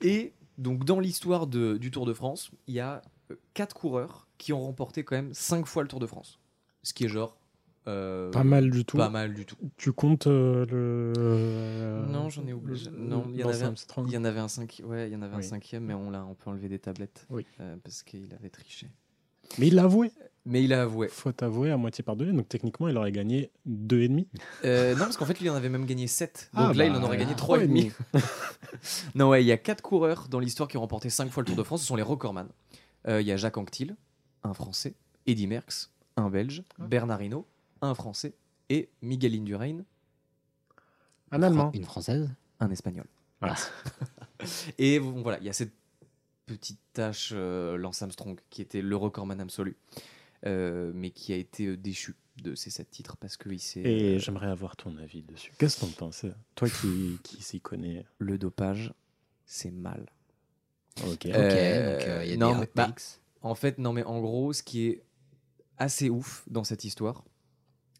Speaker 7: Et donc dans l'histoire de- du Tour de France, il y a euh, quatre coureurs qui ont remporté quand même cinq fois le Tour de France, ce qui est genre euh,
Speaker 6: Pas mal du tout.
Speaker 7: pas mal du tout.
Speaker 6: Tu comptes euh, le.
Speaker 7: Non, j'en ai oublié. Non, il y en
Speaker 6: Lance
Speaker 7: avait un-
Speaker 6: Armstrong.
Speaker 7: Il y en avait un cinqui- ouais, il y en avait un
Speaker 6: Oui.
Speaker 7: cinquième, mais on l'a, on peut enlever des tablettes
Speaker 6: Oui.
Speaker 7: euh, parce qu'il avait triché.
Speaker 6: Mais il l'a avoué.
Speaker 7: Mais il a avoué.
Speaker 6: Faut avouer à moitié pardonné. Donc techniquement, il aurait gagné deux et demi.
Speaker 7: Euh, non, parce qu'en fait, lui, il en avait même gagné 7.
Speaker 6: Ah,
Speaker 7: Donc là,
Speaker 6: bah,
Speaker 7: il en aurait gagné
Speaker 6: trois
Speaker 7: 3,5.
Speaker 6: et demi.
Speaker 7: non, ouais, il y a 4 coureurs dans l'histoire qui ont remporté 5 fois le Tour de France. Ce sont les recordman. Euh, il y a Jacques Anquetil, un Français, Eddy Merckx, un Belge, Bernard Hinault, un Français, et Miguel Indurain,
Speaker 6: Un allemand.
Speaker 1: Une française
Speaker 7: un Espagnol.
Speaker 6: Voilà.
Speaker 7: et bon, voilà, il y a cette petite tâche euh, Lance Armstrong qui était le recordman absolu, euh, mais qui a été euh, déchu de ces sept titres parce que il s'est
Speaker 6: Et
Speaker 7: euh,
Speaker 6: j'aimerais avoir ton avis dessus. Qu'est-ce que t'en penses Toi qui, qui s'y connais.
Speaker 7: le dopage, c'est mal.
Speaker 6: Ok.
Speaker 1: Ok, donc
Speaker 7: Euh,
Speaker 1: euh, il y a
Speaker 7: non,
Speaker 1: des
Speaker 7: mais-
Speaker 1: hot
Speaker 7: bah,
Speaker 1: takes.
Speaker 7: En fait, non, mais en gros, ce qui est assez ouf dans cette histoire,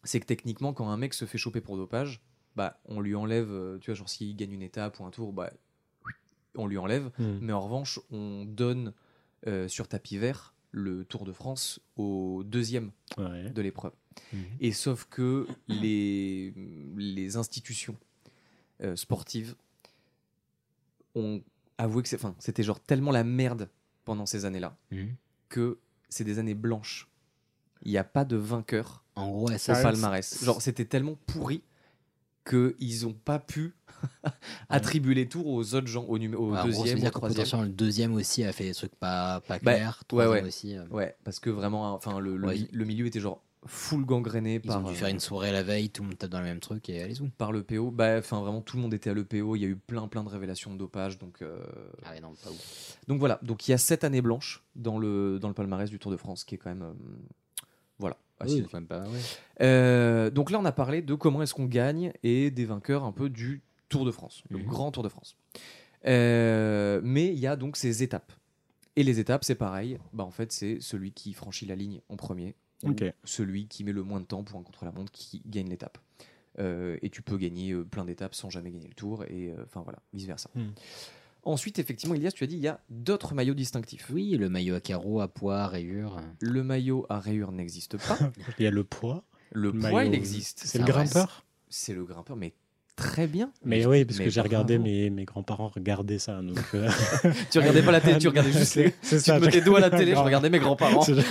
Speaker 7: c'est que techniquement, quand un mec se fait choper pour dopage, bah, on lui enlève, euh, tu vois, genre s'il gagne une étape ou un tour, bah, on lui enlève.
Speaker 6: Hmm.
Speaker 7: Mais en revanche, on donne euh, sur tapis vert le Tour de France au deuxième
Speaker 6: Ouais.
Speaker 7: de l'épreuve.
Speaker 6: Mhm.
Speaker 7: Et sauf que les, les institutions euh, sportives ont avoué que c'est- enfin, c'était genre tellement la merde pendant ces années-là
Speaker 1: Mhm.
Speaker 7: que c'est des années blanches. Il n'y a pas de vainqueur
Speaker 1: En gros, ouais, ça,
Speaker 7: au
Speaker 6: Ah ouais,
Speaker 7: palmarès. Genre, c'était tellement pourri qu'ils n'ont pas pu attribuer les tours aux autres gens, au, numé- au
Speaker 1: Ouais, Bah, en gros, ça
Speaker 7: deuxième,
Speaker 1: veut
Speaker 7: au
Speaker 1: dire que
Speaker 7: troisième.
Speaker 1: potentiellement, le deuxième aussi a fait des trucs pas, pas
Speaker 7: Bah,
Speaker 1: clairs.
Speaker 7: ouais,
Speaker 1: troisième
Speaker 7: ouais.
Speaker 1: aussi. euh,
Speaker 7: Ouais, parce que vraiment, enfin, le, le,
Speaker 1: Ouais,
Speaker 7: mi-
Speaker 1: ils-
Speaker 7: le milieu était genre full gangréné
Speaker 1: Ils
Speaker 7: par.
Speaker 1: ont dû
Speaker 7: euh,
Speaker 1: faire une soirée la veille, tout le monde tape dans le même truc et allez-y.
Speaker 7: par le PO. Bah, enfin, vraiment, tout le monde était à l'EPO. Il y a eu plein, plein de révélations de dopage. Donc, euh,
Speaker 1: Ah ouais, non, pas ouf.
Speaker 7: donc voilà. Donc, il y a sept années blanches dans le, dans le palmarès du Tour de France, qui est quand même. euh, voilà. à signaler.
Speaker 1: quand même pas, ouais.
Speaker 7: Euh, donc là, on a parlé de comment est-ce qu'on gagne et des vainqueurs un peu du Tour de France, le
Speaker 1: Mhm.
Speaker 7: grand Tour de France. Euh, mais il y a donc ces étapes. Et les étapes, c'est pareil. Bah, en fait, c'est celui qui franchit la ligne en premier, ou
Speaker 6: Ok.
Speaker 7: celui qui met le moins de temps pour un contre-la-montre qui gagne l'étape. Euh, et tu peux gagner euh, plein d'étapes sans jamais gagner le tour, et euh, enfin voilà, vice versa.
Speaker 6: Mhm.
Speaker 7: Ensuite, effectivement, Ilias, tu as dit, il y a d'autres maillots distinctifs.
Speaker 1: Oui, le maillot à carreaux, à poids, à rayures.
Speaker 7: Le maillot à rayures n'existe pas.
Speaker 6: Il y a le poids.
Speaker 7: Le
Speaker 6: Le
Speaker 7: poids, il
Speaker 6: maillot-
Speaker 7: existe.
Speaker 6: C'est
Speaker 7: Ça
Speaker 6: le
Speaker 7: reste-
Speaker 6: grimpeur
Speaker 7: c'est le grimpeur, mais très bien.
Speaker 6: Mais oui, parce
Speaker 7: mais
Speaker 6: que j'ai regardé
Speaker 7: bravo.
Speaker 6: mes, mes grands-parents regarder ça. Donc, euh,
Speaker 7: Tu regardais pas la télé, tu regardais juste les...
Speaker 6: c'est- c'est
Speaker 7: Tu
Speaker 6: ça.
Speaker 7: mettais doigts à la télé, je
Speaker 6: Grand-
Speaker 7: regardais mes grands-parents.
Speaker 6: C'est-
Speaker 1: Et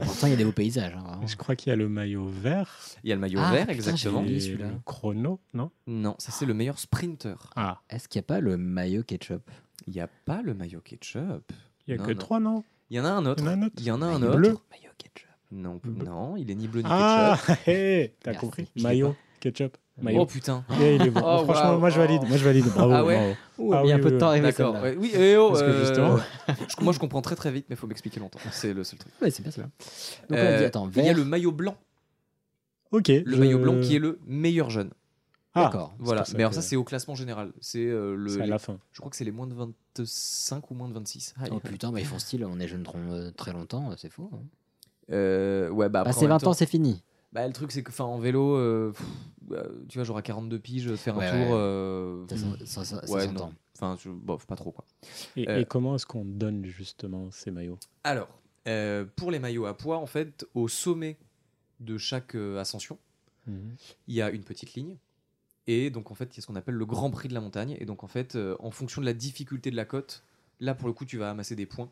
Speaker 1: pourtant, Ah, il y a des beaux paysages. hein, vraiment.
Speaker 6: Je crois qu'il y a le maillot vert.
Speaker 7: Il y a le maillot
Speaker 1: Ah,
Speaker 7: vert,
Speaker 1: putain,
Speaker 7: exactement.
Speaker 1: j'ai oublié
Speaker 6: et
Speaker 1: celui-là.
Speaker 6: le chrono, non
Speaker 7: Non, ça c'est le meilleur sprinter.
Speaker 6: Ah,
Speaker 1: Est-ce qu'il n'y a pas le maillot ketchup
Speaker 7: Il n'y a pas le maillot ketchup.
Speaker 6: il y a
Speaker 7: Non,
Speaker 6: que
Speaker 7: non.
Speaker 6: trois, non
Speaker 7: Il y en a un autre.
Speaker 6: Il y en a un autre.
Speaker 7: Il y en a un
Speaker 6: Maillot
Speaker 7: autre.
Speaker 6: bleu.
Speaker 1: Maillot ketchup.
Speaker 7: Non,
Speaker 6: Bleu.
Speaker 7: non, il est ni bleu ni
Speaker 6: Ah,
Speaker 7: ketchup.
Speaker 6: hé, t'as
Speaker 1: Merci,
Speaker 6: compris
Speaker 1: je l'ai
Speaker 6: Maillot, ketchup. Maillot.
Speaker 7: Oh putain.
Speaker 6: Et il est bon.
Speaker 7: Oh,
Speaker 6: Franchement,
Speaker 7: waouh.
Speaker 6: moi je valide, moi je valide. Bravo.
Speaker 7: Ah ouais
Speaker 6: bravo.
Speaker 1: Ouh,
Speaker 6: Ah
Speaker 1: il y a
Speaker 6: oui,
Speaker 1: un peu
Speaker 6: oui,
Speaker 1: de temps à arriver,
Speaker 7: D'accord.
Speaker 1: celle-là.
Speaker 7: ouais. Oui, eh oh,
Speaker 6: Parce que
Speaker 7: euh,
Speaker 6: justement-
Speaker 7: je- moi je comprends très très vite, mais faut m'expliquer longtemps. C'est le seul truc.
Speaker 1: Ouais, c'est bien cela. Donc on a dit,
Speaker 7: Euh,
Speaker 1: attends,
Speaker 7: Il y a
Speaker 1: vert,
Speaker 7: le maillot blanc,
Speaker 6: Ok.
Speaker 7: le maillot blanc qui est le meilleur jeune.
Speaker 6: Ah.
Speaker 1: d'accord.
Speaker 7: Voilà.
Speaker 6: pour ça
Speaker 7: Mais alors
Speaker 6: que-
Speaker 7: ça c'est au classement général. C'est euh, le.
Speaker 6: C'est à la fin.
Speaker 7: Je crois que c'est les moins de 25 ou moins de 26. Aïe.
Speaker 1: Oh putain, bah, ils font style, on est jeune tron- euh, très longtemps, euh, c'est faux. hein.
Speaker 7: Euh, ouais bah. après,
Speaker 1: Passer
Speaker 7: en même
Speaker 1: 20 ans,
Speaker 7: temps-
Speaker 1: c'est fini.
Speaker 7: Bah, le truc c'est que, enfin, en vélo, euh, pff, euh, tu vois, j'aurai 42 piges, euh, faire
Speaker 1: Ouais,
Speaker 7: un tour.
Speaker 1: ouais.
Speaker 7: euh,
Speaker 1: Ça, ça- ça- ça- ça
Speaker 7: ouais,
Speaker 1: s'entend.
Speaker 7: non. Enfin, je, bof, pas trop quoi.
Speaker 6: Et,
Speaker 7: Euh,
Speaker 6: et comment est-ce qu'on donne justement ces maillots
Speaker 7: Alors, euh, pour les maillots à poids, en fait, au sommet de chaque euh, ascension,
Speaker 6: Mhm.
Speaker 7: il y a une petite ligne. Et donc, en fait, il y a ce qu'on appelle le Grand Prix de la montagne. Et donc, en fait, euh, en fonction de la difficulté de la côte, là, pour le coup, tu vas amasser des points.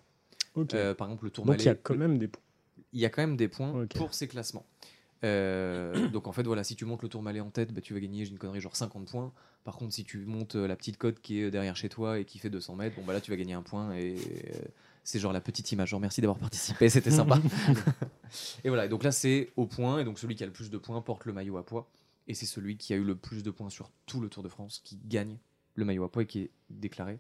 Speaker 6: Ok.
Speaker 7: Euh, par exemple, le tour
Speaker 6: Donc il y a quand même des.
Speaker 7: il y a quand même des points
Speaker 6: Ok.
Speaker 7: pour ces classements. Euh, donc en fait, voilà, si tu montes le Tourmalet en tête, bah, tu vas gagner, j'ai une connerie, genre 50 points. Par contre, si tu montes euh, la petite côte qui est derrière chez toi et qui fait 200 mètres, bon bah là, tu vas gagner un point et euh, c'est genre la petite image. Genre, merci d'avoir participé, c'était sympa. et voilà, et donc là, c'est au point et donc celui qui a le plus de points porte le maillot à poids et c'est celui qui a eu le plus de points sur tout le Tour de France qui gagne le maillot à poids et qui est déclaré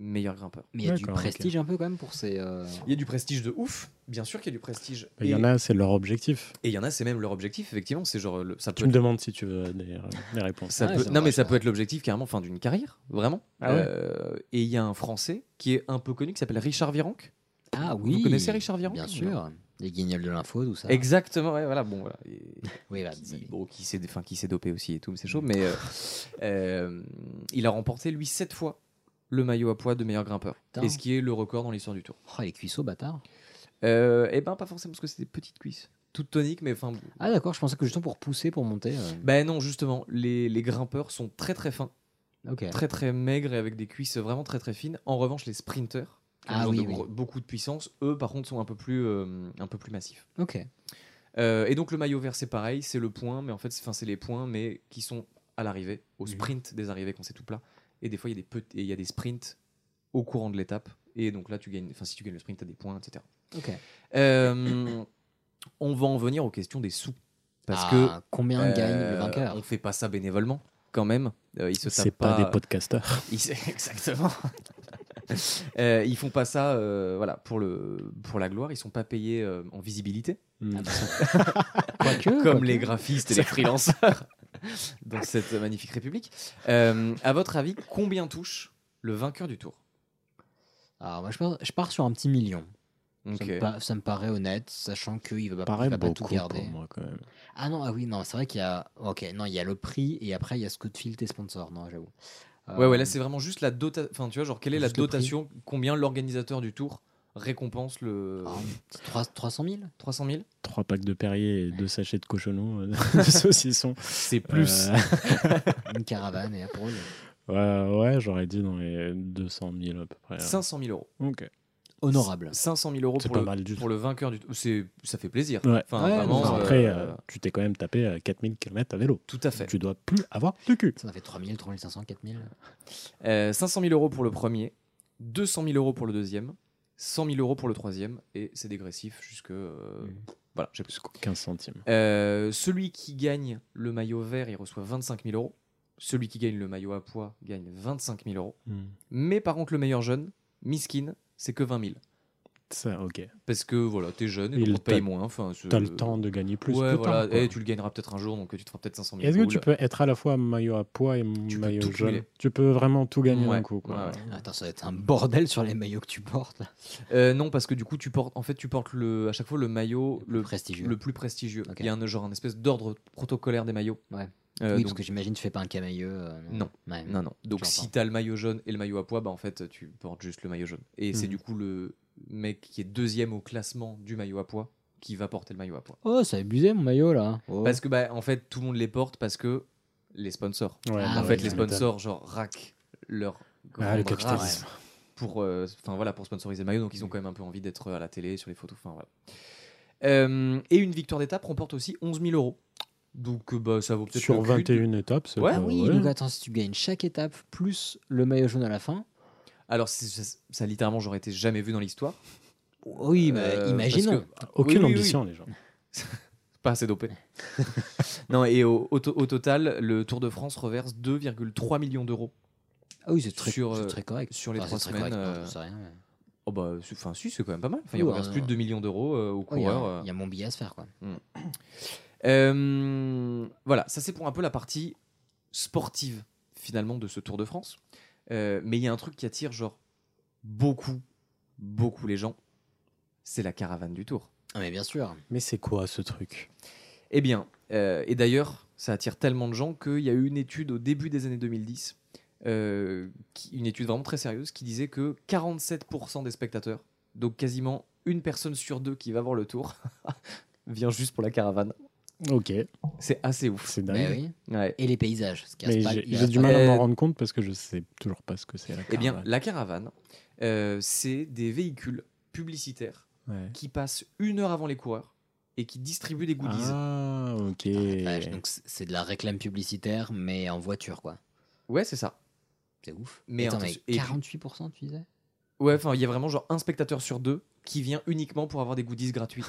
Speaker 7: meilleur grimpeur.
Speaker 1: Mais il y a du
Speaker 6: D'accord, ok.
Speaker 1: prestige un peu quand même pour ces. euh,
Speaker 7: Il y a du prestige de ouf, bien sûr qu'il y a du prestige.
Speaker 6: Il y
Speaker 7: Et-
Speaker 6: en a, c'est leur objectif.
Speaker 7: et il y en a, c'est même leur objectif, effectivement. C'est genre, le- ça peut
Speaker 6: Tu me
Speaker 7: être-
Speaker 6: demandes si tu veux des, euh, des réponses.
Speaker 7: ça
Speaker 1: Ah,
Speaker 7: peut-
Speaker 1: ça
Speaker 7: non, mais
Speaker 1: marche
Speaker 7: ça
Speaker 1: pas.
Speaker 7: peut être l'objectif carrément fin d'une carrière, vraiment.
Speaker 6: Ah ouais.
Speaker 7: Euh, et il y a un Français qui est un peu connu qui s'appelle Richard Virenque.
Speaker 1: Ah
Speaker 7: Vous
Speaker 1: oui.
Speaker 7: connaissez Richard Virenque,
Speaker 1: Bien
Speaker 7: ou
Speaker 1: sûr. Les guignols de l'info, tout ça.
Speaker 7: Exactement, ouais, voilà, bon, voilà. Et-
Speaker 1: Oui, bah,
Speaker 7: qui, bon, qui s'est enfin, qui s'est dopé aussi et tout, mais c'est chaud. Mais euh, euh, il a remporté, lui, sept fois le maillot à poids de meilleur grimpeur.
Speaker 1: Putain.
Speaker 7: Et ce qui est le record dans l'histoire du tour.
Speaker 1: Oh, les cuissots, bâtard.
Speaker 7: Euh, eh ben, pas forcément parce que c'est des petites cuisses. Toutes toniques, mais enfin.
Speaker 1: Ah d'accord, je pensais que justement pour pousser, pour monter. euh,
Speaker 7: Ben non, justement, les- les grimpeurs sont très très fins.
Speaker 1: Ok.
Speaker 7: très très maigres et avec des cuisses vraiment très très fines. En revanche, les sprinters, qui
Speaker 1: Ah
Speaker 7: ont besoin
Speaker 1: oui,
Speaker 7: de
Speaker 1: oui.
Speaker 7: gros- beaucoup de puissance, eux par contre sont un peu plus, euh, un peu plus massifs.
Speaker 1: Ok.
Speaker 7: Euh, et donc le maillot vert c'est pareil, c'est le point, mais en fait c'est enfin, c'est les points, mais qui sont à l'arrivée, au
Speaker 1: Mhm.
Speaker 7: sprint des arrivées quand c'est tout plat. Et des fois il y a des petits- et il y a des sprints au courant de l'étape. Et donc là tu gagnes, enfin si tu gagnes le sprint t'as des points, etc.
Speaker 1: Ok.
Speaker 7: Euh, on va en venir aux questions des sous, parce
Speaker 1: Ah,
Speaker 7: que
Speaker 1: combien
Speaker 7: euh,
Speaker 1: gagne le vainqueur
Speaker 7: on fait pas ça bénévolement quand même. Euh, ils se
Speaker 6: C'est
Speaker 7: tapent
Speaker 6: pas des podcasters.
Speaker 7: ils- Exactement. Euh, ils font pas ça, euh, voilà, pour le pour la gloire. Ils sont pas payés euh, en visibilité,
Speaker 6: Hmm.
Speaker 1: Quoique,
Speaker 7: comme
Speaker 1: quoique.
Speaker 7: les graphistes et les freelanceurs dans cette magnifique république. Euh, à votre avis, combien touche le vainqueur du tour
Speaker 1: Alors Ah, moi je pars, je pars sur un petit million. Ça,
Speaker 7: Ok.
Speaker 1: me pa- ça me paraît honnête, sachant qu'il va, pas-
Speaker 6: Paraît
Speaker 1: il va pas tout
Speaker 6: beaucoup pour
Speaker 1: garder.
Speaker 6: moi quand même.
Speaker 1: Ah non, ah oui, non, c'est vrai qu'il y a. Ok, non, il y a le prix et après il y a ce coup de fil tes sponsors, non, j'avoue. Euh,
Speaker 7: Ouais, ouais. Là, c'est vraiment juste la dotation. Enfin, tu vois, genre, quelle est la
Speaker 1: Juste le prix.
Speaker 7: dotation Combien l'organisateur du tour récompense le
Speaker 1: oh, c'est trois- 300 000
Speaker 7: 300 000
Speaker 6: Trois packs de Perrier et deux sachets de cochonou, euh, de saucisson.
Speaker 7: C'est
Speaker 6: Euh,
Speaker 1: Une caravane et après.
Speaker 6: ouais, ouais, j'aurais dit dans les 200 000 à peu près.
Speaker 7: 500 000 euros.
Speaker 6: Ok.
Speaker 1: Honorable.
Speaker 7: 500 000 euros
Speaker 6: C'est
Speaker 7: pour
Speaker 6: pas
Speaker 7: le,
Speaker 6: mal du tout.
Speaker 7: pour le vainqueur du c'est ça fait plaisir
Speaker 6: Ouais.
Speaker 7: enfin
Speaker 1: Ouais,
Speaker 7: vraiment
Speaker 1: non,
Speaker 7: euh,
Speaker 6: Après, euh, tu t'es quand même tapé euh, 4000 km à vélo.
Speaker 7: tout à fait
Speaker 6: Tu dois plus avoir de cul.
Speaker 1: Ça en fait 3 000, 3 500, 4 000.
Speaker 7: Euh, 500 000 euros pour le premier 200 000 euros pour le deuxième 100 000 euros pour le troisième et c'est dégressif jusque euh,
Speaker 6: Mhm.
Speaker 7: voilà j'ai plus
Speaker 6: Jusqu'aux 15 centimes.
Speaker 7: Euh, celui qui gagne le maillot vert il reçoit 25 000 euros celui qui gagne le maillot à poids gagne 25 000 euros
Speaker 6: Hmm.
Speaker 7: mais par contre le meilleur jeune miskin c'est que 20 000
Speaker 6: Ça, ok.
Speaker 7: parce que voilà t'es jeune et
Speaker 6: Il
Speaker 7: donc on te paye
Speaker 6: t'a-
Speaker 7: moins enfin ce-
Speaker 6: T'as le temps de gagner plus.
Speaker 7: ouais,
Speaker 6: plus
Speaker 7: voilà.
Speaker 6: tard, quoi.
Speaker 7: Eh, tu le gagneras peut-être un jour, donc tu te feras peut-être 500 000
Speaker 6: Est-ce que tu
Speaker 7: boules.
Speaker 6: peux être à la fois maillot à poids et
Speaker 7: peux
Speaker 6: maillot
Speaker 7: tout
Speaker 6: jaune
Speaker 7: cumuler.
Speaker 6: Tu peux vraiment tout gagner
Speaker 7: Ouais,
Speaker 6: d'un coup. Quoi.
Speaker 7: ouais,
Speaker 1: Attends, ça va être un bordel sur les maillots que tu portes. là.
Speaker 7: Euh, non, parce que du coup, tu portes, en fait, tu portes le, à chaque fois le maillot le,
Speaker 1: Le prestigieux.
Speaker 7: le plus prestigieux.
Speaker 1: Ok.
Speaker 7: Il y a un genre un espèce d'ordre protocolaire des maillots.
Speaker 1: Ouais.
Speaker 7: Euh,
Speaker 1: oui, parce
Speaker 7: donc-
Speaker 1: que j'imagine tu fais pas un camailleux. euh,
Speaker 7: Non.
Speaker 1: Ouais.
Speaker 7: non, non. Donc,
Speaker 1: J'entends.
Speaker 7: si t'as le maillot jaune et le maillot à poids, bah en fait, tu portes juste le maillot jaune. Et c'est
Speaker 6: Mhm.
Speaker 7: du coup le mec qui est deuxième au classement du maillot à poids qui va porter le maillot à poids.
Speaker 1: Oh, ça a abusé mon maillot là. Oh.
Speaker 7: Parce que, bah, en fait, tout le monde les porte parce que les sponsors.
Speaker 6: Ouais,
Speaker 1: Ah,
Speaker 7: en
Speaker 6: bah
Speaker 7: fait,
Speaker 6: ouais,
Speaker 7: les
Speaker 6: tu m'étonnes.
Speaker 7: sponsors, genre, rack leur.
Speaker 6: Ah, le
Speaker 7: grande race
Speaker 6: capitalisme.
Speaker 7: pour, euh, enfin voilà, pour sponsoriser le maillot, donc ils
Speaker 1: Mm.
Speaker 7: ont quand même un peu envie d'être euh, à la télé, sur les photos. Enfin, voilà. Euh, et une victoire d'étape remporte aussi 11 000 euros. Donc euh, bah, ça vaut peut-être
Speaker 6: Sur
Speaker 7: le cul de-
Speaker 6: 21 étapes, c'est
Speaker 7: Ouais,
Speaker 6: pas-
Speaker 1: Ah oui,
Speaker 6: ouais.
Speaker 1: donc attends, si tu gagnes chaque étape plus le maillot jaune à la fin.
Speaker 7: Alors c'est- ça, ça, littéralement j'aurais été jamais vu dans l'histoire.
Speaker 1: Oui, mais
Speaker 7: Euh,
Speaker 1: imaginons.
Speaker 7: parce que- Oui,
Speaker 6: Aucune
Speaker 7: oui, oui.
Speaker 6: ambition, les gens.
Speaker 7: Pas assez dopé. non, et au, au to- au total, le Tour de France reverse 2,3 millions d'euros.
Speaker 1: Ah oui, c'est très,
Speaker 7: Sur,
Speaker 1: c'est
Speaker 7: euh,
Speaker 1: très correct.
Speaker 7: sur les
Speaker 1: Enfin,
Speaker 7: trois
Speaker 1: c'est très
Speaker 7: semaines,
Speaker 1: correct,
Speaker 7: euh,
Speaker 1: non, c'est rien, mais-
Speaker 7: Oh bah, c'est- enfin, si, c'est quand même pas mal. Enfin,
Speaker 1: Oui,
Speaker 7: il
Speaker 1: ouais,
Speaker 7: reverse
Speaker 1: ouais,
Speaker 7: plus de
Speaker 1: ouais.
Speaker 7: 2 millions d'euros euh, aux
Speaker 1: Oui, Oh, Il y a-
Speaker 7: coureurs. euh.
Speaker 1: il y, a mon billet à se faire. Quoi.
Speaker 7: Euh, voilà, ça c'est pour un peu la partie sportive finalement de ce Tour de France. Euh, mais il y a un truc qui attire genre beaucoup, beaucoup les gens, c'est la caravane du Tour.
Speaker 1: Ah, mais bien sûr.
Speaker 6: Mais c'est quoi ce truc
Speaker 7: Eh bien, euh, et d'ailleurs, ça attire tellement de gens qu'il y a eu une étude au début des années 2010, euh, qui- une étude vraiment très sérieuse, qui disait que 47% des spectateurs, donc quasiment une personne sur deux qui va voir le Tour, vient juste pour la caravane.
Speaker 6: Ok,
Speaker 7: C'est assez ouf.
Speaker 6: c'est
Speaker 1: Mais
Speaker 6: dingue.
Speaker 1: oui.
Speaker 7: Ouais.
Speaker 1: Et les paysages. ce qui
Speaker 6: Mais
Speaker 1: reste pas-
Speaker 6: j'ai
Speaker 1: il
Speaker 6: j'ai
Speaker 1: reste
Speaker 6: du
Speaker 1: pas-
Speaker 6: mal à
Speaker 7: Euh,
Speaker 6: m'en rendre compte parce que je sais toujours pas ce que c'est la
Speaker 7: Eh bien,
Speaker 6: caravane.
Speaker 7: la caravane, euh, c'est des véhicules publicitaires
Speaker 6: Ouais.
Speaker 7: qui passent une heure avant les coureurs et qui distribuent des goodies.
Speaker 6: Ah, ok.
Speaker 1: Ouais, donc c'est- c'est de la réclame publicitaire, mais en voiture. quoi.
Speaker 7: Ouais, c'est ça.
Speaker 1: C'est ouf.
Speaker 7: Mais
Speaker 1: Attends, mais
Speaker 7: attention- et puis-
Speaker 1: 48% tu disais
Speaker 7: Ouais, enfin, il y a vraiment genre un spectateur sur deux qui vient uniquement pour avoir des goodies gratuits.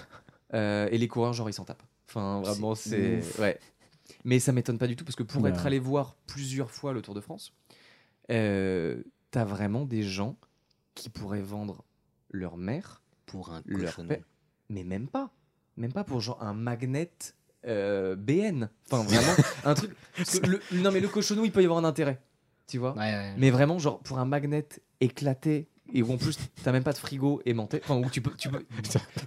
Speaker 7: Euh, et les coureurs, genre, ils s'en tapent. Enfin, vraiment, c'est. Ouais. Mais ça m'étonne pas du tout parce que pour
Speaker 6: Bah.
Speaker 7: être allé voir plusieurs fois le Tour de France, euh, t'as vraiment des gens qui pourraient vendre leur mère,
Speaker 1: Pour un
Speaker 7: leur
Speaker 1: cochonnet.
Speaker 7: père, mais même pas. Même pas pour genre un magnet. euh, BN, enfin vraiment un truc. parce que le- non mais le cochonou il peut y avoir un intérêt, tu vois.
Speaker 1: Ouais, ouais.
Speaker 7: Mais vraiment, genre, pour un magnet éclaté et où en plus t'as même pas de frigo aimanté, enfin où tu peux, tu peux,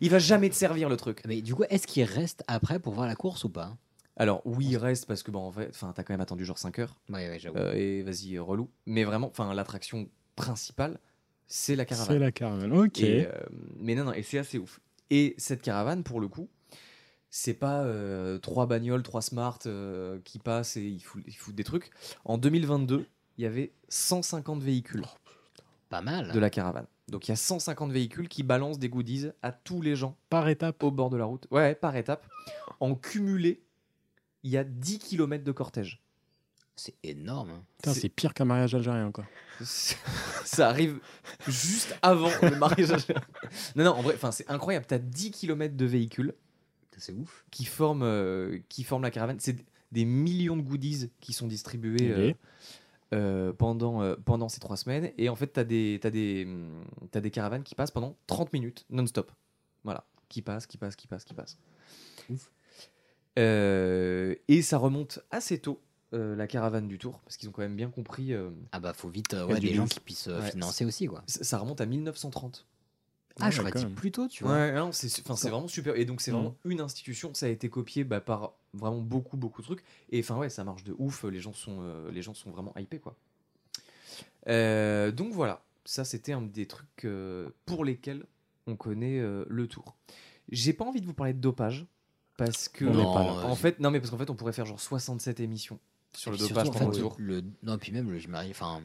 Speaker 7: il va jamais te servir le truc.
Speaker 1: Ah, Mais du coup, est-ce qu'il reste après pour voir la course ou pas
Speaker 7: Alors oui, il reste parce que bon, en fait, enfin t'as quand même attendu genre 5 heures
Speaker 1: Ouais, ouais, j'avoue.
Speaker 7: euh, et vas-y relou. Mais vraiment, enfin l'attraction principale, c'est la
Speaker 6: C'est
Speaker 7: caravane.
Speaker 6: la caravane. Ok.
Speaker 7: Et, euh, mais non, non, et c'est assez ouf. Et cette caravane, pour le coup, c'est pas euh, trois bagnoles, trois smart euh, qui passent et ils foutent, ils foutent des trucs. En 2022, il y avait 150 véhicules.
Speaker 1: Pas mal.
Speaker 7: de la caravane. Donc il y a 150 véhicules qui balancent des goodies à tous les gens
Speaker 6: Par étape.
Speaker 7: au bord de la route. Ouais, ouais, par étape. En cumulé, il y a 10 km de cortège.
Speaker 1: C'est énorme. hein.
Speaker 6: Putain,
Speaker 7: c'est-
Speaker 6: c'est pire qu'un mariage algérien, quoi.
Speaker 7: Ça arrive juste avant le mariage. non, non, en vrai, enfin, c'est incroyable. T'as 10 km de véhicules
Speaker 1: C'est ouf.
Speaker 7: qui forment, euh, qui forment la caravane. C'est des millions de goodies qui sont distribués euh,
Speaker 6: Ok.
Speaker 7: euh, pendant, euh, pendant ces trois semaines. Et en fait, tu as, des, t'as des, hum, t'as des caravanes qui passent pendant 30 minutes non-stop. Voilà. Qui passent, qui passent, qui passent, qui passent. Euh, et ça remonte assez tôt, euh, la caravane du Tour, parce qu'ils ont quand même bien compris. euh,
Speaker 1: Ah bah faut vite euh,
Speaker 6: y a
Speaker 1: ouais,
Speaker 6: du
Speaker 1: des gens
Speaker 6: lourd.
Speaker 1: qui puissent euh,
Speaker 7: Ouais.
Speaker 1: financer aussi quoi.
Speaker 7: ça ça remonte à 1930.
Speaker 1: Ah, je
Speaker 6: ouais,
Speaker 1: j'aurais
Speaker 6: quand
Speaker 1: dit
Speaker 6: même.
Speaker 1: plus tôt, tu vois. Mmh.
Speaker 7: Ouais, non, c'est enfin, c'est vraiment super. Et donc, c'est
Speaker 6: Mhm.
Speaker 7: vraiment une institution. Ça a été copié bah, par vraiment beaucoup, beaucoup de trucs. Et enfin, ouais, ça marche de ouf. Les gens sont, euh, les gens sont vraiment hypés, quoi. Euh, donc, voilà. Ça, c'était un des trucs euh, pour lesquels on connaît euh, le tour. J'ai pas envie de vous parler de dopage. Parce que.
Speaker 6: On est
Speaker 1: Non,
Speaker 6: pas là.
Speaker 1: euh,
Speaker 7: En fait, non, mais parce qu'en fait, on pourrait faire genre 67 émissions sur
Speaker 1: et
Speaker 7: le
Speaker 1: puis
Speaker 7: dopage
Speaker 1: surtout, en
Speaker 7: pendant
Speaker 1: fait,
Speaker 7: le tour.
Speaker 1: le- Non, puis même, le, je m'arrive- enfin,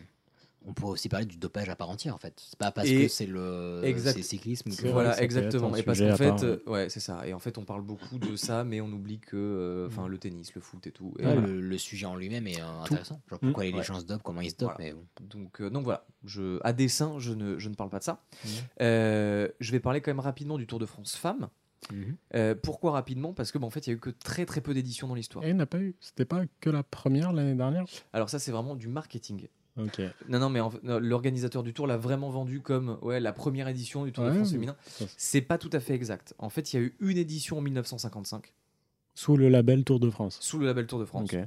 Speaker 1: on pourrait aussi parler du dopage à part entière en fait. C'est pas parce
Speaker 7: Et-
Speaker 1: que c'est le
Speaker 7: Exact.
Speaker 1: c'est le cyclisme
Speaker 6: C'est vrai.
Speaker 1: que-
Speaker 6: que ça
Speaker 7: Voilà,
Speaker 6: peut
Speaker 7: exactement.
Speaker 6: être un
Speaker 7: Et parce
Speaker 6: sujet
Speaker 7: qu'en
Speaker 6: à
Speaker 7: fait,
Speaker 6: part,
Speaker 7: euh, ouais, c'est ça. Et en fait, on parle beaucoup de ça, mais on oublie que, euh,
Speaker 1: Mmh.
Speaker 7: enfin, le tennis, le foot et tout. Et
Speaker 1: Ouais,
Speaker 7: voilà. Mmh.
Speaker 1: le, le sujet en lui-même est euh,
Speaker 6: Tout.
Speaker 1: intéressant. Genre pourquoi les
Speaker 7: Ouais.
Speaker 1: gens se dopent, comment ils se dopent, mais bon.
Speaker 7: Donc, euh, donc voilà, je, à dessein, je ne, je ne parle pas de ça.
Speaker 6: Mmh.
Speaker 7: Euh, je vais parler quand même rapidement du Tour de France femmes.
Speaker 1: Mhm.
Speaker 7: Euh, pourquoi rapidement Parce que bah, en fait, il y a eu que très très peu d'éditions dans l'histoire.
Speaker 6: Eh, n'a pas eu. C'était pas que la première l'année dernière
Speaker 7: Alors ça, c'est vraiment du marketing.
Speaker 6: Ok.
Speaker 7: Non, non, mais en fait, non, l'organisateur du Tour l'a vraiment vendu comme ouais la première édition du Tour de
Speaker 6: Ouais,
Speaker 7: France
Speaker 6: mais-
Speaker 7: féminin.
Speaker 6: Ça, c'est-
Speaker 7: C'est pas tout à fait exact. En fait, il y a eu une édition en 1955
Speaker 6: Sous le label Tour de France.
Speaker 7: sous le label Tour de France.
Speaker 6: Ok.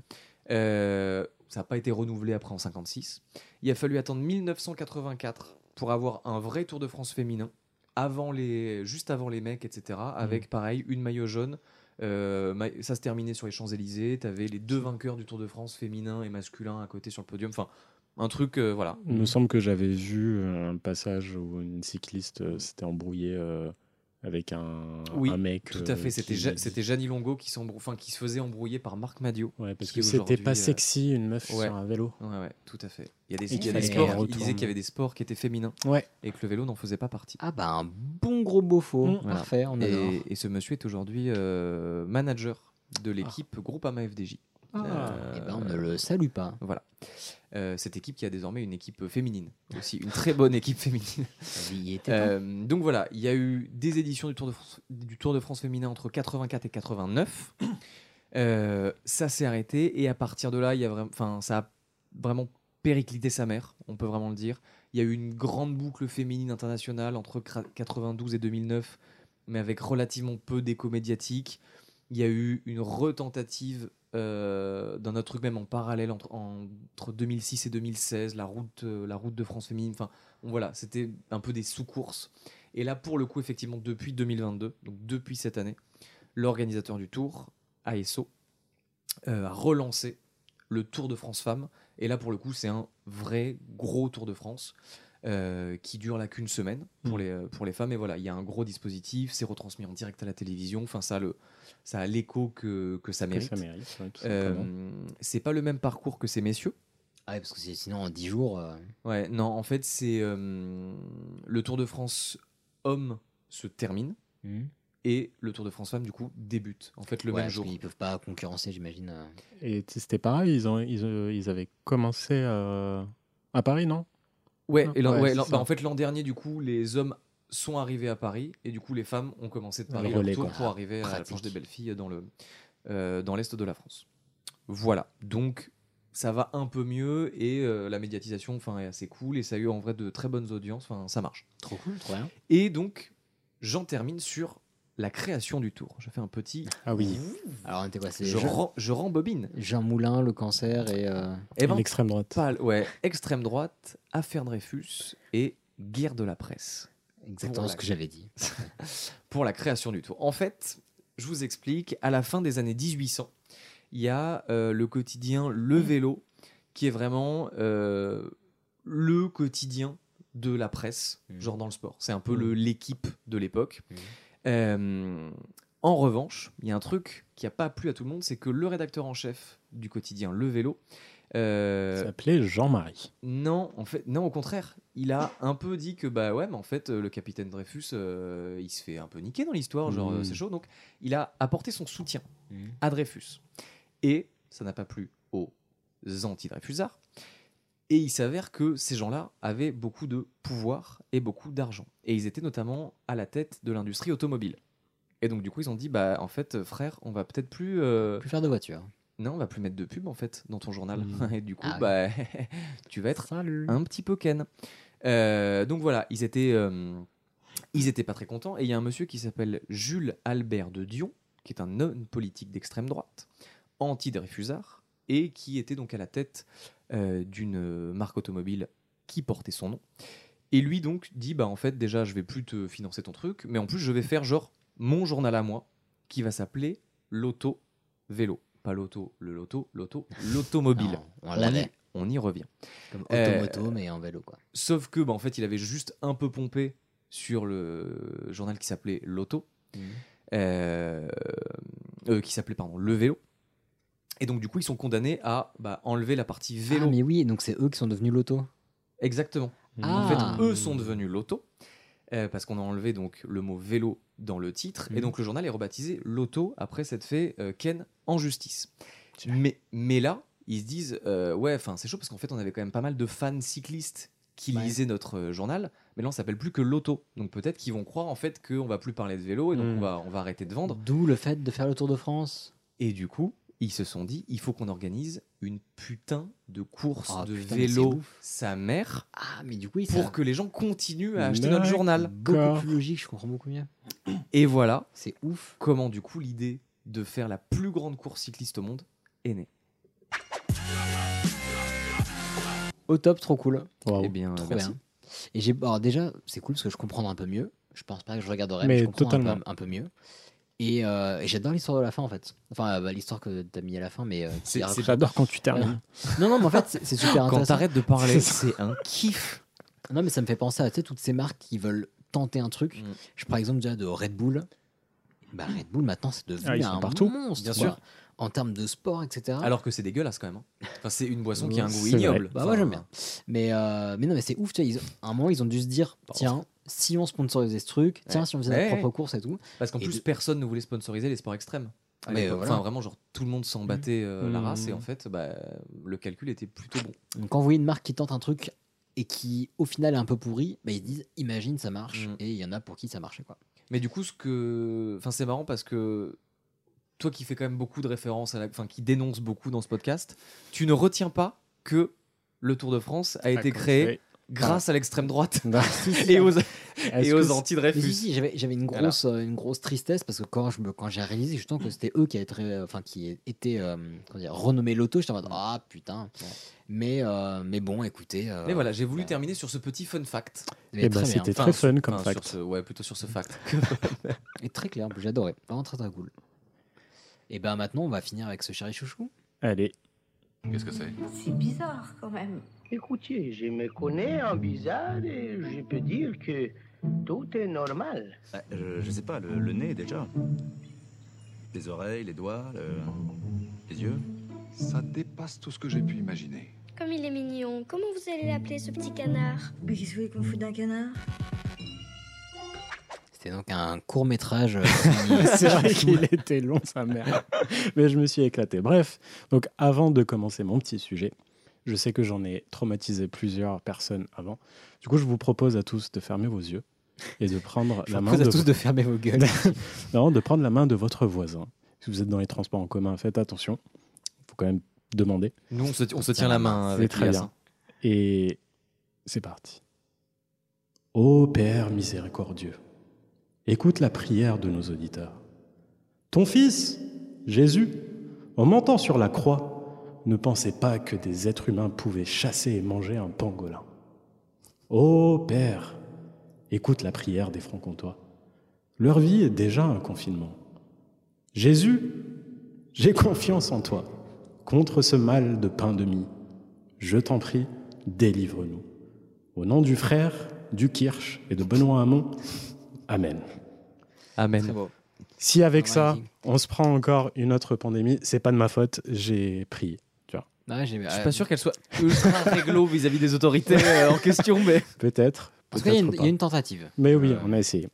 Speaker 7: Euh, ça n'a pas été renouvelé après en 56. Il a fallu attendre 1984 pour avoir un vrai Tour de France féminin, avant les, juste avant les mecs, etc.
Speaker 6: Mmh.
Speaker 7: Avec pareil une maillot jaune. Euh, ma- ça se terminait sur les Champs Élysées. T'avais les deux vainqueurs du Tour de France féminin et masculin à côté sur le podium. Enfin, un truc, euh, voilà.
Speaker 6: Il me semble que j'avais vu euh, un passage où une cycliste euh, s'était embrouillée euh, avec un,
Speaker 7: Oui,
Speaker 6: un mec.
Speaker 7: Tout à
Speaker 6: euh,
Speaker 7: fait. C'était
Speaker 6: qui-
Speaker 7: Ja- c'était Jeannie Longo qui, s'embrou- enfin, qui se faisait embrouiller par Marc Madio.
Speaker 6: Ouais, parce
Speaker 7: qui
Speaker 6: que c'était
Speaker 7: aujourd'hui,
Speaker 6: pas
Speaker 7: euh,
Speaker 6: sexy une meuf
Speaker 7: ouais.
Speaker 6: sur un vélo.
Speaker 7: Ouais, ouais, tout à fait. Il y a des, il
Speaker 6: Et
Speaker 7: y a
Speaker 6: qu'il
Speaker 7: des
Speaker 1: fallait
Speaker 7: sports.
Speaker 1: qu'elle
Speaker 7: Il disait
Speaker 6: retourne.
Speaker 7: qu'il y avait des sports qui étaient féminins
Speaker 6: Ouais.
Speaker 7: et que le vélo n'en faisait pas partie.
Speaker 1: Ah bah un bon gros beau faux.
Speaker 6: Mm.
Speaker 7: Mmh. Voilà.
Speaker 1: Parfait, on adore.
Speaker 7: Et, et ce monsieur est aujourd'hui euh, manager de l'équipe Groupama FDJ.
Speaker 1: Ah. Eh ben, on ne le salue pas.
Speaker 7: Voilà. Euh, cette équipe qui a désormais une équipe féminine, aussi une très bonne équipe féminine.
Speaker 1: Il y était.
Speaker 7: Euh, donc voilà, il y a eu des éditions du Tour de France, du Tour de France féminin entre 84 et 89. Euh, ça s'est arrêté et à partir de là, il y a vraiment, enfin, ça a vraiment périclité sa mère, on peut vraiment le dire. Il y a eu une grande boucle féminine internationale entre cra- 92 et 2009, mais avec relativement peu d'écho médiatique. Il y a eu une retentative euh, d'un autre truc même en parallèle entre, entre 2006 et 2016, la route, euh, la route de France féminine. Enfin, voilà, c'était un peu des sous-courses. Et là, pour le coup, effectivement, depuis 2022, donc depuis cette année, l'organisateur du tour, ASO, euh, a relancé le Tour de France Femmes. Et là, pour le coup, c'est un vrai gros Tour de France euh, qui dure là qu'une semaine pour, les, euh, pour les femmes. Et voilà, il y a un gros dispositif, c'est retransmis en direct à la télévision. Enfin, ça a, le, ça a l'écho que, que ça
Speaker 6: Que
Speaker 7: mérite.
Speaker 6: ça mérite. ouais, tout
Speaker 7: Euh,
Speaker 6: simplement.
Speaker 7: c'est pas le même parcours que ces messieurs.
Speaker 1: Ah ouais, parce que c'est- sinon, en 10 jours. euh,
Speaker 7: Ouais, non, en fait, c'est euh, le Tour de France homme se termine
Speaker 1: hmm.
Speaker 7: et le Tour de France femme du coup débute. En fait, Mmh. le
Speaker 1: Ouais,
Speaker 7: même
Speaker 1: parce
Speaker 7: jour.
Speaker 1: qu'ils peuvent pas concurrencer, j'imagine. euh.
Speaker 6: Et t- c'était pareil, ils, ont, ils, euh, ils avaient commencé euh, à Paris, non
Speaker 7: Ouais,
Speaker 6: Ah,
Speaker 7: et l'an-
Speaker 6: ouais,
Speaker 7: ouais,
Speaker 6: c'est
Speaker 7: l'an-
Speaker 6: ça.
Speaker 7: bah, en fait, l'an dernier, du coup, les hommes sont arrivés à Paris et du coup, les femmes ont commencé de
Speaker 6: Le
Speaker 7: Paris leur
Speaker 6: relais,
Speaker 7: tour
Speaker 6: quoi.
Speaker 7: pour arriver à la
Speaker 1: Pratique.
Speaker 7: planche des belles filles dans le euh, dans l'est de la France. Voilà. Donc ça va un peu mieux et euh, la médiatisation, enfin, est assez cool et ça a eu en vrai de très bonnes audiences. Enfin, ça marche.
Speaker 1: Trop cool, trop bien.
Speaker 7: Et donc, j'en termine sur la création du tour. Je fais un petit.
Speaker 6: Ah oui,
Speaker 1: Alors, on était quoi C'est
Speaker 7: Je,
Speaker 1: Jean,
Speaker 7: ren- je rembobine.
Speaker 1: Jean Moulin, le cancer et. euh,
Speaker 7: Eh ben,
Speaker 6: l'extrême droite.
Speaker 7: pas- ouais, extrême droite, affaire Dreyfus et guerre de la presse.
Speaker 1: exactement
Speaker 7: Voilà.
Speaker 1: ce que j'avais dit.
Speaker 7: pour la création du tour. En fait, je vous explique, à la fin des années 1800, il y a euh, le quotidien Le Vélo, qui est vraiment euh, le quotidien de la presse,
Speaker 1: Mhm.
Speaker 7: genre dans le sport. C'est un peu le- l'équipe de l'époque.
Speaker 1: Mhm.
Speaker 7: Euh, en revanche, il y a un truc qui n'a pas plu à tout le monde, c'est que le rédacteur en chef du quotidien Le Vélo, euh,
Speaker 6: Ça s'appelait Jean-Marie.
Speaker 7: non, en fait, non, au contraire, il a un peu dit que bah ouais, mais en fait, euh, le capitaine Dreyfus, euh, il se fait un peu niquer dans l'histoire, genre euh,
Speaker 1: Mhm.
Speaker 7: c'est chaud. Donc, il a apporté son soutien
Speaker 1: Mhm.
Speaker 7: à Dreyfus, et ça n'a pas plu aux anti-Dreyfusards. Et il s'avère que ces gens-là avaient beaucoup de pouvoir et beaucoup d'argent, et ils étaient notamment à la tête de l'industrie automobile. Et donc, du coup, ils ont dit bah en fait, euh, frère, on va peut-être plus euh,
Speaker 1: Plus faire de voiture.
Speaker 7: non, on va plus mettre de pub en fait dans ton journal.
Speaker 6: Mhm.
Speaker 7: Et du coup,
Speaker 1: Ah
Speaker 7: bah, tu vas être
Speaker 1: Mm-hmm.
Speaker 7: un petit peu ken. Euh, donc voilà, ils étaient, euh, ils étaient pas très contents. Et il y a un monsieur qui s'appelle Jules Albert de Dion, qui est un homme politique d'extrême droite, anti-Dreyfusard, et qui était donc à la tête euh, d'une marque automobile qui portait son nom. Et lui donc dit bah en fait déjà je vais plus te financer ton truc, mais en plus je vais faire genre mon journal à moi qui va s'appeler l'auto vélo, pas l'auto le loto, l'auto l'automobile.
Speaker 1: Non, Ah, on
Speaker 7: on, y,
Speaker 1: l'avait.
Speaker 7: on y revient.
Speaker 1: Comme
Speaker 7: Euh,
Speaker 1: automoto, mais en vélo, quoi.
Speaker 7: Sauf que, bah, en fait, il avait juste un peu pompé sur le journal qui s'appelait L'Auto,
Speaker 1: Mhm.
Speaker 7: euh, euh, qui s'appelait, pardon, Le Vélo. Et donc, du coup, ils sont condamnés à bah, enlever la partie vélo.
Speaker 1: Ah, mais oui, donc c'est eux qui sont devenus l'auto.
Speaker 7: Exactement.
Speaker 1: Ah.
Speaker 7: En fait, eux sont devenus L'Auto, euh, parce qu'on a enlevé donc le mot vélo dans le titre. Et
Speaker 1: Mhm.
Speaker 7: donc, le journal est rebaptisé L'Auto après s'être fait euh, Ken en justice. Mais, mais là, ils se disent, euh, ouais, enfin, c'est chaud parce qu'en fait, on avait quand même pas mal de fans cyclistes qui
Speaker 1: Ouais.
Speaker 7: lisaient notre euh, journal. mais là on s'appelle plus que l'auto. Donc peut-être qu'ils vont croire en fait qu'on va plus parler de vélo et donc
Speaker 1: Mhm.
Speaker 6: Mm.
Speaker 7: on, va, on va arrêter de vendre.
Speaker 1: D'où le fait de faire le Tour de France.
Speaker 7: Et du coup, ils se sont dit, il faut qu'on organise une putain de course
Speaker 1: Ah,
Speaker 7: de
Speaker 1: putain, mais c'est
Speaker 7: vélo
Speaker 1: ouf.
Speaker 7: sa mère
Speaker 1: Ah, mais du coup, ils
Speaker 7: pour que les gens continuent à acheter notre journal.
Speaker 1: beaucoup plus logique, je comprends beaucoup mieux.
Speaker 7: Et voilà
Speaker 1: C'est ouf.
Speaker 7: comment du coup l'idée de faire la plus grande course cycliste au monde est née.
Speaker 1: Au top, trop cool.
Speaker 6: Waouh.
Speaker 7: eh bien,
Speaker 1: Oh, Trop
Speaker 7: merci.
Speaker 1: bien. Et j'ai alors déjà, c'est cool parce que je comprends un peu mieux. Je pense pas que je regarderai, mais,
Speaker 6: Mais
Speaker 1: je comprends un peu-
Speaker 6: totalement.
Speaker 1: Un, peu, mieux. Et, euh, et j'adore l'histoire de la fin en fait. Enfin, euh, bah, l'histoire que t'as mis à la fin, mais euh, qui
Speaker 7: C'est-
Speaker 1: raconte-
Speaker 7: c'est
Speaker 6: J'adore quand tu termines.
Speaker 1: non, non, mais en fait, c'est- c'est super
Speaker 7: Quand
Speaker 1: intéressant.
Speaker 7: t'arrêtes de parler, c'est un kiff.
Speaker 1: Non, mais ça me fait penser à tu sais, toutes ces marques qui veulent tenter un truc.
Speaker 7: Mm.
Speaker 1: Je prends l'exemple déjà de Red Bull. Bah, Red Bull maintenant, c'est devenu
Speaker 6: Ah, ils sont
Speaker 1: un
Speaker 6: partout.
Speaker 1: monstre.
Speaker 7: Bien
Speaker 1: quoi.
Speaker 7: sûr.
Speaker 1: En termes de sport, etc.
Speaker 7: Alors que c'est dégueulasse quand même. hein. Enfin, c'est une boisson qui a un goût
Speaker 6: C'est vrai.
Speaker 7: ignoble.
Speaker 1: Bah, moi, j'aime bien. Mais, euh, mais non, mais c'est ouf, tu vois, ils ont- à un moment, ils ont dû se dire, tiens, si on sponsorisait ce truc, tiens,
Speaker 7: Ouais.
Speaker 1: si on faisait notre
Speaker 7: Ouais,
Speaker 1: propre course et tout.
Speaker 7: Parce qu'en
Speaker 1: Et
Speaker 7: plus,
Speaker 1: de-
Speaker 7: personne ne voulait sponsoriser les sports extrêmes. à
Speaker 1: Mais,
Speaker 7: l'époque.
Speaker 1: euh, voilà.
Speaker 7: Enfin, vraiment, genre, tout le monde s'en battait euh, la
Speaker 6: Mmh.
Speaker 7: race et en fait, bah, le calcul était plutôt bon.
Speaker 1: Donc, quand vous voyez une marque qui tente un truc et qui, au final, est un peu pourri, bah, ils disent imagine ça marche.
Speaker 7: Mm.
Speaker 1: Et il y en a pour qui ça marchait. Quoi.
Speaker 7: Mais du coup, ce que. Enfin, c'est marrant parce que toi qui fais quand même beaucoup de références, à la... enfin, qui dénonce beaucoup dans ce podcast, tu ne retiens pas que le Tour de France
Speaker 6: Ah,
Speaker 7: a été créé grâce à l'extrême droite Bah, et aux, et aux
Speaker 1: Mais si,
Speaker 7: anti-dreyfus.
Speaker 1: si, j'avais j'avais une,
Speaker 7: Voilà.
Speaker 1: grosse, euh, une grosse tristesse parce que quand je me- quand j'ai réalisé justement que c'était eux qui avaient, été, euh, enfin, qui étaient euh, comment dire, renommés l'auto, j'étais en mode
Speaker 7: Mm.
Speaker 1: ah putain. Mais, euh, mais bon, écoutez. euh,
Speaker 7: Mais voilà, j'ai voulu terminer sur ce petit fun fact.
Speaker 1: mais
Speaker 6: Et
Speaker 1: très
Speaker 6: ben
Speaker 1: bien.
Speaker 6: c'était
Speaker 7: Enfin,
Speaker 6: très fun comme
Speaker 7: Enfin,
Speaker 6: fact.
Speaker 7: sur ce- ouais, plutôt sur ce fact.
Speaker 1: Et très clair, en plus, j'adorais. Vraiment très très cool. Et ben maintenant, on va finir avec ce chéri chouchou.
Speaker 6: Allez,
Speaker 11: Qu'est-ce que c'est
Speaker 5: C'est bizarre quand même.
Speaker 3: Écoutez, je me connais en bizarre et je peux dire que tout est normal.
Speaker 11: Euh, je, je sais pas, le, le nez déjà. Les oreilles, les doigts, le- les yeux.
Speaker 2: Ça dépasse tout ce que j'ai pu imaginer.
Speaker 5: Comme il est mignon, comment vous allez l'appeler ce petit canard
Speaker 12: Mais qu'est-ce que vous voulez qu'on fout d'un canard
Speaker 1: C'était donc un court métrage. euh,
Speaker 6: c'est vrai qu'il était long, sa mère. Mais je me suis éclaté. Bref, donc avant de commencer mon petit sujet, je sais que j'en ai traumatisé plusieurs personnes avant. Du coup, je vous propose à tous de fermer vos yeux et de prendre
Speaker 1: Je
Speaker 6: la
Speaker 1: vous
Speaker 6: main
Speaker 1: propose à
Speaker 6: de
Speaker 1: tous de fermer vos gueules.
Speaker 6: Non, de prendre la main de votre voisin. Si vous êtes dans les transports en commun, faites attention. Il faut quand même demander.
Speaker 7: Nous, on se, on se tient la main
Speaker 6: C'est
Speaker 7: avec
Speaker 6: très
Speaker 7: Elias,
Speaker 6: bien.
Speaker 7: hein.
Speaker 6: Et c'est parti. Ô Père miséricordieux, écoute la prière de nos auditeurs. Ton Fils, Jésus, en montant sur la croix, ne pensait pas que des êtres humains pouvaient chasser et manger un pangolin. Ô Père, écoute la prière des francs-comtois. Leur vie est déjà un confinement. Jésus, j'ai confiance en toi. Contre ce mal de pain de mie, je t'en prie, délivre-nous. Au nom du frère, du Kirsch et de Benoît Hamon, Amen.
Speaker 1: Très
Speaker 7: Amen.
Speaker 1: beau.
Speaker 6: Si avec
Speaker 1: Amazing.
Speaker 6: ça, on se prend encore une autre pandémie, c'est pas de ma faute, j'ai prié.
Speaker 1: Ouais, j'ai-
Speaker 7: Je suis
Speaker 1: euh,
Speaker 7: pas sûr qu'elle soit ultra réglo vis-à-vis des autorités euh, en question, mais.
Speaker 6: Peut-être.
Speaker 1: En tout cas, il y a une-
Speaker 6: peut-être
Speaker 1: il
Speaker 6: pas.
Speaker 1: y a une tentative.
Speaker 6: Mais oui,
Speaker 1: Euh,
Speaker 6: on a essayé.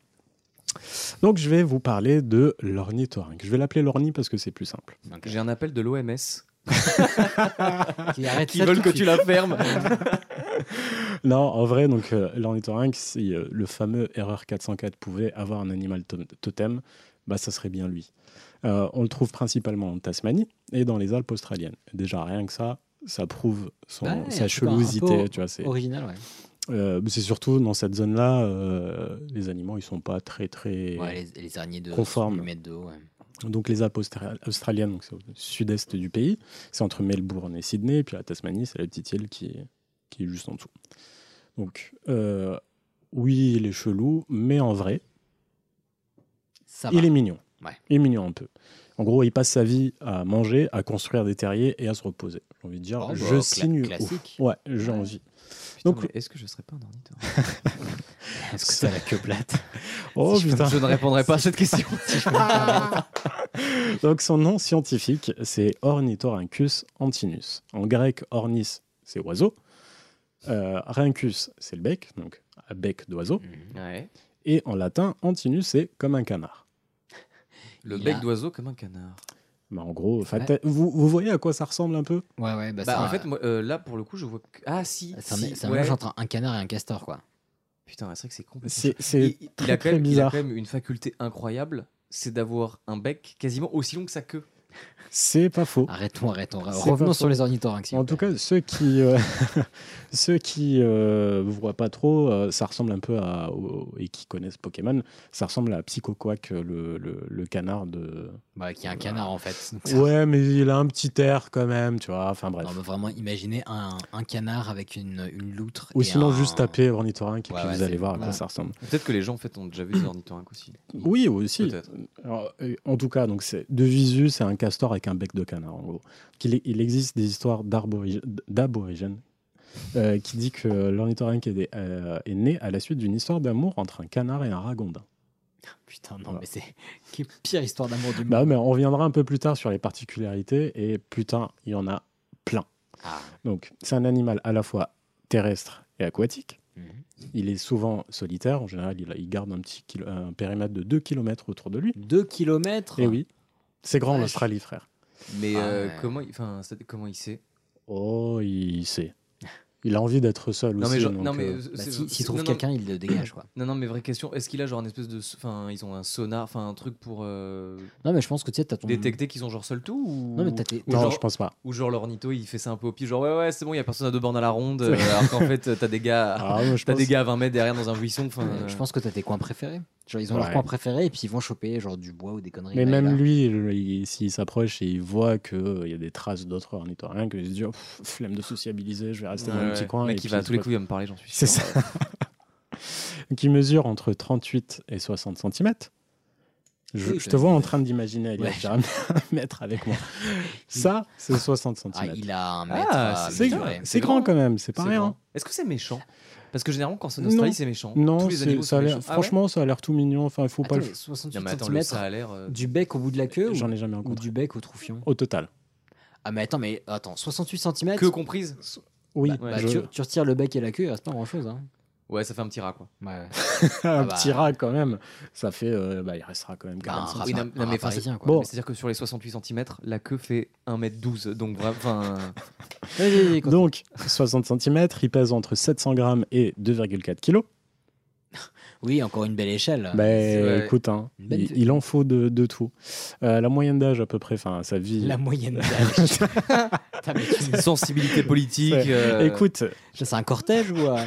Speaker 6: Donc je vais vous parler de l'ornithorynque. Je vais l'appeler l'orni parce que c'est plus simple.
Speaker 7: J'ai un appel de l'OMS
Speaker 1: euh, Qui arrête
Speaker 7: qui
Speaker 1: ça
Speaker 7: veulent
Speaker 1: tout
Speaker 7: que
Speaker 1: de
Speaker 7: tu la fermes.
Speaker 6: Non, en vrai, donc euh, l'ornithorynque, si euh, le fameux erreur 404 pouvait avoir un animal to- totem, bah ça serait bien lui. Euh, on le trouve principalement en Tasmanie et dans les Alpes australiennes. Déjà rien que ça, ça prouve son,
Speaker 1: Ouais, y
Speaker 6: sa
Speaker 1: a tout un
Speaker 6: chelousité,
Speaker 1: rapport
Speaker 6: tu vois. C'est
Speaker 1: suite. Original, ouais.
Speaker 6: euh, c'est surtout dans cette zone-là, euh, les animaux ils sont pas très très
Speaker 1: Ouais, les, les araignées de
Speaker 6: Conforme.
Speaker 1: 8 mètres de haut. ouais.
Speaker 6: donc les Alpes austra- australiennes, donc c'est au sud-est du pays, c'est entre Melbourne et Sydney, et puis la Tasmanie, c'est la petite île qui est, qui est juste en dessous. Donc euh, oui, il est chelou, mais en vrai,
Speaker 1: Ça va.
Speaker 6: il est mignon.
Speaker 1: Ouais.
Speaker 6: Il est mignon un peu. En gros, il passe sa vie à manger, à construire des terriers et à se reposer. J'ai envie de dire,
Speaker 1: Oh, bah,
Speaker 6: je
Speaker 1: cla-
Speaker 6: signe. ouf.
Speaker 1: classique.
Speaker 6: Ouais, j'ai
Speaker 1: Ouais.
Speaker 6: envie.
Speaker 7: Donc,
Speaker 6: Donc-
Speaker 7: est-ce que je serais pas un ornithorynque
Speaker 1: Est-ce que t'as la queue plate
Speaker 6: Oh
Speaker 7: je,
Speaker 6: putain.
Speaker 7: je ne répondrai pas à cette question.
Speaker 6: Donc son nom scientifique, c'est Ornithorhynchus antinus. En grec, ornis, c'est oiseau. Euh, rhynchus, c'est le bec, donc un bec d'oiseau.
Speaker 1: Mhm.
Speaker 7: Ouais.
Speaker 6: Et en latin, antinus, c'est comme un canard.
Speaker 7: Le
Speaker 1: Il
Speaker 7: bec
Speaker 1: a-
Speaker 7: d'oiseau comme un canard.
Speaker 6: Bah, en gros, enfin,
Speaker 1: Ouais.
Speaker 6: t'as- vous, vous voyez à quoi ça ressemble un peu
Speaker 1: Ouais, ouais, bah,
Speaker 7: Bah,
Speaker 1: c'est
Speaker 7: en
Speaker 1: un-
Speaker 7: fait, moi, euh, là, pour le coup, je vois que... Ah, si.
Speaker 1: c'est un,
Speaker 7: si,
Speaker 1: c'est un
Speaker 7: ouais.
Speaker 1: mélange entre un canard et un castor, quoi.
Speaker 7: Putain, c'est vrai que c'est complètement...
Speaker 6: C'est
Speaker 7: Il,
Speaker 6: c'est
Speaker 7: il- il
Speaker 6: très,
Speaker 7: a quand
Speaker 6: très
Speaker 7: même, il a
Speaker 6: bizarre.
Speaker 7: quand même une faculté incroyable, c'est d'avoir un bec quasiment aussi long que sa queue.
Speaker 6: C'est pas faux.
Speaker 1: Arrêtons, arrêtons. re-
Speaker 6: C'est
Speaker 1: Revenons
Speaker 6: pas
Speaker 1: sur
Speaker 6: faux.
Speaker 1: les ornithorynques.
Speaker 7: Ah,
Speaker 1: s'il
Speaker 6: En
Speaker 1: vous
Speaker 6: tout
Speaker 1: plaît.
Speaker 6: cas, ceux qui euh, ceux qui euh, voient pas trop, euh, ça ressemble un peu à au- et qui connaissent Pokémon, ça ressemble à Psychoquack, le, le, le canard de.
Speaker 1: Bah, qui est un canard, en fait.
Speaker 6: Ouais, mais il a un petit air quand même, tu vois. Enfin bref.
Speaker 1: Non, mais vraiment, imaginez un, un canard avec une, une loutre.
Speaker 6: Ou
Speaker 1: et
Speaker 6: sinon
Speaker 1: un-
Speaker 6: juste taper ornithorynque et
Speaker 1: Ouais,
Speaker 6: puis
Speaker 1: ouais,
Speaker 6: vous allez
Speaker 1: c'est-
Speaker 6: voir à quoi
Speaker 1: ouais.
Speaker 6: ça ressemble.
Speaker 7: Peut-être que les gens, en fait, ont déjà vu des ornithorynques aussi.
Speaker 1: Mm.
Speaker 6: Oui, aussi.
Speaker 7: Peut-être.
Speaker 6: Alors, euh, en tout cas, donc c'est de visu, c'est un castor avec un bec de canard en gros. Qu'il est- il existe des histoires d'arbori- d'aborigènes euh, qui dit que l'ornithorynque est, des- euh, est né à la suite d'une histoire d'amour entre un canard et un ragondin.
Speaker 1: Putain, non,
Speaker 6: Voilà.
Speaker 1: mais c'est qui est pire histoire d'amour du monde.
Speaker 6: Bah, mais on reviendra un peu plus tard sur les particularités et putain, il y en a plein.
Speaker 1: Ah.
Speaker 6: Donc, c'est un animal à la fois terrestre et aquatique.
Speaker 1: Mhm.
Speaker 6: Il est souvent solitaire. En général, il, il garde un, petit kil- un périmètre de 2 km autour de lui.
Speaker 1: 2 kilomètres
Speaker 6: Et eh oui, C'est grand
Speaker 7: Ah. Ouais,
Speaker 6: l'Australie, frère.
Speaker 7: Mais
Speaker 1: Ah
Speaker 7: euh,
Speaker 1: ouais.
Speaker 7: comment, il- enfin, c'est- comment il sait
Speaker 6: Oh, il sait. Il a envie d'être seul
Speaker 7: Non,
Speaker 6: aussi.
Speaker 7: mais genre-
Speaker 6: donc,
Speaker 7: non, mais
Speaker 6: euh,
Speaker 7: c'est-
Speaker 1: Bah,
Speaker 7: c'est- c'est-
Speaker 1: si- S'il trouve
Speaker 7: non, non,
Speaker 1: quelqu'un, il le dégage, quoi.
Speaker 7: Non, non, mais vraie question. Est-ce qu'il a genre une espèce de. Enfin, ils ont un sonar, enfin, un truc pour euh,
Speaker 1: Non, mais je pense que tu sais,
Speaker 6: Mm.
Speaker 1: t'as ton.
Speaker 7: détecter qu'ils ont genre seul tout ou...
Speaker 1: Non, mais t'as tes-
Speaker 7: ou
Speaker 6: non,
Speaker 7: genre,
Speaker 6: je pense pas.
Speaker 7: ou genre l'ornito, il fait ça un peu au pif, genre ouais, ouais, c'est bon, il y a personne à deux bornes à la ronde, euh, alors qu'en fait, euh, t'as des gars.
Speaker 6: Ah, ouais, je
Speaker 7: T'as
Speaker 6: pense-
Speaker 7: des gars à 20 mètres derrière dans un buisson. enfin,
Speaker 1: Euh,
Speaker 7: euh,
Speaker 1: Je pense que t'as tes coins préférés. Genre, ils ont leurs
Speaker 6: Ouais.
Speaker 1: coins préférés et puis ils vont choper genre du bois ou des conneries.
Speaker 6: Mais
Speaker 1: là et là.
Speaker 6: même lui, le- il- s'il s'approche et il voit qu'il y a des traces d'autres ornithorynques, il se dit oh, pff, flemme de sociabiliser, je vais rester dans
Speaker 7: ouais,
Speaker 6: un petit
Speaker 7: ouais.
Speaker 6: coin.
Speaker 7: Le
Speaker 6: et
Speaker 7: mec, il
Speaker 6: puis
Speaker 7: va à
Speaker 6: il
Speaker 7: tous les
Speaker 6: se
Speaker 7: coups, il va me parler, j'en suis
Speaker 6: C'est
Speaker 7: sûr.
Speaker 6: ça. qui mesure entre 38 et 60 cm. Je,
Speaker 1: Oui,
Speaker 6: je
Speaker 1: ça,
Speaker 6: te vois
Speaker 1: c'est-
Speaker 6: en train d'imaginer, Elias,
Speaker 1: Ouais.
Speaker 6: j'ai un mètre avec moi. Ça, c'est 60 cm.
Speaker 1: Ah, il a un mètre.
Speaker 7: Ah,
Speaker 1: à
Speaker 6: c'est
Speaker 1: mesurer.
Speaker 7: c'est
Speaker 6: C'est grand
Speaker 7: grand.
Speaker 6: quand même, c'est
Speaker 7: C'est
Speaker 6: pas rien.
Speaker 7: grand. Est-ce que c'est méchant Parce que généralement, quand c'est en
Speaker 6: Non.
Speaker 7: Australie, c'est méchant.
Speaker 6: Non,
Speaker 7: Tous les
Speaker 6: c'est-
Speaker 7: animaux
Speaker 6: ça
Speaker 7: sont
Speaker 6: a l'air-
Speaker 7: méchants. Ah ouais
Speaker 6: franchement, ça a l'air tout mignon. Enfin, il faut
Speaker 1: Attends,
Speaker 6: pas.
Speaker 1: mais 68
Speaker 7: Non, mais attends, le
Speaker 1: centimètres
Speaker 7: ça a l'air. euh,
Speaker 1: du bec au bout de la queue
Speaker 6: J'en
Speaker 1: ou,
Speaker 6: ai jamais
Speaker 1: ou
Speaker 6: rencontré.
Speaker 1: du bec au troufion
Speaker 6: Au total.
Speaker 1: Ah, mais attends, mais attends, 68 cm
Speaker 7: Que comprise
Speaker 6: Oui,
Speaker 1: bah, bah,
Speaker 6: je-
Speaker 1: tu, tu retires le bec et la queue, il reste pas grand chose. Hein.
Speaker 7: Ouais, ça fait un petit rat, quoi.
Speaker 1: Ouais.
Speaker 6: un
Speaker 1: Ah bah.
Speaker 6: petit rat quand même. Ça fait. euh, bah, il restera quand même
Speaker 1: Bah, un
Speaker 6: 45
Speaker 1: rat,
Speaker 7: oui, non,
Speaker 1: un
Speaker 7: non, mais
Speaker 1: rat
Speaker 7: enfin,
Speaker 1: parisien, quoi.
Speaker 6: Bon.
Speaker 7: Mais C'est-à-dire que sur les 68 cm, la queue fait 1m12. Donc, vraiment. enfin,
Speaker 1: Vas-y, vas-y, continue.
Speaker 6: Donc, 60 cm, il pèse entre 700 grammes et 2,4 kg.
Speaker 1: Oui, encore une belle échelle.
Speaker 6: Ben
Speaker 7: ouais.
Speaker 6: écoute, hein,
Speaker 1: Une bonne
Speaker 6: il,
Speaker 1: vue.
Speaker 6: il en faut de, de tout. Euh, la moyenne d'âge à peu près, enfin sa vie.
Speaker 1: La moyenne d'âge. Putain, mais tu me-
Speaker 7: sensibilité politique.
Speaker 6: Ouais.
Speaker 7: euh,
Speaker 6: Écoute,
Speaker 1: C'est un cortège ou euh, ouais,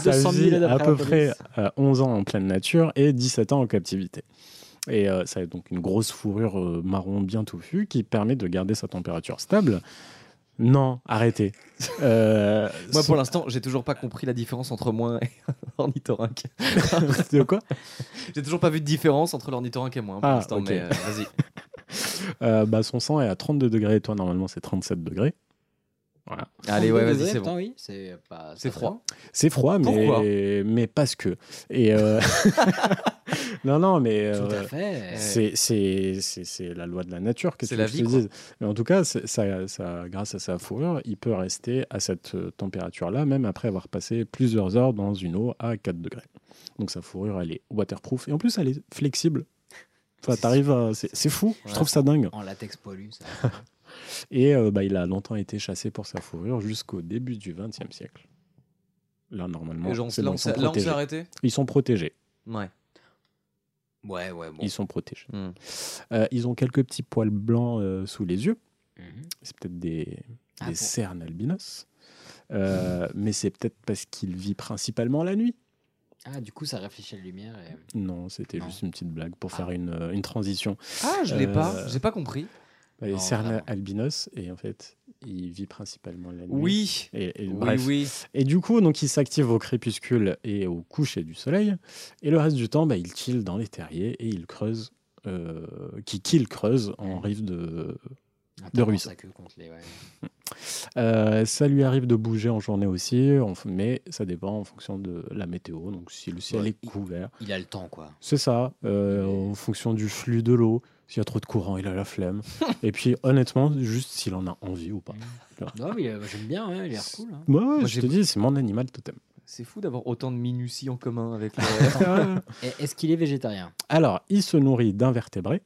Speaker 6: sa
Speaker 1: 200
Speaker 6: vie
Speaker 1: 000
Speaker 6: à peu
Speaker 1: la
Speaker 6: près
Speaker 1: police.
Speaker 6: euh, 11 ans en pleine nature et 17 ans en captivité. Et euh, ça a donc une grosse fourrure euh, marron bien touffue qui permet de garder sa température stable. Non, arrêtez. Euh,
Speaker 7: Moi,
Speaker 6: son-
Speaker 7: pour l'instant, j'ai toujours pas compris la différence entre moi et un ornithorynque.
Speaker 6: de quoi
Speaker 7: J'ai toujours pas vu de différence entre l'ornithorynque et moi hein, pour
Speaker 6: Ah,
Speaker 7: l'instant,
Speaker 6: ok.
Speaker 7: mais euh, vas-y.
Speaker 6: Euh, bah, Son sang est à 32 degrés. Toi, normalement, c'est 37 degrés.
Speaker 7: Allez, ouais, vas-y,
Speaker 1: 32 degrés,
Speaker 7: c'est bon.
Speaker 1: putain, oui, c'est pas-
Speaker 7: C'est
Speaker 1: pas
Speaker 7: froid.
Speaker 6: C'est froid,
Speaker 7: Pourquoi
Speaker 6: mais, mais parce que. Et euh, non, non, mais
Speaker 1: Tout à
Speaker 6: euh,
Speaker 1: fait.
Speaker 6: c'est- c'est c'est- c'est la loi de la nature que
Speaker 7: C'est
Speaker 6: tu veux
Speaker 7: la
Speaker 6: que je
Speaker 7: vie,
Speaker 6: te
Speaker 7: quoi.
Speaker 6: dise. Mais en tout cas, c'est- ça, ça, grâce à sa fourrure, il peut rester à cette euh, température-là, même après avoir passé plusieurs heures dans une eau à 4 degrés. Donc sa fourrure, elle est waterproof. Et en plus, elle est flexible. Enfin, t'arrives à- C'est c'est fou, je
Speaker 1: Ouais.
Speaker 6: trouve ça dingue.
Speaker 1: En latex poilu, ça.
Speaker 6: Et euh, bah, il a longtemps été chassé pour sa fourrure jusqu'au début du XXe siècle. Là, normalement,
Speaker 7: Et genre,
Speaker 6: c'est
Speaker 7: là,
Speaker 6: bon,
Speaker 7: on
Speaker 6: ils sont
Speaker 7: s'est là, on s'est
Speaker 6: protégés.
Speaker 7: arrêté
Speaker 6: Ils sont protégés.
Speaker 7: Ouais.
Speaker 1: Ouais, ouais, bon.
Speaker 6: Ils sont protégés.
Speaker 7: Hmm.
Speaker 6: Euh, ils ont quelques petits poils blancs euh, sous les yeux.
Speaker 1: Mhm.
Speaker 6: C'est peut-être des,
Speaker 1: Ah
Speaker 6: des
Speaker 1: bon.
Speaker 6: cernes albinos. Euh, mais c'est peut-être parce qu'il vit principalement la nuit.
Speaker 1: Ah, du coup, ça réfléchit à la lumière. Et...
Speaker 6: Non, c'était
Speaker 1: Non. Ah.
Speaker 6: juste une petite blague pour faire une, euh, une transition.
Speaker 7: Ah, je l'ai
Speaker 6: Euh,
Speaker 7: pas, j'ai pas compris.
Speaker 6: Les
Speaker 1: Non,
Speaker 6: cernes
Speaker 1: vraiment.
Speaker 6: albinos, et en fait, il vit principalement la nuit.
Speaker 7: Oui.
Speaker 6: Et, et
Speaker 7: Oui,
Speaker 6: bref.
Speaker 7: oui.
Speaker 6: Et du coup, donc, il s'active au crépuscule et au coucher du soleil. Et le reste du temps, bah, il chill dans les terriers et il creuse, euh, qui qu'il creuse en rive de.
Speaker 1: Ah,
Speaker 6: De ruisseau.
Speaker 1: sa queue contre les. ouais.
Speaker 6: Euh, ça lui arrive de bouger en journée aussi, en f- mais ça dépend en fonction de la météo. Donc, si le ciel
Speaker 1: Ouais,
Speaker 6: est
Speaker 1: il-
Speaker 6: couvert,
Speaker 1: Il a le temps, quoi.
Speaker 6: c'est ça. euh,
Speaker 1: Mais-
Speaker 6: En fonction du flux de l'eau, s'il y a trop de courant, il a la flemme. et puis, honnêtement, juste s'il en a envie ou pas.
Speaker 1: Non, mais euh, j'aime bien, hein, il a l'air cool. hein.
Speaker 6: Moi,
Speaker 7: j'ai-
Speaker 6: je te dis, c'est mon animal totem.
Speaker 7: C'est fou d'avoir autant de minutie en commun avec le.
Speaker 1: Et- Est-ce qu'il est végétarien
Speaker 6: Alors, il se nourrit d'invertébrés.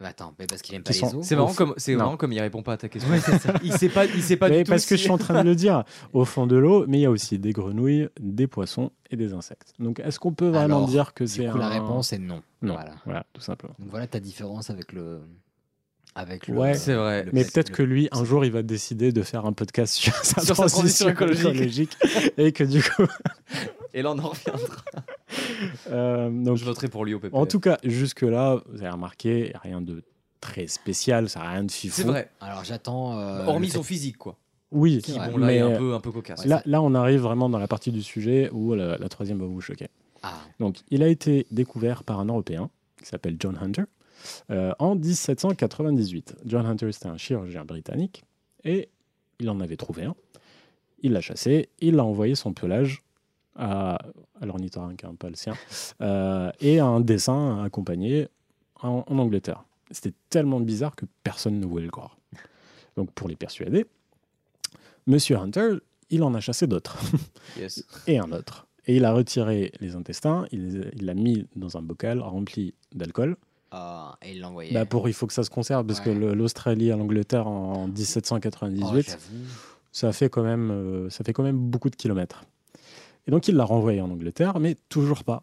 Speaker 1: Bah, Attends, mais parce qu'il aime
Speaker 6: Qui
Speaker 1: pas les
Speaker 6: sont-
Speaker 1: os.
Speaker 7: C'est marrant
Speaker 6: Ouf.
Speaker 7: comme c'est
Speaker 6: Non.
Speaker 7: marrant comme il répond pas à ta question. il sait pas, il sait pas
Speaker 6: Mais
Speaker 7: du tout.
Speaker 6: parce que
Speaker 7: si-
Speaker 6: je suis en train de le dire, au fond de l'eau, mais il y a aussi des grenouilles, des poissons et des insectes. Donc est-ce qu'on peut vraiment
Speaker 1: Alors,
Speaker 6: dire que
Speaker 1: Du
Speaker 6: c'est
Speaker 1: coup, la
Speaker 6: un-
Speaker 1: réponse est non.
Speaker 6: Non.
Speaker 1: Voilà.
Speaker 6: Voilà, tout simplement.
Speaker 1: Donc voilà ta différence avec le. Avec le.
Speaker 6: Ouais.
Speaker 7: C'est vrai.
Speaker 1: le
Speaker 6: Mais
Speaker 1: pla-
Speaker 6: peut-être
Speaker 1: le-
Speaker 6: que lui, un jour, il va décider de faire un podcast sur sa
Speaker 7: Sur sa transition écologique.
Speaker 6: et que du coup,
Speaker 7: Et là on en reviendra.
Speaker 6: euh, donc,
Speaker 7: Je voterai pour lui au PP.
Speaker 6: en tout cas, jusque là, vous avez remarqué, rien de très spécial, ça n'a rien de fifou.
Speaker 7: c'est vrai.
Speaker 1: Alors j'attends. euh,
Speaker 7: Hormis
Speaker 1: le fait-
Speaker 7: son physique quoi.
Speaker 6: Oui,
Speaker 1: Qui,
Speaker 7: Qui bon là
Speaker 6: mais euh,
Speaker 7: est un peu un peu cocasse.
Speaker 6: là, là, on arrive vraiment dans la partie du sujet où la, la troisième va vous choquer.
Speaker 1: Ah,
Speaker 6: Donc, il a été découvert par un Européen qui s'appelle John Hunter euh, en 1798. John Hunter, c'était un chirurgien britannique et il en avait trouvé un. Il l'a chassé, il a envoyé son pelage à, à l'ornithorynque, hein, pas le sien, euh, et un dessin accompagné en, en Angleterre. C'était tellement bizarre que personne ne voulait le croire. Donc, pour les persuader, Monsieur Hunter, il en a chassé d'autres
Speaker 7: Yes.
Speaker 6: et un autre. Et il a retiré les intestins, il les a- il l'a mis dans un bocal rempli d'alcool,
Speaker 1: Ah, et il l'envoyait.
Speaker 6: Bah, pour, il faut que ça se conserve parce que le- l'Australie à l'Angleterre en
Speaker 1: Oh,
Speaker 6: 1798,
Speaker 1: j'avoue.
Speaker 6: ça fait quand même, euh, ça fait quand même beaucoup de kilomètres. Et donc il l'a renvoyé en Angleterre, mais toujours pas.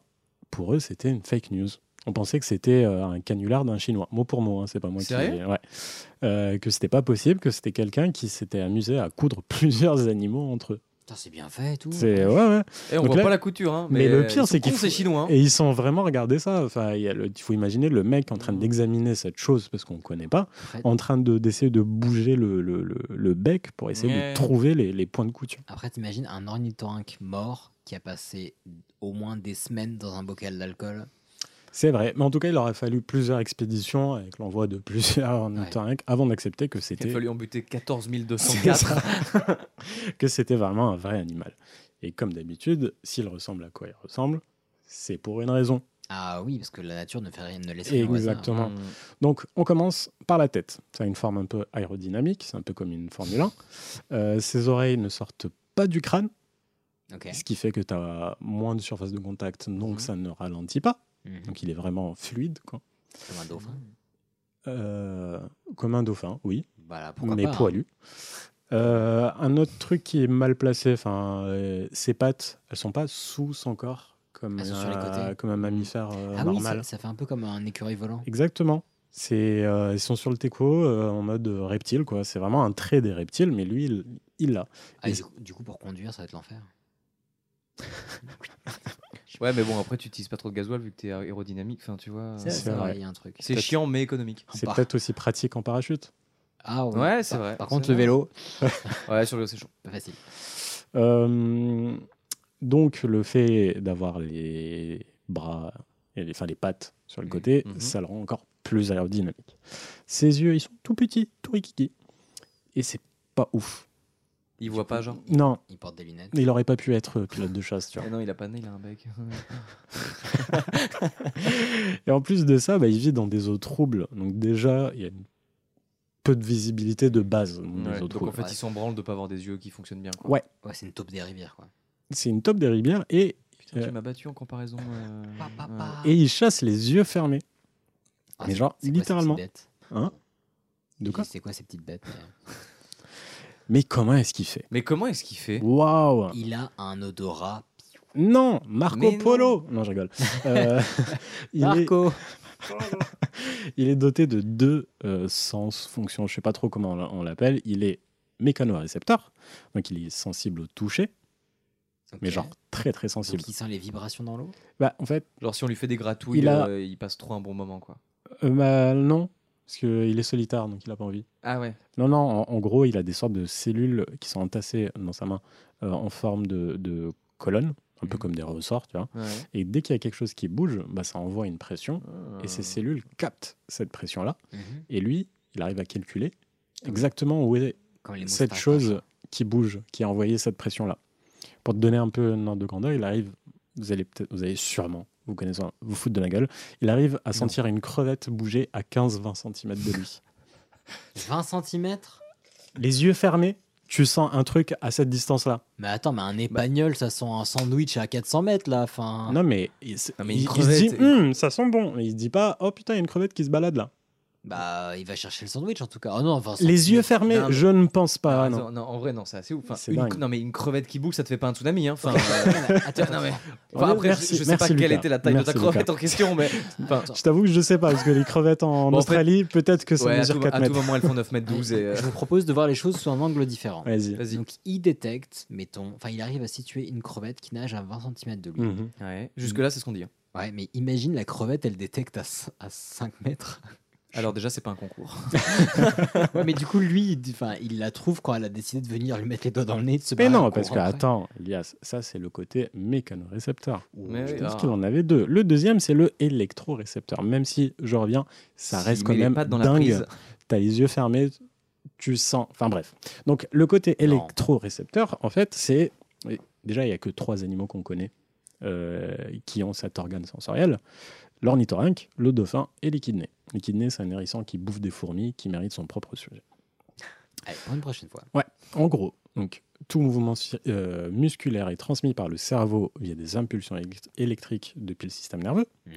Speaker 6: Pour eux, c'était une fake news. On pensait que c'était euh, un canular d'un Chinois, mot pour mot. hein, c'est pas moi qui.
Speaker 7: Sérieux
Speaker 6: ouais. Euh, que c'était pas possible, que c'était quelqu'un qui s'était amusé à coudre plusieurs animaux entre eux.
Speaker 1: Putain, c'est bien fait et tout.
Speaker 6: C'est ouais, ouais.
Speaker 7: Et on
Speaker 6: Donc
Speaker 7: voit
Speaker 6: là-
Speaker 7: pas la couture, hein,
Speaker 6: mais, le
Speaker 7: euh,
Speaker 6: pire,
Speaker 7: ils
Speaker 6: c'est
Speaker 7: sont
Speaker 6: qu'ils
Speaker 7: cons,
Speaker 6: font-
Speaker 7: c'est chinois. hein.
Speaker 6: et ils sont vraiment regardé ça. Enfin, il y a le- il faut imaginer le mec en train
Speaker 7: Mmh.
Speaker 6: d'examiner cette chose parce qu'on connaît pas,
Speaker 1: Après,
Speaker 6: en train de d'essayer de bouger le, le, le, le bec pour essayer
Speaker 7: Ouais.
Speaker 6: de trouver les, les points de couture.
Speaker 1: après, t'imagines un ornithorynque mort qui a passé au moins des semaines dans un bocal d'alcool.
Speaker 6: C'est vrai, mais en tout cas, il aurait fallu plusieurs expéditions avec l'envoi de plusieurs ornithorynques avant d'accepter que
Speaker 7: Il a
Speaker 6: c'était
Speaker 7: fallu en buter 14
Speaker 6: C'est
Speaker 7: 204.
Speaker 6: ça. que c'était vraiment un vrai animal. Et comme d'habitude, s'il ressemble à quoi il ressemble, c'est pour une raison.
Speaker 1: Ah oui, parce que la nature ne fait rien, ne laisse rien. au hasard.
Speaker 6: Exactement.
Speaker 1: Mm.
Speaker 6: Donc, on commence par la tête. Ça a une forme un peu aérodynamique, c'est un peu comme une Formule 1. Euh, ses oreilles ne sortent pas du crâne,
Speaker 1: Ok.
Speaker 6: ce qui fait que tu as moins de surface de contact, donc
Speaker 1: Mhm.
Speaker 6: ça ne ralentit pas.
Speaker 1: Mhm.
Speaker 6: Donc, il est vraiment fluide, quoi.
Speaker 1: Comme un dauphin.
Speaker 6: Euh, comme un dauphin, oui,
Speaker 1: Voilà, pourquoi
Speaker 6: mais
Speaker 1: pas, hein.
Speaker 6: poilu. Euh, un autre truc qui est mal placé, enfin, euh, ses pattes, elles sont pas sous son corps comme,
Speaker 1: Elles sont sur les
Speaker 6: un-
Speaker 1: côtés.
Speaker 6: comme un mammifère euh,
Speaker 1: Ah oui,
Speaker 6: normal.
Speaker 1: ça, ça fait un peu comme un écureuil volant.
Speaker 6: Exactement. C'est, euh, ils sont sur le teco euh, en mode euh, reptile, quoi. C'est vraiment un trait des reptiles, mais lui, il- il l'a.
Speaker 1: Ah, et
Speaker 6: Et-
Speaker 1: du, coup- du coup, pour conduire, ça va être l'enfer.
Speaker 7: Ouais, mais bon, après, tu utilises pas trop de gasoil vu que t'es aérodynamique. Enfin, tu vois. euh,
Speaker 1: C'est
Speaker 6: c'est
Speaker 1: vrai,
Speaker 6: vrai.
Speaker 1: il y a un truc.
Speaker 7: C'est chiant, mais économique.
Speaker 6: C'est
Speaker 1: Par-
Speaker 6: peut-être aussi pratique en parachute.
Speaker 1: Ah ouais,
Speaker 7: Ouais, c'est
Speaker 1: Par-
Speaker 7: vrai.
Speaker 1: Par contre,
Speaker 7: C'est
Speaker 1: le
Speaker 7: vrai.
Speaker 1: vélo,
Speaker 7: Ouais, sur le c'est chaud.
Speaker 1: pas facile.
Speaker 6: Euh, donc, le fait d'avoir les bras, et les, enfin les pattes sur le côté,
Speaker 7: Mhm.
Speaker 6: ça le rend encore plus aérodynamique. Ses yeux, ils sont tout petits, tout rikiki. Et c'est pas ouf.
Speaker 7: Il voit pas, genre.
Speaker 6: Non,
Speaker 1: Il porte des lunettes.
Speaker 6: il aurait pas pu être euh, pilote de chasse, tu vois.
Speaker 7: Eh non, il a pas de nez, il a un bec.
Speaker 6: Et en plus de ça, bah, il vit dans des eaux troubles. Donc déjà, il y a une- peu de visibilité de base dans
Speaker 7: Ouais,
Speaker 6: les eaux
Speaker 7: Donc, en
Speaker 6: troubles.
Speaker 7: fait, ils s'en branlent de pas avoir des yeux qui fonctionnent bien. Quoi.
Speaker 6: Ouais.
Speaker 1: Ouais, c'est une taupe des rivières, quoi.
Speaker 6: C'est une taupe des rivières et,
Speaker 7: Putain,
Speaker 6: Euh.
Speaker 7: tu m'as battu en comparaison. euh,
Speaker 1: Pa, pa,
Speaker 7: ouais.
Speaker 1: pa.
Speaker 6: et il chasse les yeux fermés.
Speaker 1: Ah,
Speaker 6: mais
Speaker 1: c'est-
Speaker 6: genre,
Speaker 1: c'est quoi ces
Speaker 6: littéralement.
Speaker 1: petites bêtes
Speaker 6: Hein
Speaker 1: Je
Speaker 6: De quoi Ah.
Speaker 1: dis, C'est quoi ces petites bêtes mais-
Speaker 6: Mais comment est-ce qu'il fait
Speaker 7: Mais comment est-ce qu'il fait
Speaker 6: Waouh
Speaker 1: Il a un odorat.
Speaker 6: Non Marco
Speaker 7: Mais non.
Speaker 6: Polo Non, je rigole. Euh, il, est, il est doté de deux euh, sens, fonctions, je sais pas trop comment on l'a- on l'appelle. Il est mécanorécepteur, donc il est sensible au toucher,
Speaker 1: Ok.
Speaker 6: mais genre très très sensible.
Speaker 1: Donc, il sent les vibrations dans l'eau.
Speaker 6: Bah, en fait,
Speaker 7: Genre, si on lui fait des gratouilles,
Speaker 6: Il
Speaker 7: il,
Speaker 6: a-
Speaker 7: il passe trop un bon moment, quoi.
Speaker 6: Euh, bah, non, parce qu'il est solitaire, donc il n'a pas envie.
Speaker 7: Ah ouais.
Speaker 6: Non, non, en, en gros, il a des sortes de cellules qui sont entassées dans sa main euh, en forme de, de colonne, un peu
Speaker 7: Mhm.
Speaker 6: comme des ressorts, tu vois. Et dès qu'il y a quelque chose qui bouge, bah, ça envoie une pression,
Speaker 7: Ah.
Speaker 6: et ces cellules captent cette pression-là,
Speaker 7: Mhm.
Speaker 6: et lui, il arrive à calculer exactement où est
Speaker 1: Comme les
Speaker 6: cette
Speaker 1: moustaches,
Speaker 6: chose qui bouge, qui a envoyé cette pression-là. Pour te donner un peu un ordre de grandeur, il arrive, vous allez peut-être, vous allez sûrement, vous connaissez, vous foutre de la gueule, il arrive à sentir une crevette bouger à 15-20 cm de lui.
Speaker 1: hein. 20 cm
Speaker 6: Les yeux fermés, tu sens un truc à cette distance-là.
Speaker 1: Mais attends, mais un épagnol, ça sent un sandwich à 400 mètres, là. Enfin,
Speaker 6: Bah- Ah. Non mais, il, se-
Speaker 7: Non, mais une
Speaker 6: il- il se
Speaker 7: crevette,
Speaker 6: dit,
Speaker 7: une-
Speaker 6: Hum, ça sent bon. Il se dit pas, oh putain, il y a une crevette qui se balade là.
Speaker 1: Bah, il va chercher le sandwich, en tout cas. Oh non, 20
Speaker 6: Les yeux fermés,
Speaker 7: Non, mais-
Speaker 6: je ne pense pas. non.
Speaker 7: non. non, en vrai, non, c'est assez ouf. Enfin,
Speaker 6: C'est
Speaker 7: une-
Speaker 6: dingue.
Speaker 7: non, mais une crevette qui bouge, ça te fait pas un tsunami. Hein. Enfin,
Speaker 1: attends,
Speaker 7: non, mais-
Speaker 6: Oh,
Speaker 7: enfin, après,
Speaker 6: merci-
Speaker 7: je, je sais
Speaker 6: merci,
Speaker 7: pas quelle
Speaker 6: Lucas.
Speaker 7: était la taille de
Speaker 6: Merci,
Speaker 7: ta crevette
Speaker 6: Lucas.
Speaker 7: en question, mais. Enfin,
Speaker 6: Je t'avoue que je sais pas, parce que les crevettes en
Speaker 7: Bon, en fait-
Speaker 6: Australie, peut-être que ça
Speaker 7: ouais, à,
Speaker 6: mesure
Speaker 7: tout,
Speaker 6: 4
Speaker 7: à tout
Speaker 6: mètres.
Speaker 7: moment, elles font 9 mètres 12. Et, euh,
Speaker 1: Je vous propose de voir les choses sous un angle différent.
Speaker 6: Vas-y.
Speaker 7: Vas-y.
Speaker 1: Donc, il détecte, mettons, enfin, il arrive à situer une crevette qui nage à 20 cm de lui.
Speaker 7: Mm.
Speaker 6: Mhm.
Speaker 7: Ouais. Jusque-là, c'est ce qu'on dit. hein.
Speaker 1: Ouais, mais imagine la crevette, elle détecte à, c- à 5 mètres.
Speaker 7: Alors, déjà, c'est pas un concours.
Speaker 1: Ouais, mais du coup, lui, il, enfin, il la trouve quand elle a décidé de venir lui mettre les doigts dans le nez. De se
Speaker 7: Bah,
Speaker 6: Mais
Speaker 1: barrer en
Speaker 6: non, parce que,
Speaker 1: courant après.
Speaker 6: attends, Elias, ça c'est le côté mécanorécepteur.
Speaker 7: Mais
Speaker 6: Oh, Je
Speaker 7: oui,
Speaker 6: pense
Speaker 7: ah.
Speaker 6: qu'il en avait deux. Le deuxième, c'est le électrorécepteur. Même si, je reviens, ça
Speaker 7: S'il
Speaker 6: reste quand
Speaker 7: met les
Speaker 6: même
Speaker 7: pattes dans la
Speaker 6: dingue.
Speaker 7: prise.
Speaker 6: T'as les yeux fermés, tu sens. Enfin bref. Donc, le côté
Speaker 1: Non.
Speaker 6: électrorécepteur, en fait, c'est. oui, Déjà, il n'y a que trois animaux qu'on connaît euh, qui ont cet organe sensoriel l'ornithorynque, le dauphin et l'équidné. L'équidné, c'est un hérisson qui bouffe des fourmis qui mérite son propre sujet.
Speaker 1: Allez, pour une prochaine fois.
Speaker 6: En gros, donc, tout mouvement si- euh, musculaire est transmis par le cerveau via des impulsions élect- électriques depuis le système nerveux,
Speaker 1: Mhm.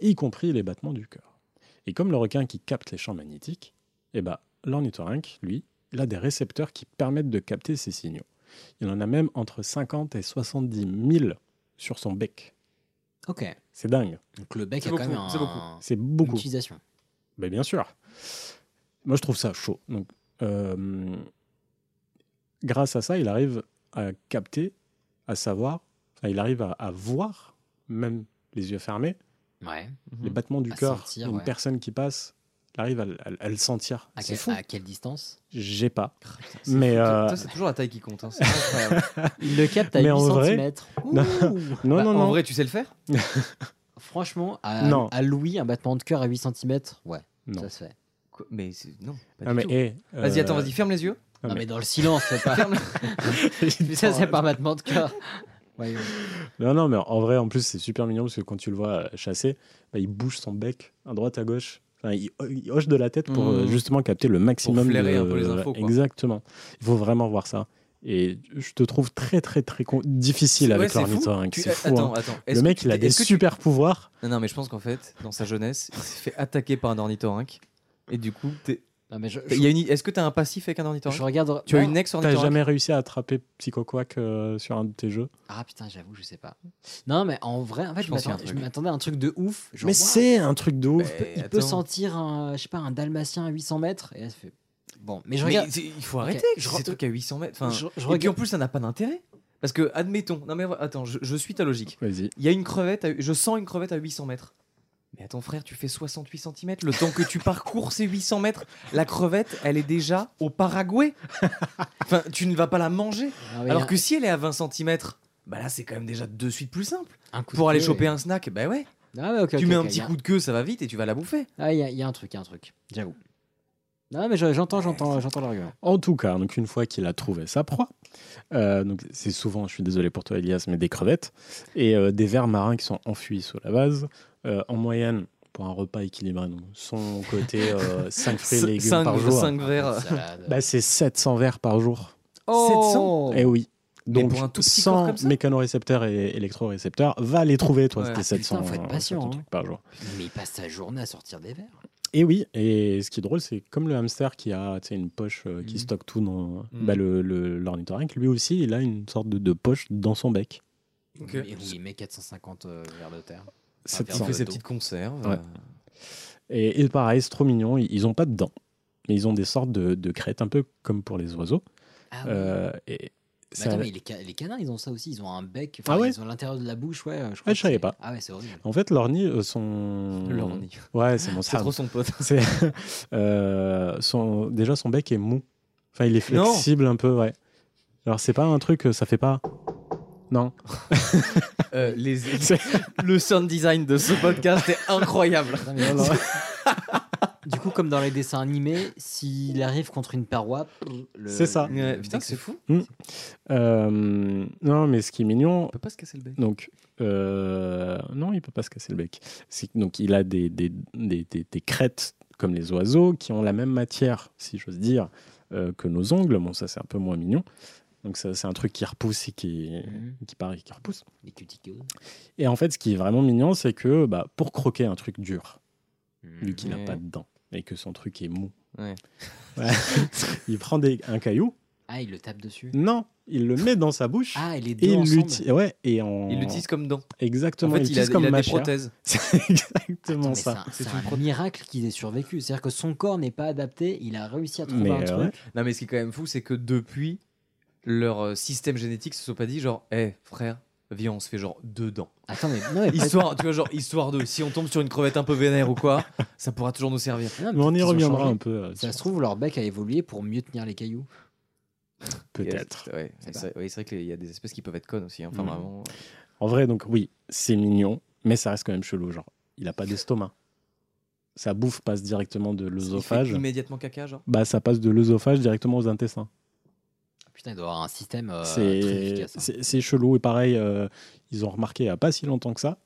Speaker 6: y compris les battements du cœur. Et comme le requin qui capte les champs magnétiques, eh ben, l'ornithorynque, lui, il a des récepteurs qui permettent de capter ces signaux. Il en a même entre 50 et 70 000 sur son bec.
Speaker 1: Ok.
Speaker 6: C'est dingue.
Speaker 1: Donc le bec
Speaker 7: C'est
Speaker 1: a quand
Speaker 7: beaucoup,
Speaker 1: même un-
Speaker 7: c'est beaucoup.
Speaker 6: C'est beaucoup.
Speaker 1: une utilisation.
Speaker 6: Mais Ben, bien sûr. Moi, je trouve ça chaud. Donc, euh, grâce à ça, il arrive à capter, à savoir, enfin, il arrive à, à voir, même les yeux fermés,
Speaker 1: Ouais.
Speaker 6: les
Speaker 7: Mhm.
Speaker 6: battements du
Speaker 1: À
Speaker 6: cœur
Speaker 1: sentir,
Speaker 6: d'une
Speaker 1: ouais.
Speaker 6: personne qui passe. Il arrive à, le- à le- à le sentir.
Speaker 1: À,
Speaker 6: C'est
Speaker 1: quel-
Speaker 6: fou.
Speaker 1: à quelle distance
Speaker 6: J'ai pas.
Speaker 7: C'est
Speaker 6: Mais
Speaker 7: fou. Toi,
Speaker 6: euh,
Speaker 7: toi, c'est toujours la taille qui compte. hein, c'est incroyable.
Speaker 1: Il le capte à
Speaker 6: Mais
Speaker 1: 8
Speaker 6: en vrai-
Speaker 1: cm.
Speaker 6: Non. non,
Speaker 7: Bah,
Speaker 6: non,
Speaker 7: En
Speaker 6: non.
Speaker 7: vrai, tu sais le faire
Speaker 1: Franchement, à,
Speaker 6: Non.
Speaker 1: à Louis, un battement de cœur à 8 cm, ouais,
Speaker 6: Non.
Speaker 1: ça se fait.
Speaker 7: Quoi Mais c'est- non. pas
Speaker 6: Ah,
Speaker 7: du
Speaker 6: mais,
Speaker 7: tout.
Speaker 6: eh,
Speaker 7: Vas-y, attends,
Speaker 6: euh, bah,
Speaker 7: vas-y, ferme les yeux.
Speaker 6: Ah,
Speaker 1: non,
Speaker 6: mais-
Speaker 1: mais dans le silence, c'est pas. Mais ça, c'est pas un battement de cœur. Ouais, ouais.
Speaker 6: Non, non, mais en vrai, en plus, c'est super mignon parce que quand tu le vois euh, chasser, bah, il bouge son bec à droite, à gauche. Enfin, il, ho- il hoche de la tête pour
Speaker 7: Mhm.
Speaker 6: euh, justement capter le maximum.
Speaker 7: flairer
Speaker 6: de-
Speaker 7: un peu les infos, quoi.
Speaker 6: Exactement. Il faut vraiment voir ça. Et je te trouve très, très, très con- difficile
Speaker 7: Ouais,
Speaker 6: avec
Speaker 7: c'est fou.
Speaker 6: l'ornithorynque.
Speaker 7: Tu- euh,
Speaker 6: C'est fou.
Speaker 7: Attends,
Speaker 6: hein.
Speaker 7: attends. Est-ce
Speaker 6: Le
Speaker 7: que
Speaker 6: mec,
Speaker 7: tu
Speaker 6: il a
Speaker 7: t'es-
Speaker 6: des
Speaker 7: est-ce que tu-
Speaker 6: super pouvoirs.
Speaker 7: Non, non, mais je pense qu'en fait, dans sa jeunesse, il s'est fait attaquer par un ornithorynque. Et du coup, t'es-
Speaker 1: Non, mais je, je-
Speaker 7: il y a une... est-ce que t'as un passif avec un ornithorynque
Speaker 1: je regarde.
Speaker 7: Tu as
Speaker 1: Non.
Speaker 7: une ex
Speaker 6: T'as
Speaker 7: ornithorynque
Speaker 6: jamais réussi à attraper Psycho Quack euh, sur un de tes jeux
Speaker 1: Ah putain, j'avoue, je sais pas. Non, mais en vrai, en fait,
Speaker 7: Je
Speaker 1: je,
Speaker 7: pense qu'il y a un
Speaker 1: m'attendais- je
Speaker 7: truc.
Speaker 1: m'attendais à un truc de ouf. genre,
Speaker 6: Mais
Speaker 1: waouh,
Speaker 6: c'est un truc de ouf.
Speaker 1: il peut- Il peut
Speaker 7: Attends.
Speaker 1: sentir un, je sais pas, un dalmatien à 800 mètres. Et elle se fait. Bon, mais je
Speaker 7: Mais
Speaker 1: regarde.
Speaker 7: c'est- il faut
Speaker 1: Ok,
Speaker 7: arrêter
Speaker 1: je
Speaker 7: ces
Speaker 1: re-
Speaker 7: trucs à 800 mètres. Enfin,
Speaker 1: je- je
Speaker 7: et puis en
Speaker 1: regarde-
Speaker 7: plus, ça n'a pas d'intérêt. Parce que, admettons, non mais attends, je, je suis ta logique.
Speaker 6: Vas-y.
Speaker 7: Il y a une crevette, à- je sens une crevette à 800 mètres. Mais attends, frère, tu fais 68 cm. Le temps que tu parcours ces 800 mètres, la crevette, elle est déjà au Paraguay. Enfin, tu ne vas pas la manger.
Speaker 1: Ah oui,
Speaker 7: Alors
Speaker 6: hein.
Speaker 1: un-
Speaker 7: que si elle est à 20 cm, bah là, c'est quand même déjà de suite plus simple.
Speaker 1: un coup de
Speaker 7: Pour aller
Speaker 1: queue,
Speaker 7: choper
Speaker 1: et-
Speaker 7: un snack, bah ouais.
Speaker 1: Ah ouais, ok,
Speaker 7: tu
Speaker 1: ok,
Speaker 7: mets un
Speaker 1: ok,
Speaker 7: petit
Speaker 1: y a-
Speaker 7: coup de queue, ça va vite et tu vas la bouffer.
Speaker 1: Ah, il y, a- il y a un truc, il y a un truc. J'avoue. Non, mais je- j'entends, j'entends, j'entends l'argument.
Speaker 6: En tout cas, donc une fois qu'il a trouvé sa proie, euh, donc c'est souvent, je suis désolé pour toi Elias, mais des crevettes et euh, des vers marins qui sont enfuis sous la base. Euh, en moyenne, pour un repas équilibré, donc, son côté 5 fruits et légumes par jour,
Speaker 7: 5 verres.
Speaker 1: Ah, Salade.
Speaker 6: bah, c'est 700 vers par jour.
Speaker 7: 700.
Speaker 6: Eh oui.
Speaker 7: Mais
Speaker 6: Donc
Speaker 7: Oh. pour un tout petit corps
Speaker 6: 100
Speaker 7: comme ça
Speaker 6: mécanorécepteurs et électrorécepteurs, va les trouver toi,
Speaker 7: Ouais.
Speaker 6: tes 700,
Speaker 1: putain, faut être
Speaker 6: euh,
Speaker 1: patient,
Speaker 6: 700
Speaker 1: hein.
Speaker 6: trucs par jour.
Speaker 1: Mais il passe sa journée à sortir des verres.
Speaker 6: Et oui, et ce qui est drôle, c'est comme le hamster qui a tu sais, une poche euh, qui
Speaker 7: Mhm.
Speaker 6: stocke tout dans
Speaker 7: Mhm.
Speaker 6: bah, le- le- l'ornithorynque, lui aussi, il a une sorte de, de poche dans son bec.
Speaker 7: Ah, Ok.
Speaker 1: Et oui, il met 450 euh, verres de terre.
Speaker 7: Il
Speaker 1: Sans
Speaker 7: fait
Speaker 1: le
Speaker 7: ses
Speaker 1: dos.
Speaker 7: petites conserves.
Speaker 6: Ouais. Et, et pareil, c'est trop mignon, ils, ils ont pas de dents, mais ils ont des sortes de, de crêtes, un peu comme pour les oiseaux.
Speaker 1: Ah
Speaker 6: Euh,
Speaker 7: Bah,
Speaker 6: et
Speaker 1: Mais
Speaker 6: ça-
Speaker 1: attends, mais les, ca- les canards, ils ont ça aussi. Ils ont un bec.
Speaker 6: Ah
Speaker 1: Enfin,
Speaker 6: ouais
Speaker 1: Ils ont l'intérieur de la bouche, ouais. euh, Je, crois
Speaker 6: Ah, je
Speaker 1: que
Speaker 6: savais
Speaker 1: c'est-
Speaker 6: pas.
Speaker 1: Ah ouais, c'est horrible.
Speaker 6: En fait, l'orni, euh, son...
Speaker 7: L'orni.
Speaker 6: Ouais, c'est mon
Speaker 7: C'est
Speaker 6: Sam.
Speaker 7: trop son pote.
Speaker 6: C'est- euh, son... Déjà, son bec est mou. Enfin, il est
Speaker 7: Non.
Speaker 6: flexible un peu, ouais. Alors, c'est pas un truc, euh, ça fait pas... Non.
Speaker 7: Euh, les-
Speaker 6: C'est-
Speaker 7: le sound design de ce podcast est incroyable.
Speaker 1: Non, mais- du coup, comme dans les dessins animés, s'il arrive contre une paroi, le-
Speaker 6: C'est ça.
Speaker 1: le
Speaker 7: Ouais,
Speaker 1: bec
Speaker 7: Euh, putain,
Speaker 1: se
Speaker 7: c'est fou.
Speaker 6: Euh, non, mais ce qui est mignon,
Speaker 7: On peut pas se casser le bec.
Speaker 6: donc, euh, non, il peut pas se casser le bec. C'est- Donc, il a des, des, des, des- des crêtes comme les oiseaux qui ont la même matière, si j'ose dire, euh, que nos ongles. Bon, ça, c'est un peu moins mignon. Donc, ça, c'est un truc qui repousse et qui,
Speaker 1: Mhm.
Speaker 6: qui paraît qui repousse.
Speaker 1: Les cuticules.
Speaker 6: Et en fait, ce qui est vraiment mignon, c'est que bah, pour croquer un truc dur, vu
Speaker 1: Mm.
Speaker 6: qu'il n'a
Speaker 7: Ouais.
Speaker 6: pas de dents et que son truc est mou,
Speaker 7: Ouais.
Speaker 6: Ouais. il prend des- un caillou.
Speaker 1: Ah, il le tape dessus.
Speaker 6: Non, il le met dans sa bouche.
Speaker 1: Ah, et les
Speaker 6: Et
Speaker 1: deux
Speaker 6: il
Speaker 1: ensemble.
Speaker 6: l'utilise. Ouais, et en...
Speaker 7: Il l'utilise comme dent. En
Speaker 6: Exactement.
Speaker 7: fait,
Speaker 6: il
Speaker 7: il a,
Speaker 6: l'utilise
Speaker 7: il
Speaker 6: comme
Speaker 7: a des
Speaker 6: matière.
Speaker 7: prothèses.
Speaker 6: C'est exactement
Speaker 1: Attends, mais C'est
Speaker 6: ça.
Speaker 1: un,
Speaker 7: C'est
Speaker 1: c'est
Speaker 7: une
Speaker 1: un
Speaker 7: prothèse.
Speaker 1: miracle qu'il ait survécu. C'est-à-dire que son corps n'est pas adapté. Il a réussi à
Speaker 6: Mais
Speaker 1: trouver un
Speaker 6: euh,
Speaker 1: truc.
Speaker 6: ouais.
Speaker 7: Non, mais ce qui est quand même fou, c'est que depuis, leur euh, système génétique se soit pas dit genre, hé frère, viens, on se fait genre deux dents.
Speaker 1: Attends, mais non, mais pas-
Speaker 7: Histoire, tu vois, genre, histoire de, si on tombe sur une crevette un peu vénère ou quoi, ça pourra toujours nous servir.
Speaker 1: non, mais
Speaker 6: Mais on
Speaker 1: peut-être
Speaker 6: y
Speaker 1: qu'ils ont
Speaker 6: reviendra
Speaker 1: changé.
Speaker 6: un peu. euh,
Speaker 1: Ça
Speaker 6: sur-
Speaker 1: se trouve, leur bec a évolué pour mieux tenir les cailloux.
Speaker 6: Peut-être.
Speaker 7: euh, Ouais,
Speaker 1: C'est
Speaker 7: c'est ouais, c'est vrai qu'il y a des espèces qui peuvent être connes aussi. hein. Enfin,
Speaker 6: Mm.
Speaker 7: vraiment.
Speaker 6: En vrai, donc oui, c'est mignon, mais ça reste quand même chelou. Genre, il a pas d'estomac. Sa bouffe passe directement de
Speaker 7: Il fait
Speaker 6: l'œsophage.
Speaker 7: Immédiatement caca, genre.
Speaker 6: Bah, ça passe de l'œsophage directement aux intestins.
Speaker 1: Ah, Putain, il doit avoir un système euh, très
Speaker 6: c'est
Speaker 1: efficace. hein.
Speaker 6: c'est- c'est chelou. Et pareil, euh, ils ont remarqué il n'y a pas si longtemps que ça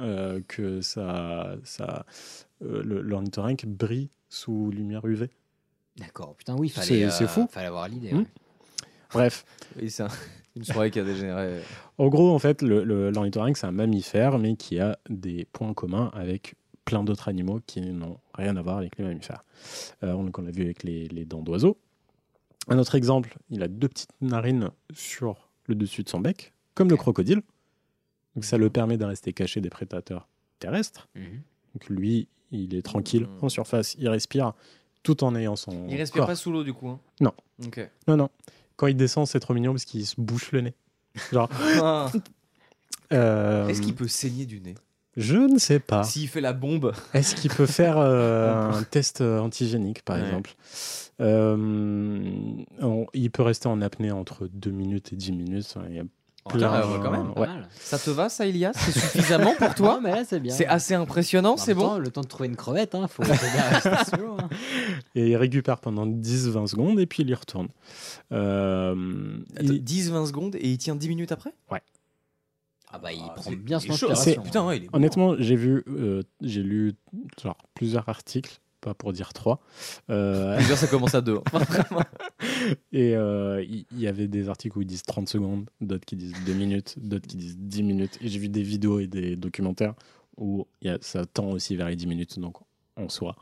Speaker 6: euh, que ça, ça euh, le- l'ornithorynque brille sous lumière UV.
Speaker 1: D'accord. Putain, oui,
Speaker 6: C'est-
Speaker 1: fallait.
Speaker 6: c'est
Speaker 1: euh,
Speaker 6: fou.
Speaker 1: Fallait avoir l'idée.
Speaker 6: Hmm.
Speaker 1: ouais.
Speaker 6: Bref,
Speaker 7: Oui, c'est un- une soirée qui a dégénéré.
Speaker 6: En gros, en fait, le- le- l'ornithorynque, c'est un mammifère, mais qui a des points communs avec plein d'autres animaux qui n'ont rien à voir avec les mammifères. Euh, on on l'a vu avec les, les dents d'oiseau. Un autre exemple, il a deux petites narines sur le dessus de son bec, comme le crocodile. Donc ça le permet de rester caché des prédateurs terrestres.
Speaker 7: Mhm.
Speaker 6: Donc lui, il est tranquille en surface, il respire tout en ayant son
Speaker 7: Hmm. Il respire
Speaker 6: corps.
Speaker 7: pas sous l'eau du coup. hein.
Speaker 6: Non.
Speaker 7: Ok.
Speaker 6: Non, non. Quand il descend, c'est trop mignon parce qu'il se bouche le nez. Genre.
Speaker 7: Ah.
Speaker 6: euh,
Speaker 7: Est-ce qu'il peut saigner du nez
Speaker 6: Je ne sais pas.
Speaker 7: S'il fait la bombe.
Speaker 6: Est-ce qu'il peut faire euh, un test euh, antigénique, par
Speaker 7: Ouais.
Speaker 6: exemple Euh, on- Il peut rester en apnée entre 2 minutes et 10 minutes. hein, Il y a plein-
Speaker 7: Putain, euh, quand même, pas
Speaker 6: ouais.
Speaker 1: mal.
Speaker 7: Ça te va, ça, Elias C'est suffisamment pour toi
Speaker 1: Non, mais là, c'est bien.
Speaker 7: C'est assez impressionnant,
Speaker 1: En
Speaker 7: c'est
Speaker 1: même temps,
Speaker 7: bon
Speaker 1: Le temps de trouver une crevette, hein, faut faut bien rester sous l'eau, hein.
Speaker 6: Et il récupère pendant 10-20 secondes et puis il y retourne. Euh,
Speaker 7: Attends,
Speaker 6: il-
Speaker 7: 10-20 secondes et il tient 10 minutes après
Speaker 1: Ah bah, il
Speaker 7: Ah,
Speaker 1: prend
Speaker 7: c'est-
Speaker 1: bien
Speaker 7: il
Speaker 1: son
Speaker 7: est chaud.
Speaker 1: inspiration.
Speaker 7: C'est- Putain, ouais, il est bon.
Speaker 6: Honnêtement, j'ai vu, euh, j'ai lu genre, plusieurs articles, pas pour dire trois. Euh,
Speaker 7: Plusieurs, ça commence à deux. hein.
Speaker 6: Et euh, il il y, avait des articles où ils disent 30 secondes, d'autres qui disent 2 minutes, d'autres qui disent 10 minutes. Et j'ai vu des vidéos et des documentaires où il y a- ça tend aussi vers les 10 minutes. Donc, en soi,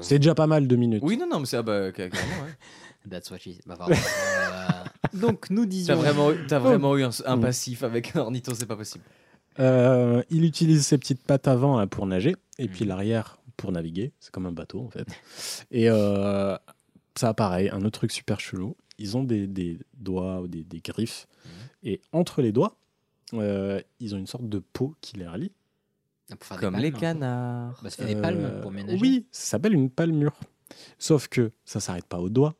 Speaker 6: c'est déjà pas mal 2 minutes.
Speaker 7: oui, non, non, mais c'est. Ah bah, ca- carrément, ouais.
Speaker 1: That's what she- bah, pardon. Euh, Donc, nous
Speaker 7: T'as
Speaker 1: disions.
Speaker 7: vraiment, eu- t'as vraiment eu un, un
Speaker 6: Mm.
Speaker 7: passif avec un ornitho, c'est pas possible.
Speaker 6: Euh, il utilise ses petites pattes avant là, pour nager et puis
Speaker 1: Mhm.
Speaker 6: l'arrière pour naviguer. C'est comme un bateau en fait. Et euh, ça, pareil, un autre truc super chelou. Ils ont des, des doigts ou des, des griffes. Et entre les doigts, euh, ils ont une sorte de peau qui les relie.
Speaker 1: Pour faire des
Speaker 7: Comme les
Speaker 1: palmes.
Speaker 7: canards.
Speaker 1: Bah, ça fait des palmes
Speaker 6: Euh,
Speaker 1: pour ménager.
Speaker 6: Oui, ça s'appelle une palmure. Sauf que ça s'arrête pas aux doigts.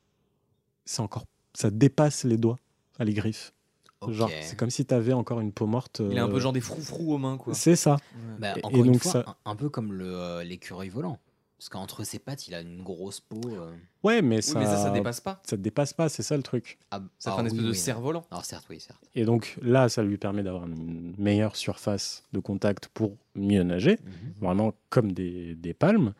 Speaker 6: C'est encore, ça dépasse les doigts, enfin, les griffes.
Speaker 1: Ok.
Speaker 6: Genre, c'est comme si tu avais encore une peau morte.
Speaker 7: Il a un
Speaker 6: euh,
Speaker 7: peu genre des froufrous aux mains, quoi.
Speaker 6: C'est ça.
Speaker 1: Bah,
Speaker 6: Et-
Speaker 1: encore
Speaker 6: et
Speaker 1: une
Speaker 6: donc
Speaker 1: fois,
Speaker 6: ça-
Speaker 1: un, un peu comme le, euh, l'écureuil volant. Parce qu'entre ses pattes, il a une grosse peau. euh.
Speaker 6: Ouais, mais
Speaker 7: Oui,
Speaker 6: ça,
Speaker 7: mais ça, ça dépasse pas.
Speaker 6: ça te dépasse pas, c'est ça le truc.
Speaker 1: Ah,
Speaker 7: Ça
Speaker 1: ah,
Speaker 7: fait un
Speaker 1: oui,
Speaker 7: espèce de
Speaker 1: oui.
Speaker 7: cerf-volant.
Speaker 1: Alors, certes, oui, certes.
Speaker 6: Et donc là, ça lui permet d'avoir une meilleure surface de contact pour mieux nager,
Speaker 1: Mhm.
Speaker 6: vraiment comme des, des palmes.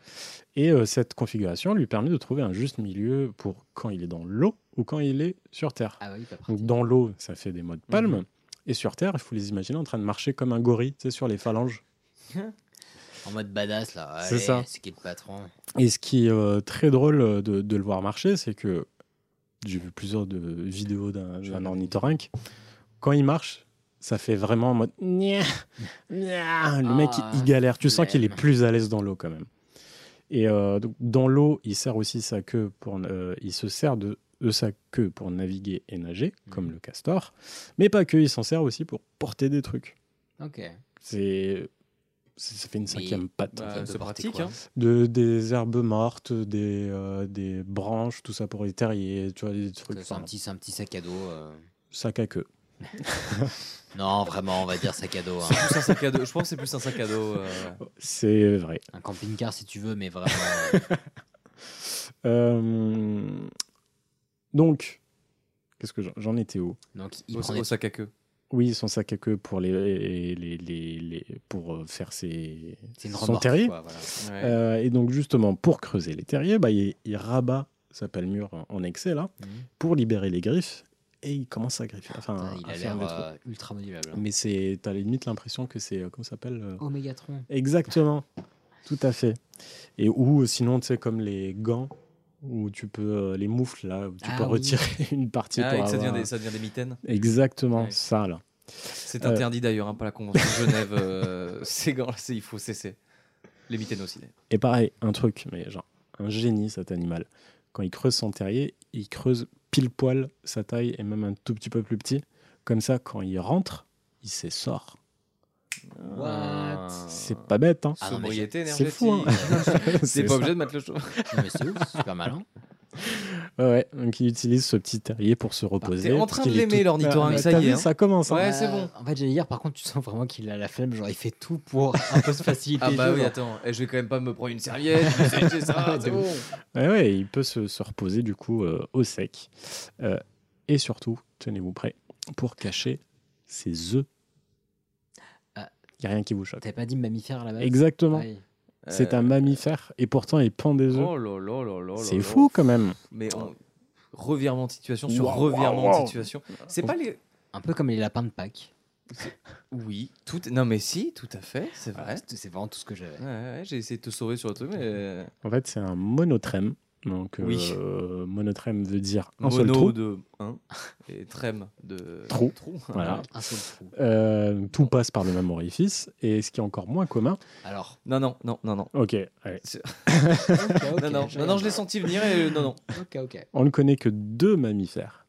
Speaker 6: Et euh, cette configuration lui permet de trouver un juste milieu pour quand il est dans l'eau ou quand il est sur terre.
Speaker 1: Ah oui, pas pratique.
Speaker 6: Donc dans l'eau, ça fait des modes palmes. Et sur terre, il faut les imaginer en train de marcher comme un gorille, tu sais, sur les phalanges.
Speaker 1: En mode badass, là.
Speaker 6: C'est
Speaker 1: Allez,
Speaker 6: ça.
Speaker 1: C'est qui le patron
Speaker 6: Et ce qui est euh, très drôle euh, de, de le voir marcher, c'est que j'ai vu plusieurs de vidéos d'un d'un ornithorynque. Quand il marche, ça fait vraiment en mode Nya, nya le mec il,
Speaker 1: Ah,
Speaker 6: il galère. Tu sens qu'il est
Speaker 1: flemme.
Speaker 6: plus à l'aise dans l'eau quand même. Et euh, donc, dans l'eau, il sert aussi sa queue pour euh, il se sert de, de sa queue pour naviguer et nager, comme le castor, mais pas que. Il s'en sert aussi pour porter des trucs.
Speaker 1: Ok.
Speaker 6: C'est c'est- ça fait une cinquième patte. en
Speaker 7: Bah,
Speaker 6: fait
Speaker 1: de
Speaker 7: c'est
Speaker 1: porter
Speaker 7: pratique,
Speaker 1: quoi
Speaker 7: hein.
Speaker 6: de, des herbes mortes, des, euh, des branches, tout ça pour les terriers, tu vois, des trucs.
Speaker 1: C'est un
Speaker 6: enfin,
Speaker 1: petit, c'est un petit sac à dos. euh.
Speaker 6: Sac à queue.
Speaker 1: Non, vraiment, on va dire sac à dos. hein.
Speaker 7: C'est plus un sac à dos. Je pense que c'est plus un sac à dos. euh,
Speaker 6: C'est vrai.
Speaker 1: Un camping-car si tu veux, mais vraiment.
Speaker 6: Euh, Donc, qu'est-ce que j'en- j'en étais où
Speaker 1: Donc, il
Speaker 7: au,
Speaker 1: prend
Speaker 7: au
Speaker 1: des
Speaker 7: sac à queue.
Speaker 6: Oui, son sac à queue pour, les, les, les- les- pour euh, faire ses,
Speaker 1: C'est une
Speaker 6: son
Speaker 1: remorque.
Speaker 6: terrier.
Speaker 1: quoi, voilà.
Speaker 7: Ouais.
Speaker 6: Euh, et donc, justement, pour creuser les terriers, bah, il, il rabat sa palmure en excès, là,
Speaker 1: Mhm.
Speaker 6: pour libérer les griffes. Et il commence à griffer. Enfin,
Speaker 1: Putain, il
Speaker 6: à
Speaker 1: a
Speaker 6: faire
Speaker 1: l'air
Speaker 6: des trous.
Speaker 1: euh, ultra modulable. hein.
Speaker 6: Mais c'est, t'as limite l'impression que c'est, euh, comment ça s'appelle euh,
Speaker 1: Omégatron.
Speaker 6: Exactement, tout à fait. Et ou euh, sinon, tu sais, comme les gants, où tu peux, euh, les moufles, là, où tu
Speaker 1: Ah
Speaker 6: peux
Speaker 1: oui.
Speaker 6: retirer une partie
Speaker 7: Ah,
Speaker 6: pour
Speaker 7: et que ça, devient
Speaker 6: avoir- euh,
Speaker 7: des, ça devient des mitaines.
Speaker 6: Exactement,
Speaker 7: Ouais.
Speaker 6: ça, là.
Speaker 7: C'est
Speaker 6: Euh.
Speaker 7: interdit d'ailleurs, hein, par la Convention de Genève. euh, ces gants-là, c'est- il faut cesser. Les mitaines aussi. d'ailleurs.
Speaker 6: Et pareil, un truc, mais genre, un génie, cet animal. Quand il creuse son terrier, il creuse pile poil sa taille et même un tout petit peu plus petit. Comme ça, quand il rentre, il s'essort.
Speaker 1: What
Speaker 6: C'est pas bête, hein
Speaker 1: Ah non, mais
Speaker 7: Euh, Sobriété
Speaker 6: c'est
Speaker 7: énergétique.
Speaker 6: fou, hein.
Speaker 7: C'est
Speaker 6: C'est
Speaker 7: pas
Speaker 6: ça.
Speaker 7: obligé de mettre le chaud.
Speaker 1: Non, mais c'est ouf, c'est super malin.
Speaker 6: Ouais, ouais, donc il utilise ce petit terrier pour se reposer.
Speaker 7: Bah, en
Speaker 6: parce
Speaker 7: train
Speaker 6: qu'il
Speaker 7: de
Speaker 6: est
Speaker 7: l'aimer, l'ornithorynque,
Speaker 6: Ah,
Speaker 7: ça
Speaker 6: t'as
Speaker 7: y est,
Speaker 6: vu,
Speaker 7: hein.
Speaker 6: Ça commence. hein.
Speaker 7: Ouais, c'est
Speaker 1: Euh,
Speaker 7: bon.
Speaker 1: En fait, j'allais dire, par contre, tu sens vraiment qu'il a la flemme. Genre, il fait tout pour un peu se faciliter.
Speaker 7: Ah
Speaker 1: le
Speaker 7: bah
Speaker 1: jeu, hein.
Speaker 7: oui,
Speaker 1: genre.
Speaker 7: attends, eh, je vais quand même pas me prendre une serviette, je vais sécher ça, c'est bon.
Speaker 6: Ouais, ouais, il peut se, se reposer du coup euh, au sec. Euh, et surtout, tenez-vous prêts, pour cacher ses œufs. Il
Speaker 1: Ah.
Speaker 6: n'y a rien qui vous choque.
Speaker 1: T'avais pas dit mammifère à la base
Speaker 6: Exactement.
Speaker 1: Ouais.
Speaker 6: C'est
Speaker 7: Euh,
Speaker 6: un mammifère et pourtant il pend des œufs.
Speaker 7: Oh là là là là là
Speaker 6: C'est
Speaker 7: là.
Speaker 6: fou quand même.
Speaker 7: Mais on- revirement de situation sur
Speaker 6: Waouh,
Speaker 7: revirement
Speaker 6: waouh,
Speaker 7: de situation. C'est pas les.
Speaker 1: Un peu comme les lapins de Pâques.
Speaker 7: Oui, tout. Non, mais si, tout à fait, Ah, c'est
Speaker 1: Voilà,
Speaker 7: vrai.
Speaker 1: c'est- c'est vraiment tout ce que j'avais.
Speaker 7: Ouais, ouais, ouais, j'ai essayé de te sauver sur le truc, mais. euh,
Speaker 6: En fait, c'est un monotrème. Donc, euh,
Speaker 7: Oui.
Speaker 6: monotrème veut dire un seul
Speaker 7: Mono
Speaker 6: trou.
Speaker 7: de 1 et trème de
Speaker 6: Trou. Voilà. Euh, tout passe par le même orifice. Et ce qui est encore moins commun.
Speaker 1: Alors,
Speaker 7: Non, non, non, non, non.
Speaker 6: Ok. allez.
Speaker 7: C'est-
Speaker 1: Ah, ok,
Speaker 7: non, non,
Speaker 1: j'ai
Speaker 7: non, non, je
Speaker 1: rien.
Speaker 7: l'ai senti venir et euh, non, non.
Speaker 1: ok, ok.
Speaker 6: On ne connaît que deux mammifères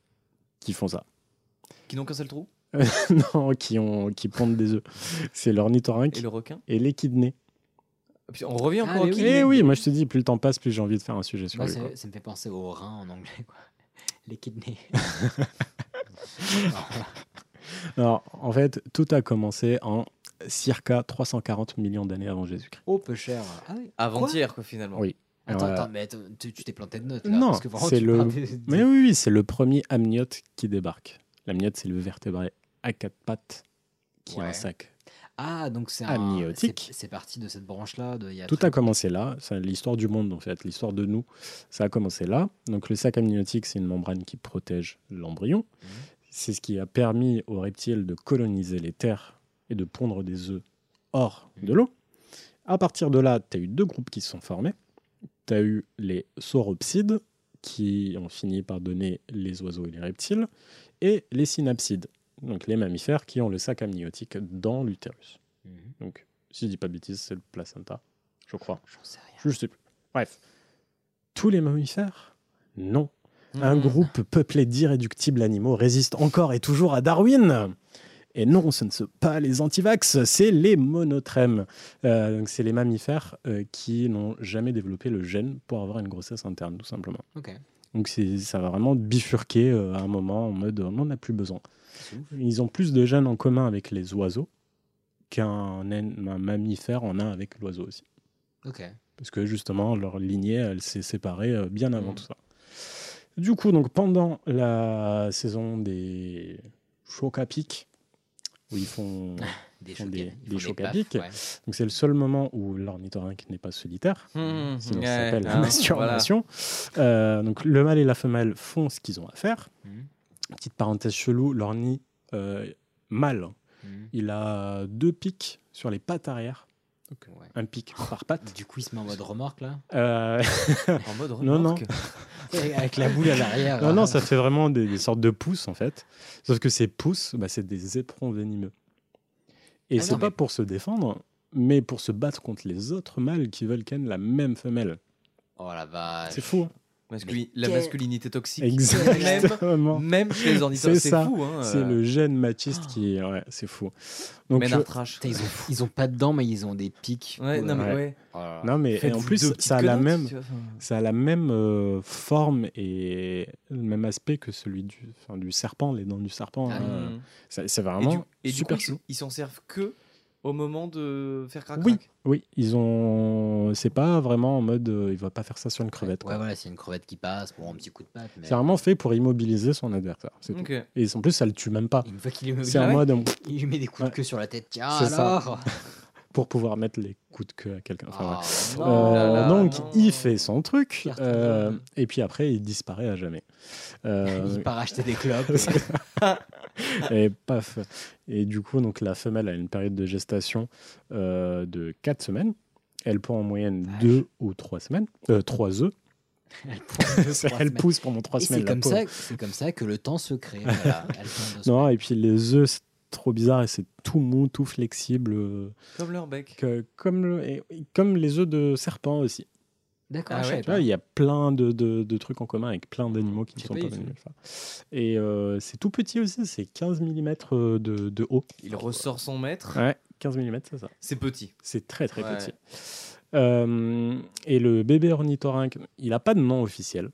Speaker 6: qui font ça.
Speaker 7: Qui n'ont qu'un seul trou
Speaker 6: non, qui, ont, qui pondent des œufs. C'est l'ornithorynque
Speaker 7: et le requin.
Speaker 6: et l'échidné.
Speaker 7: Et puis on revient
Speaker 1: Ah,
Speaker 7: encore
Speaker 1: mais
Speaker 7: au
Speaker 1: oui.
Speaker 7: kiwi.
Speaker 6: Eh oui, Bah, moi je te dis, plus le temps passe, plus j'ai envie de faire un sujet sur
Speaker 1: Moi,
Speaker 6: lui. quoi.
Speaker 1: ça, ça me fait penser aux reins en anglais, quoi. Les kidneys.
Speaker 6: Alors, en fait, tout a commencé en circa 340 millions d'années avant Jésus-Christ.
Speaker 1: oh, peu cher. Ah oui.
Speaker 7: Avant-hier, quoi, finalement.
Speaker 6: Oui.
Speaker 1: Attends,
Speaker 6: Euh,
Speaker 1: attends, mais attends, tu tu t'es planté de notes là.
Speaker 6: Non,
Speaker 1: parce que vraiment,
Speaker 6: c'est
Speaker 1: tu
Speaker 6: le-
Speaker 1: parles des- des-
Speaker 6: Mais oui, oui, c'est le premier amniote qui débarque. L'amniote, c'est le vertébré à quatre pattes qui a
Speaker 1: Ouais.
Speaker 6: un sac.
Speaker 1: Ah, donc c'est un. C'est
Speaker 6: Amniotique.
Speaker 1: c'est parti de cette branche-là. de il y a
Speaker 6: Tout
Speaker 1: très-
Speaker 6: a commencé là. C'est l'histoire du monde, en fait, l'histoire de nous. Ça a commencé là. Donc, le sac amniotique, c'est une membrane qui protège l'embryon.
Speaker 1: Mhm.
Speaker 6: C'est ce qui a permis aux reptiles de coloniser les terres et de pondre des œufs hors de l'eau. À partir de là, tu as eu deux groupes qui se sont formés. Tu as eu les sauropsides, qui ont fini par donner les oiseaux et les reptiles, et les synapsides, donc les mammifères qui ont le sac amniotique dans l'utérus.
Speaker 1: Mhm.
Speaker 6: Donc, si je dis pas de bêtises, c'est le placenta, je crois.
Speaker 1: J'en sais rien.
Speaker 6: Je sais plus. Bref. Tous les mammifères Non. Un
Speaker 1: Mhm.
Speaker 7: Hmm.
Speaker 6: groupe peuplé d'irréductibles animaux résiste encore et toujours à Darwin et non, ce ne sont pas les antivax, c'est les monotrèmes. Euh, donc, c'est les mammifères euh, qui n'ont jamais développé le gène pour avoir une grossesse interne, tout simplement.
Speaker 1: Ok.
Speaker 6: Donc c'est- ça va vraiment bifurquer euh, à un moment en mode on n'en a plus besoin. Ils ont plus de gènes en commun avec les oiseaux qu'un aine- un mammifère en a avec l'oiseau aussi.
Speaker 1: Ok.
Speaker 6: Parce que justement, leur lignée, elle s'est séparée euh, bien avant
Speaker 1: Mhm.
Speaker 6: tout ça. Du coup, donc pendant la saison des chocs à pic, où ils font.
Speaker 1: Des
Speaker 6: font
Speaker 1: chocs à-
Speaker 6: des-
Speaker 1: ils
Speaker 6: des
Speaker 1: font
Speaker 6: chocs à
Speaker 1: baffes,
Speaker 6: pic.
Speaker 1: ouais.
Speaker 6: Donc c'est le seul moment où l'ornithorynque n'est pas solitaire.
Speaker 7: Hmm,
Speaker 6: Sinon,
Speaker 7: ouais,
Speaker 6: ça s'appelle la
Speaker 7: hein,
Speaker 6: masturbation. Euh, donc, le mâle et la femelle font ce qu'ils ont à faire.
Speaker 1: Mhm.
Speaker 6: Petite parenthèse chelou, l'orni euh, mâle,
Speaker 1: Mhm.
Speaker 6: il a deux pics sur les pattes arrière.
Speaker 1: Ouais.
Speaker 6: Un pic par patte.
Speaker 1: Du coup, il se met en mode remorque là.
Speaker 6: Euh,
Speaker 7: voilà. En mode
Speaker 6: Non, non.
Speaker 7: remorque.
Speaker 1: Avec la boule à l'arrière. euh,
Speaker 6: non, non, ça
Speaker 7: Ah.
Speaker 6: fait vraiment des, des sortes de pouces, en fait. Sauf que ces pouces, bah, c'est des éperons venimeux. Et
Speaker 1: Ah
Speaker 6: c'est
Speaker 1: non,
Speaker 6: pas
Speaker 1: mais-
Speaker 6: pour se défendre, mais pour se battre contre les autres mâles qui veulent ken la même femelle.
Speaker 1: Oh la vache.
Speaker 7: Ah,
Speaker 6: C'est fou. hein.
Speaker 7: Masculi- La
Speaker 1: quel-
Speaker 7: masculinité toxique.
Speaker 6: Exactement.
Speaker 7: Même, même chez les ornithologues,
Speaker 6: C'est
Speaker 7: c'est
Speaker 6: ça.
Speaker 7: fou. Hein,
Speaker 6: C'est le gène machiste qui est. Ouais, c'est fou. Donc, je-
Speaker 7: Ménard trash.
Speaker 1: Putain, ils, ont, ils ont pas de dents, mais ils ont des pics.
Speaker 7: Ouais, non, mais
Speaker 6: Ouais.
Speaker 7: ouais.
Speaker 1: Oh là là.
Speaker 6: Non, mais et en
Speaker 7: Faites-vous
Speaker 6: plus,
Speaker 7: deux petites
Speaker 6: ça a, la
Speaker 7: connasses,
Speaker 6: même,
Speaker 7: tu vois, enfin.
Speaker 6: ça a la même euh, forme et le même aspect que celui du, enfin, du serpent, les dents du serpent.
Speaker 1: Ah,
Speaker 6: hein.
Speaker 7: Hmm.
Speaker 6: Ça- C'est
Speaker 7: Et du,
Speaker 6: vraiment
Speaker 7: et du coup,
Speaker 6: super
Speaker 7: ils
Speaker 6: chou.
Speaker 7: s- ils s'en servent que au moment de faire crac
Speaker 6: Oui, oui, ils ont. C'est pas vraiment en mode. euh, il va pas faire ça sur une crevette. quoi.
Speaker 1: Ouais, voilà, c'est une crevette qui passe pour un petit coup de patte. Mais...
Speaker 6: C'est vraiment fait pour immobiliser son adversaire. c'est tout.
Speaker 7: Ok.
Speaker 6: Et en plus, ça le tue même pas.
Speaker 1: Une fois qu'il est
Speaker 6: C'est
Speaker 1: mobile,
Speaker 6: en
Speaker 7: ouais.
Speaker 6: mode. euh,
Speaker 1: il lui met des coups de
Speaker 6: Ouais.
Speaker 1: queue sur la tête. Tiens,
Speaker 6: C'est ça.
Speaker 1: alors
Speaker 6: Pour pouvoir mettre les coups de queue à quelqu'un. Enfin, ouais.
Speaker 1: Ah,
Speaker 7: Oh
Speaker 6: Euh,
Speaker 7: là là,
Speaker 6: donc
Speaker 7: non.
Speaker 6: il fait son truc
Speaker 1: Carton
Speaker 6: euh,
Speaker 1: jaune.
Speaker 6: et puis après il disparaît à jamais. Euh,
Speaker 1: Il part acheter des clopes.
Speaker 6: et paf. Et du coup donc la femelle a une période de gestation euh, de 4 semaines. Elle pond en moyenne
Speaker 1: Ah.
Speaker 6: 2 ou 3 semaines, 3 œufs. Elle
Speaker 1: semaines.
Speaker 6: pousse pendant 3
Speaker 1: Et
Speaker 6: semaines.
Speaker 1: c'est
Speaker 6: la
Speaker 1: comme,
Speaker 6: pauvre.
Speaker 1: ça- c'est comme ça que le temps se crée. Voilà. Elle prend deux
Speaker 6: Non
Speaker 1: semaines.
Speaker 6: et puis les œufs c'est trop bizarre et c'est tout mou, tout flexible, euh,
Speaker 7: Comme leur bec.
Speaker 6: que- comme le- et- et comme les œufs de serpent aussi.
Speaker 1: D'accord,
Speaker 7: Ah
Speaker 1: je
Speaker 7: ouais,
Speaker 1: savais
Speaker 6: Tu vois,
Speaker 1: pas.
Speaker 6: il y a plein de, de- de trucs en commun avec plein d'animaux qui
Speaker 1: Je
Speaker 6: ne
Speaker 1: sais
Speaker 6: sont
Speaker 1: pas
Speaker 6: pas
Speaker 1: du tout.
Speaker 6: venus. Et euh, c'est tout petit aussi, c'est 15 mm de, de haut.
Speaker 7: Il ressort son maître.
Speaker 6: Ouais, 15 mm, c'est ça.
Speaker 7: C'est petit.
Speaker 6: C'est très très
Speaker 7: Ouais.
Speaker 6: petit. Euh, et le bébé ornithorynque, il n'a pas de nom officiel.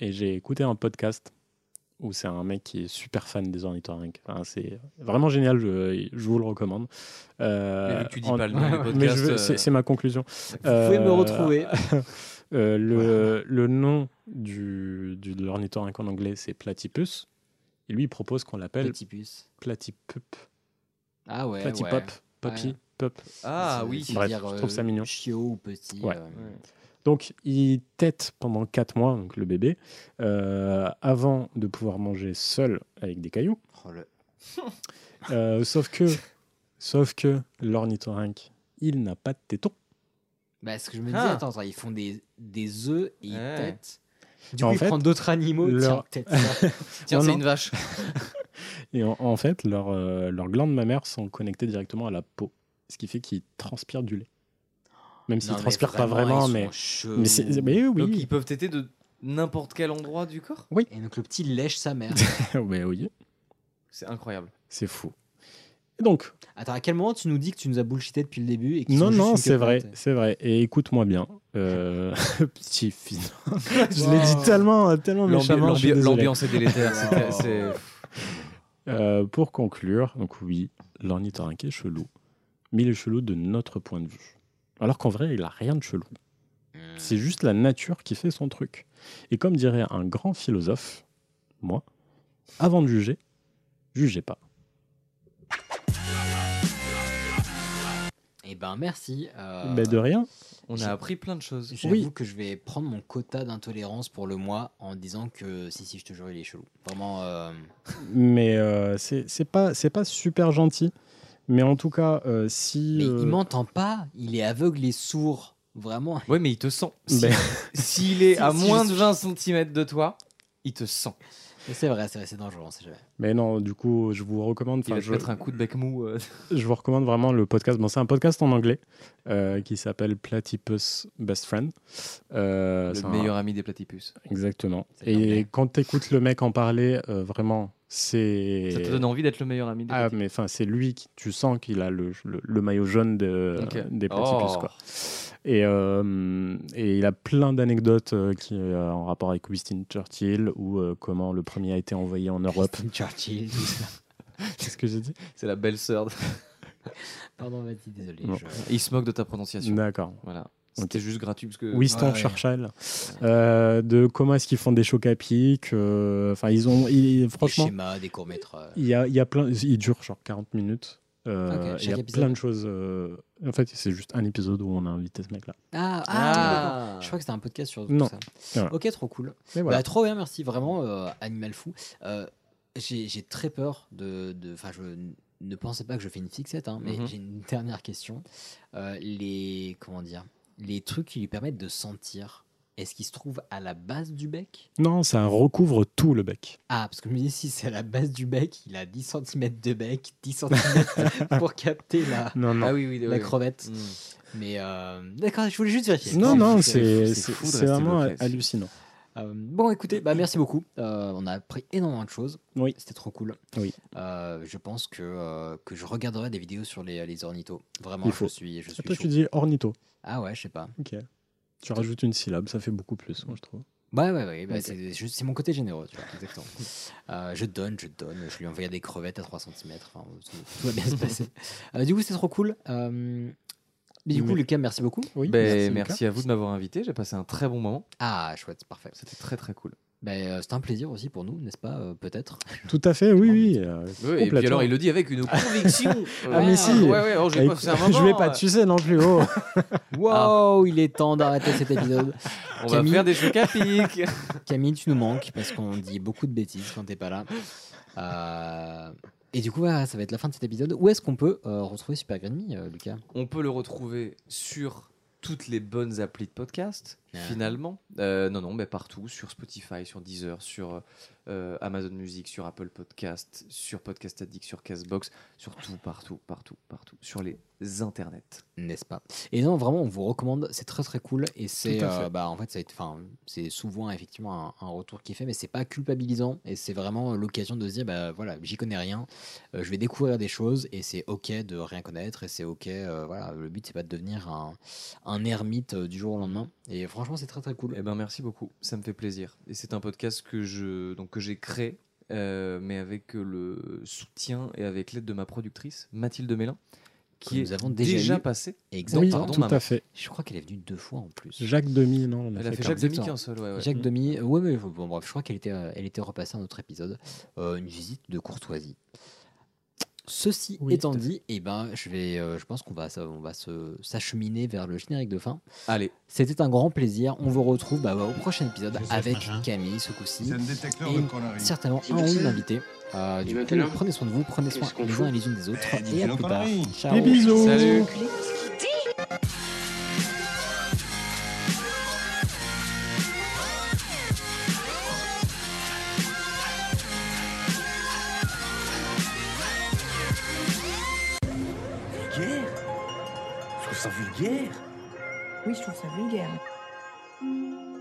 Speaker 6: Et j'ai écouté un podcast où c'est un mec qui est super fan des ornithorynques. Enfin, c'est vraiment génial, je, je vous le recommande. Euh,
Speaker 7: Mais vu que tu dis
Speaker 6: en-
Speaker 7: pas le nom du
Speaker 6: mais
Speaker 7: podcast.
Speaker 6: je veux- c'est
Speaker 7: euh,
Speaker 6: c'est ma conclusion.
Speaker 1: Vous pouvez me
Speaker 6: Euh,
Speaker 1: retrouver.
Speaker 6: Euh, le, le nom du, du, de l'ornithorynque en anglais, c'est platypus. Et lui, il propose qu'on l'appelle
Speaker 1: Petit puce.
Speaker 6: platypup,
Speaker 1: Ah ouais.
Speaker 6: platypop,
Speaker 1: ouais.
Speaker 6: poppy,
Speaker 1: Ouais.
Speaker 6: pup.
Speaker 7: Ah
Speaker 1: C'est-
Speaker 7: oui.
Speaker 1: c'est
Speaker 6: Bref,
Speaker 1: dire,
Speaker 6: je trouve ça
Speaker 1: euh,
Speaker 6: mignon.
Speaker 1: Chiot ou petit.
Speaker 6: Ouais.
Speaker 1: euh,
Speaker 6: Donc, il tète pendant 4 mois, donc le bébé, euh, avant de pouvoir manger seul avec des cailloux.
Speaker 1: oh, le-
Speaker 6: Euh, sauf que, sauf que l'ornithorynque, il n'a pas de téton.
Speaker 1: Bah, ce que je me disais,
Speaker 7: Ah.
Speaker 1: attends, attends, ils font des, des œufs et ils
Speaker 7: Ouais.
Speaker 1: têtent. Du
Speaker 6: En
Speaker 1: coup, ils
Speaker 6: fait,
Speaker 1: prennent d'autres animaux. Tiens,
Speaker 6: leur-
Speaker 1: peut-être ça.
Speaker 7: Tiens,
Speaker 6: Oh
Speaker 7: c'est
Speaker 6: non.
Speaker 7: une vache.
Speaker 6: Et en, en fait, leurs euh, leurs glandes mammaires sont connectées directement à la peau, ce qui fait qu'ils transpirent du lait. Même s'ils
Speaker 1: Non, mais
Speaker 6: transpirent pas vraiment,
Speaker 1: ils
Speaker 6: mais
Speaker 1: sont chelous.
Speaker 6: mais, c'est- mais oui,
Speaker 7: Donc ils peuvent têter de n'importe quel endroit du corps.
Speaker 1: Et donc, le petit lèche sa mère.
Speaker 6: mais oui,
Speaker 7: C'est incroyable.
Speaker 6: c'est fou. Et donc,
Speaker 1: attends, à quel moment tu nous dis que tu nous as bullshité depuis le début et qu'ils sont
Speaker 6: non,
Speaker 1: juste
Speaker 6: non,
Speaker 1: une
Speaker 6: c'est vrai,
Speaker 1: capote
Speaker 6: c'est vrai. Et écoute-moi bien, euh, petit fils. je l'ai dit tellement, tellement
Speaker 7: L'ambi-
Speaker 6: méchamment. je suis
Speaker 7: l'ambi-
Speaker 6: désolé.
Speaker 7: L'ambiance est délétère. c'est- c'est-
Speaker 6: Euh, pour conclure, donc oui, l'ornithorynque est chelou, mais il est chelou de notre point de vue. Alors qu'en vrai, il a rien de chelou.
Speaker 11: Hmm.
Speaker 6: C'est juste la nature qui fait son truc. Et comme dirait un grand philosophe, moi, avant de juger, jugez pas.
Speaker 1: Eh ben, merci.
Speaker 7: Ah.
Speaker 1: euh,
Speaker 6: Mais Bah, Ben, de rien.
Speaker 7: On a appris plein de choses.
Speaker 1: J'avoue
Speaker 6: Oui.
Speaker 1: que je vais prendre mon quota d'intolérance pour le mois en disant que si, si, je te jure, il est chelou. Vraiment. euh,
Speaker 6: Mais euh, c'est c'est pas, c'est pas super gentil. Mais en tout cas, euh, si.
Speaker 1: Mais
Speaker 6: euh,
Speaker 1: il m'entend pas, il est aveugle et sourd. Vraiment.
Speaker 7: Oui, mais il te sent. Si-
Speaker 6: ben,
Speaker 7: S'il est à
Speaker 1: Si- si
Speaker 7: moins
Speaker 1: je-
Speaker 7: de 20 cm de toi, il te sent.
Speaker 1: Mais C'est vrai, c'est vrai, c'est dangereux, on sait jamais.
Speaker 6: mais non, du coup, je vous recommande.
Speaker 7: Il
Speaker 6: enfin,
Speaker 7: va te
Speaker 6: je-
Speaker 7: mettre un coup de bec mou. euh.
Speaker 6: je vous recommande vraiment le podcast. Bon, c'est un podcast en anglais euh, qui s'appelle Platypus Best Friend. Euh,
Speaker 7: le
Speaker 6: c'est un-
Speaker 7: meilleur ami des platypus.
Speaker 6: Exactement.
Speaker 1: C'est
Speaker 6: Et
Speaker 1: anglais.
Speaker 6: quand tu écoutes le mec en parler, euh, vraiment, c'est.
Speaker 7: Ça te donne envie d'être le meilleur ami des
Speaker 6: Ah,
Speaker 7: platypus.
Speaker 6: mais enfin, c'est lui qui. Tu sens qu'il a le, le- le maillot jaune de,
Speaker 7: Ok.
Speaker 6: des platypus,
Speaker 7: Oh.
Speaker 6: quoi. Et, euh, et il a plein d'anecdotes euh, qui euh, en rapport avec Winston Churchill ou euh, comment le premier a été envoyé en Europe.
Speaker 1: Winston Churchill, tout ça.
Speaker 6: Qu'est-ce que j'ai dit
Speaker 7: C'est la belle sœur. de-
Speaker 1: Pardon, vas-y, désolé.
Speaker 6: Bon.
Speaker 1: je-
Speaker 7: Il se moque de ta prononciation.
Speaker 6: D'accord.
Speaker 7: Voilà. C'était juste gratuit parce que.
Speaker 6: Winston
Speaker 1: Ouais, ouais.
Speaker 6: Churchill, euh, de comment est-ce qu'ils font des chocs à pic. euh, Enfin, ils ont, ils- franchement,
Speaker 1: Des schémas, des courts-métrages.
Speaker 6: il y a, il y a plein, il dure genre 40 minutes. euh,
Speaker 1: Ok,
Speaker 6: il y a
Speaker 1: chaque
Speaker 6: plein
Speaker 1: épisode.
Speaker 6: de choses. euh, en fait, c'est juste un épisode où on a invité ce mec-là.
Speaker 1: Ah, ah, d'accord.
Speaker 7: Ah,
Speaker 1: Je crois que c'était un podcast sur
Speaker 6: Non.
Speaker 1: tout ça.
Speaker 6: Voilà.
Speaker 1: Ok, trop cool.
Speaker 6: Mais voilà.
Speaker 1: Bah, trop bien, merci. Vraiment, euh, Animal Fou. Euh, j'ai j'ai très peur de. de- Enfin, je n- ne pensais pas que je fais une fixette, hein, mais
Speaker 7: Mhm.
Speaker 1: j'ai une dernière question. Euh, les. Comment dire Les trucs qui lui permettent de sentir, est-ce qu'ils se trouvent à la base du bec
Speaker 6: Non, ça recouvre tout le bec.
Speaker 1: Ah, parce que je me dis, si c'est à la base du bec, il a 10 cm de bec, 10 cm pour capter la,
Speaker 6: Non, non.
Speaker 7: Ah oui, oui, oui,
Speaker 1: la
Speaker 7: oui.
Speaker 1: crevette.
Speaker 7: Mm.
Speaker 1: Mais euh, d'accord, je voulais juste vérifier.
Speaker 6: non,
Speaker 7: c'est
Speaker 6: non,
Speaker 7: fou,
Speaker 6: c'est
Speaker 7: c'est
Speaker 6: c'est-
Speaker 7: fou de
Speaker 6: c'est
Speaker 7: rester
Speaker 6: vraiment
Speaker 7: bloqué là-dessus.
Speaker 6: hallucinant.
Speaker 1: Euh, bon, écoutez, bah, merci beaucoup. Euh, on a appris énormément de choses.
Speaker 6: Oui.
Speaker 1: C'était trop cool.
Speaker 6: Oui.
Speaker 1: Euh, je pense que, euh, que je regarderai des vidéos sur les, les ornithos. Vraiment,
Speaker 6: Il faut.
Speaker 1: je suis, je suis
Speaker 6: Toi,
Speaker 1: chaud.
Speaker 6: tu dis ornito.
Speaker 1: Ah ouais, je sais pas.
Speaker 6: Ok. Tu rajoutes une syllabe, ça fait beaucoup plus, moi, je trouve.
Speaker 1: Ouais, ouais, ouais. bah,
Speaker 6: Ok.
Speaker 1: c'est- je- C'est mon côté généreux, tu vois. Exactement. Euh, je donne, je donne. Je lui envoyais des crevettes à 3 cm. Enfin, tout, tout va bien se passer. Euh, du coup, c'est trop cool. Euh, mais du coup,
Speaker 6: Mais-
Speaker 1: Lucas, merci beaucoup.
Speaker 6: Oui.
Speaker 7: Ben,
Speaker 6: Lucas.
Speaker 7: merci, à vous de m'avoir invité. J'ai passé un très bon moment.
Speaker 1: Ah, chouette, parfait.
Speaker 7: C'était très très cool.
Speaker 1: Bah, euh, C'était un plaisir aussi pour nous, n'est-ce pas euh, Peut-être.
Speaker 6: Tout à fait, oui, oui. euh,
Speaker 7: et puis
Speaker 6: complètement.
Speaker 7: alors, il le dit avec une conviction.
Speaker 6: Ah, mais si.
Speaker 7: Ouais, ouais, alors, j'ai
Speaker 6: Ah,
Speaker 7: passé un
Speaker 6: écoute, je vais
Speaker 7: moment, hein.
Speaker 6: pas te sucer non plus. oh.
Speaker 1: Wow, Oh, il est temps d'arrêter cet épisode.
Speaker 7: On
Speaker 1: Camille.
Speaker 7: va faire des chocs à pic.
Speaker 1: Camille, tu nous manques parce qu'on dit beaucoup de bêtises quand t'es pas là. Euh, Et du coup, voilà, ça va être la fin de cet épisode. Où est-ce qu'on peut euh, retrouver Super Green Me, euh, Lucas
Speaker 7: On peut le retrouver sur toutes les bonnes applis de podcast,
Speaker 1: Ah.
Speaker 7: finalement. Euh, non, non, mais partout, sur Spotify, sur Deezer, sur euh, Amazon Music, sur Apple Podcast, sur Podcast Addict, sur Castbox, sur tout, partout, partout, partout, sur les internets.
Speaker 1: N'est-ce pas Et non, vraiment, on vous recommande. C'est très très cool. Et c'est
Speaker 6: Tout à fait.
Speaker 1: euh, bah, en fait, ça a été- enfin, c'est souvent effectivement un, un retour qui est fait, mais c'est pas culpabilisant. Et c'est vraiment l'occasion de se dire bah voilà, j'y connais rien. euh, je vais découvrir des choses et c'est ok de rien connaître. Et c'est ok. euh, voilà, le but c'est pas de devenir un, un ermite euh, du jour au lendemain. Et franchement, c'est très très cool.
Speaker 7: Eh ben, merci beaucoup, ça me fait plaisir. Et c'est un podcast que je donc que j'ai créé, euh, mais avec le soutien et avec l'aide de ma productrice Mathilde Mélin, qui
Speaker 1: Que
Speaker 7: est
Speaker 1: nous avons déjà eu.
Speaker 7: passée.
Speaker 1: Exactement.
Speaker 6: Oui,
Speaker 7: pardon,
Speaker 6: tout
Speaker 7: maman.
Speaker 6: à fait.
Speaker 1: Je crois qu'elle est venue deux fois en plus.
Speaker 6: Jacques Demi, non, on a
Speaker 7: Elle a fait
Speaker 6: fait
Speaker 7: Jacques
Speaker 6: Jacques
Speaker 7: Demi
Speaker 1: exactement.
Speaker 7: qu'un seul, ouais, ouais.
Speaker 6: Mm.
Speaker 1: Jacques Demi, ouais, mais bon, bref, je crois qu'elle était, euh, elle était repassée à notre épisode. Euh, une visite de courtoisie. Ceci
Speaker 6: Oui,
Speaker 1: étant
Speaker 6: tout à
Speaker 1: dit, eh ben, je, vais, euh, je pense qu'on va, ça- on va se- s'acheminer vers le générique de fin.
Speaker 7: Allez.
Speaker 1: C'était un grand plaisir. On vous retrouve bah, au prochain épisode avec Camille ce coup-ci. Et certainement un ou une invitée. Euh, du coup,
Speaker 4: maintenant
Speaker 1: prenez soin de vous, prenez soin
Speaker 4: bah, Qu'est-ce qu'on fout Eh,
Speaker 1: les uns et les unes des autres.
Speaker 4: dis
Speaker 1: et à
Speaker 4: donc,
Speaker 1: plus tard.
Speaker 4: conneries.
Speaker 1: Ciao.
Speaker 6: Des bisous.
Speaker 7: Salut.
Speaker 12: Vulgaire Je trouve ça vulgaire.
Speaker 13: Oui, je trouve ça vulgaire.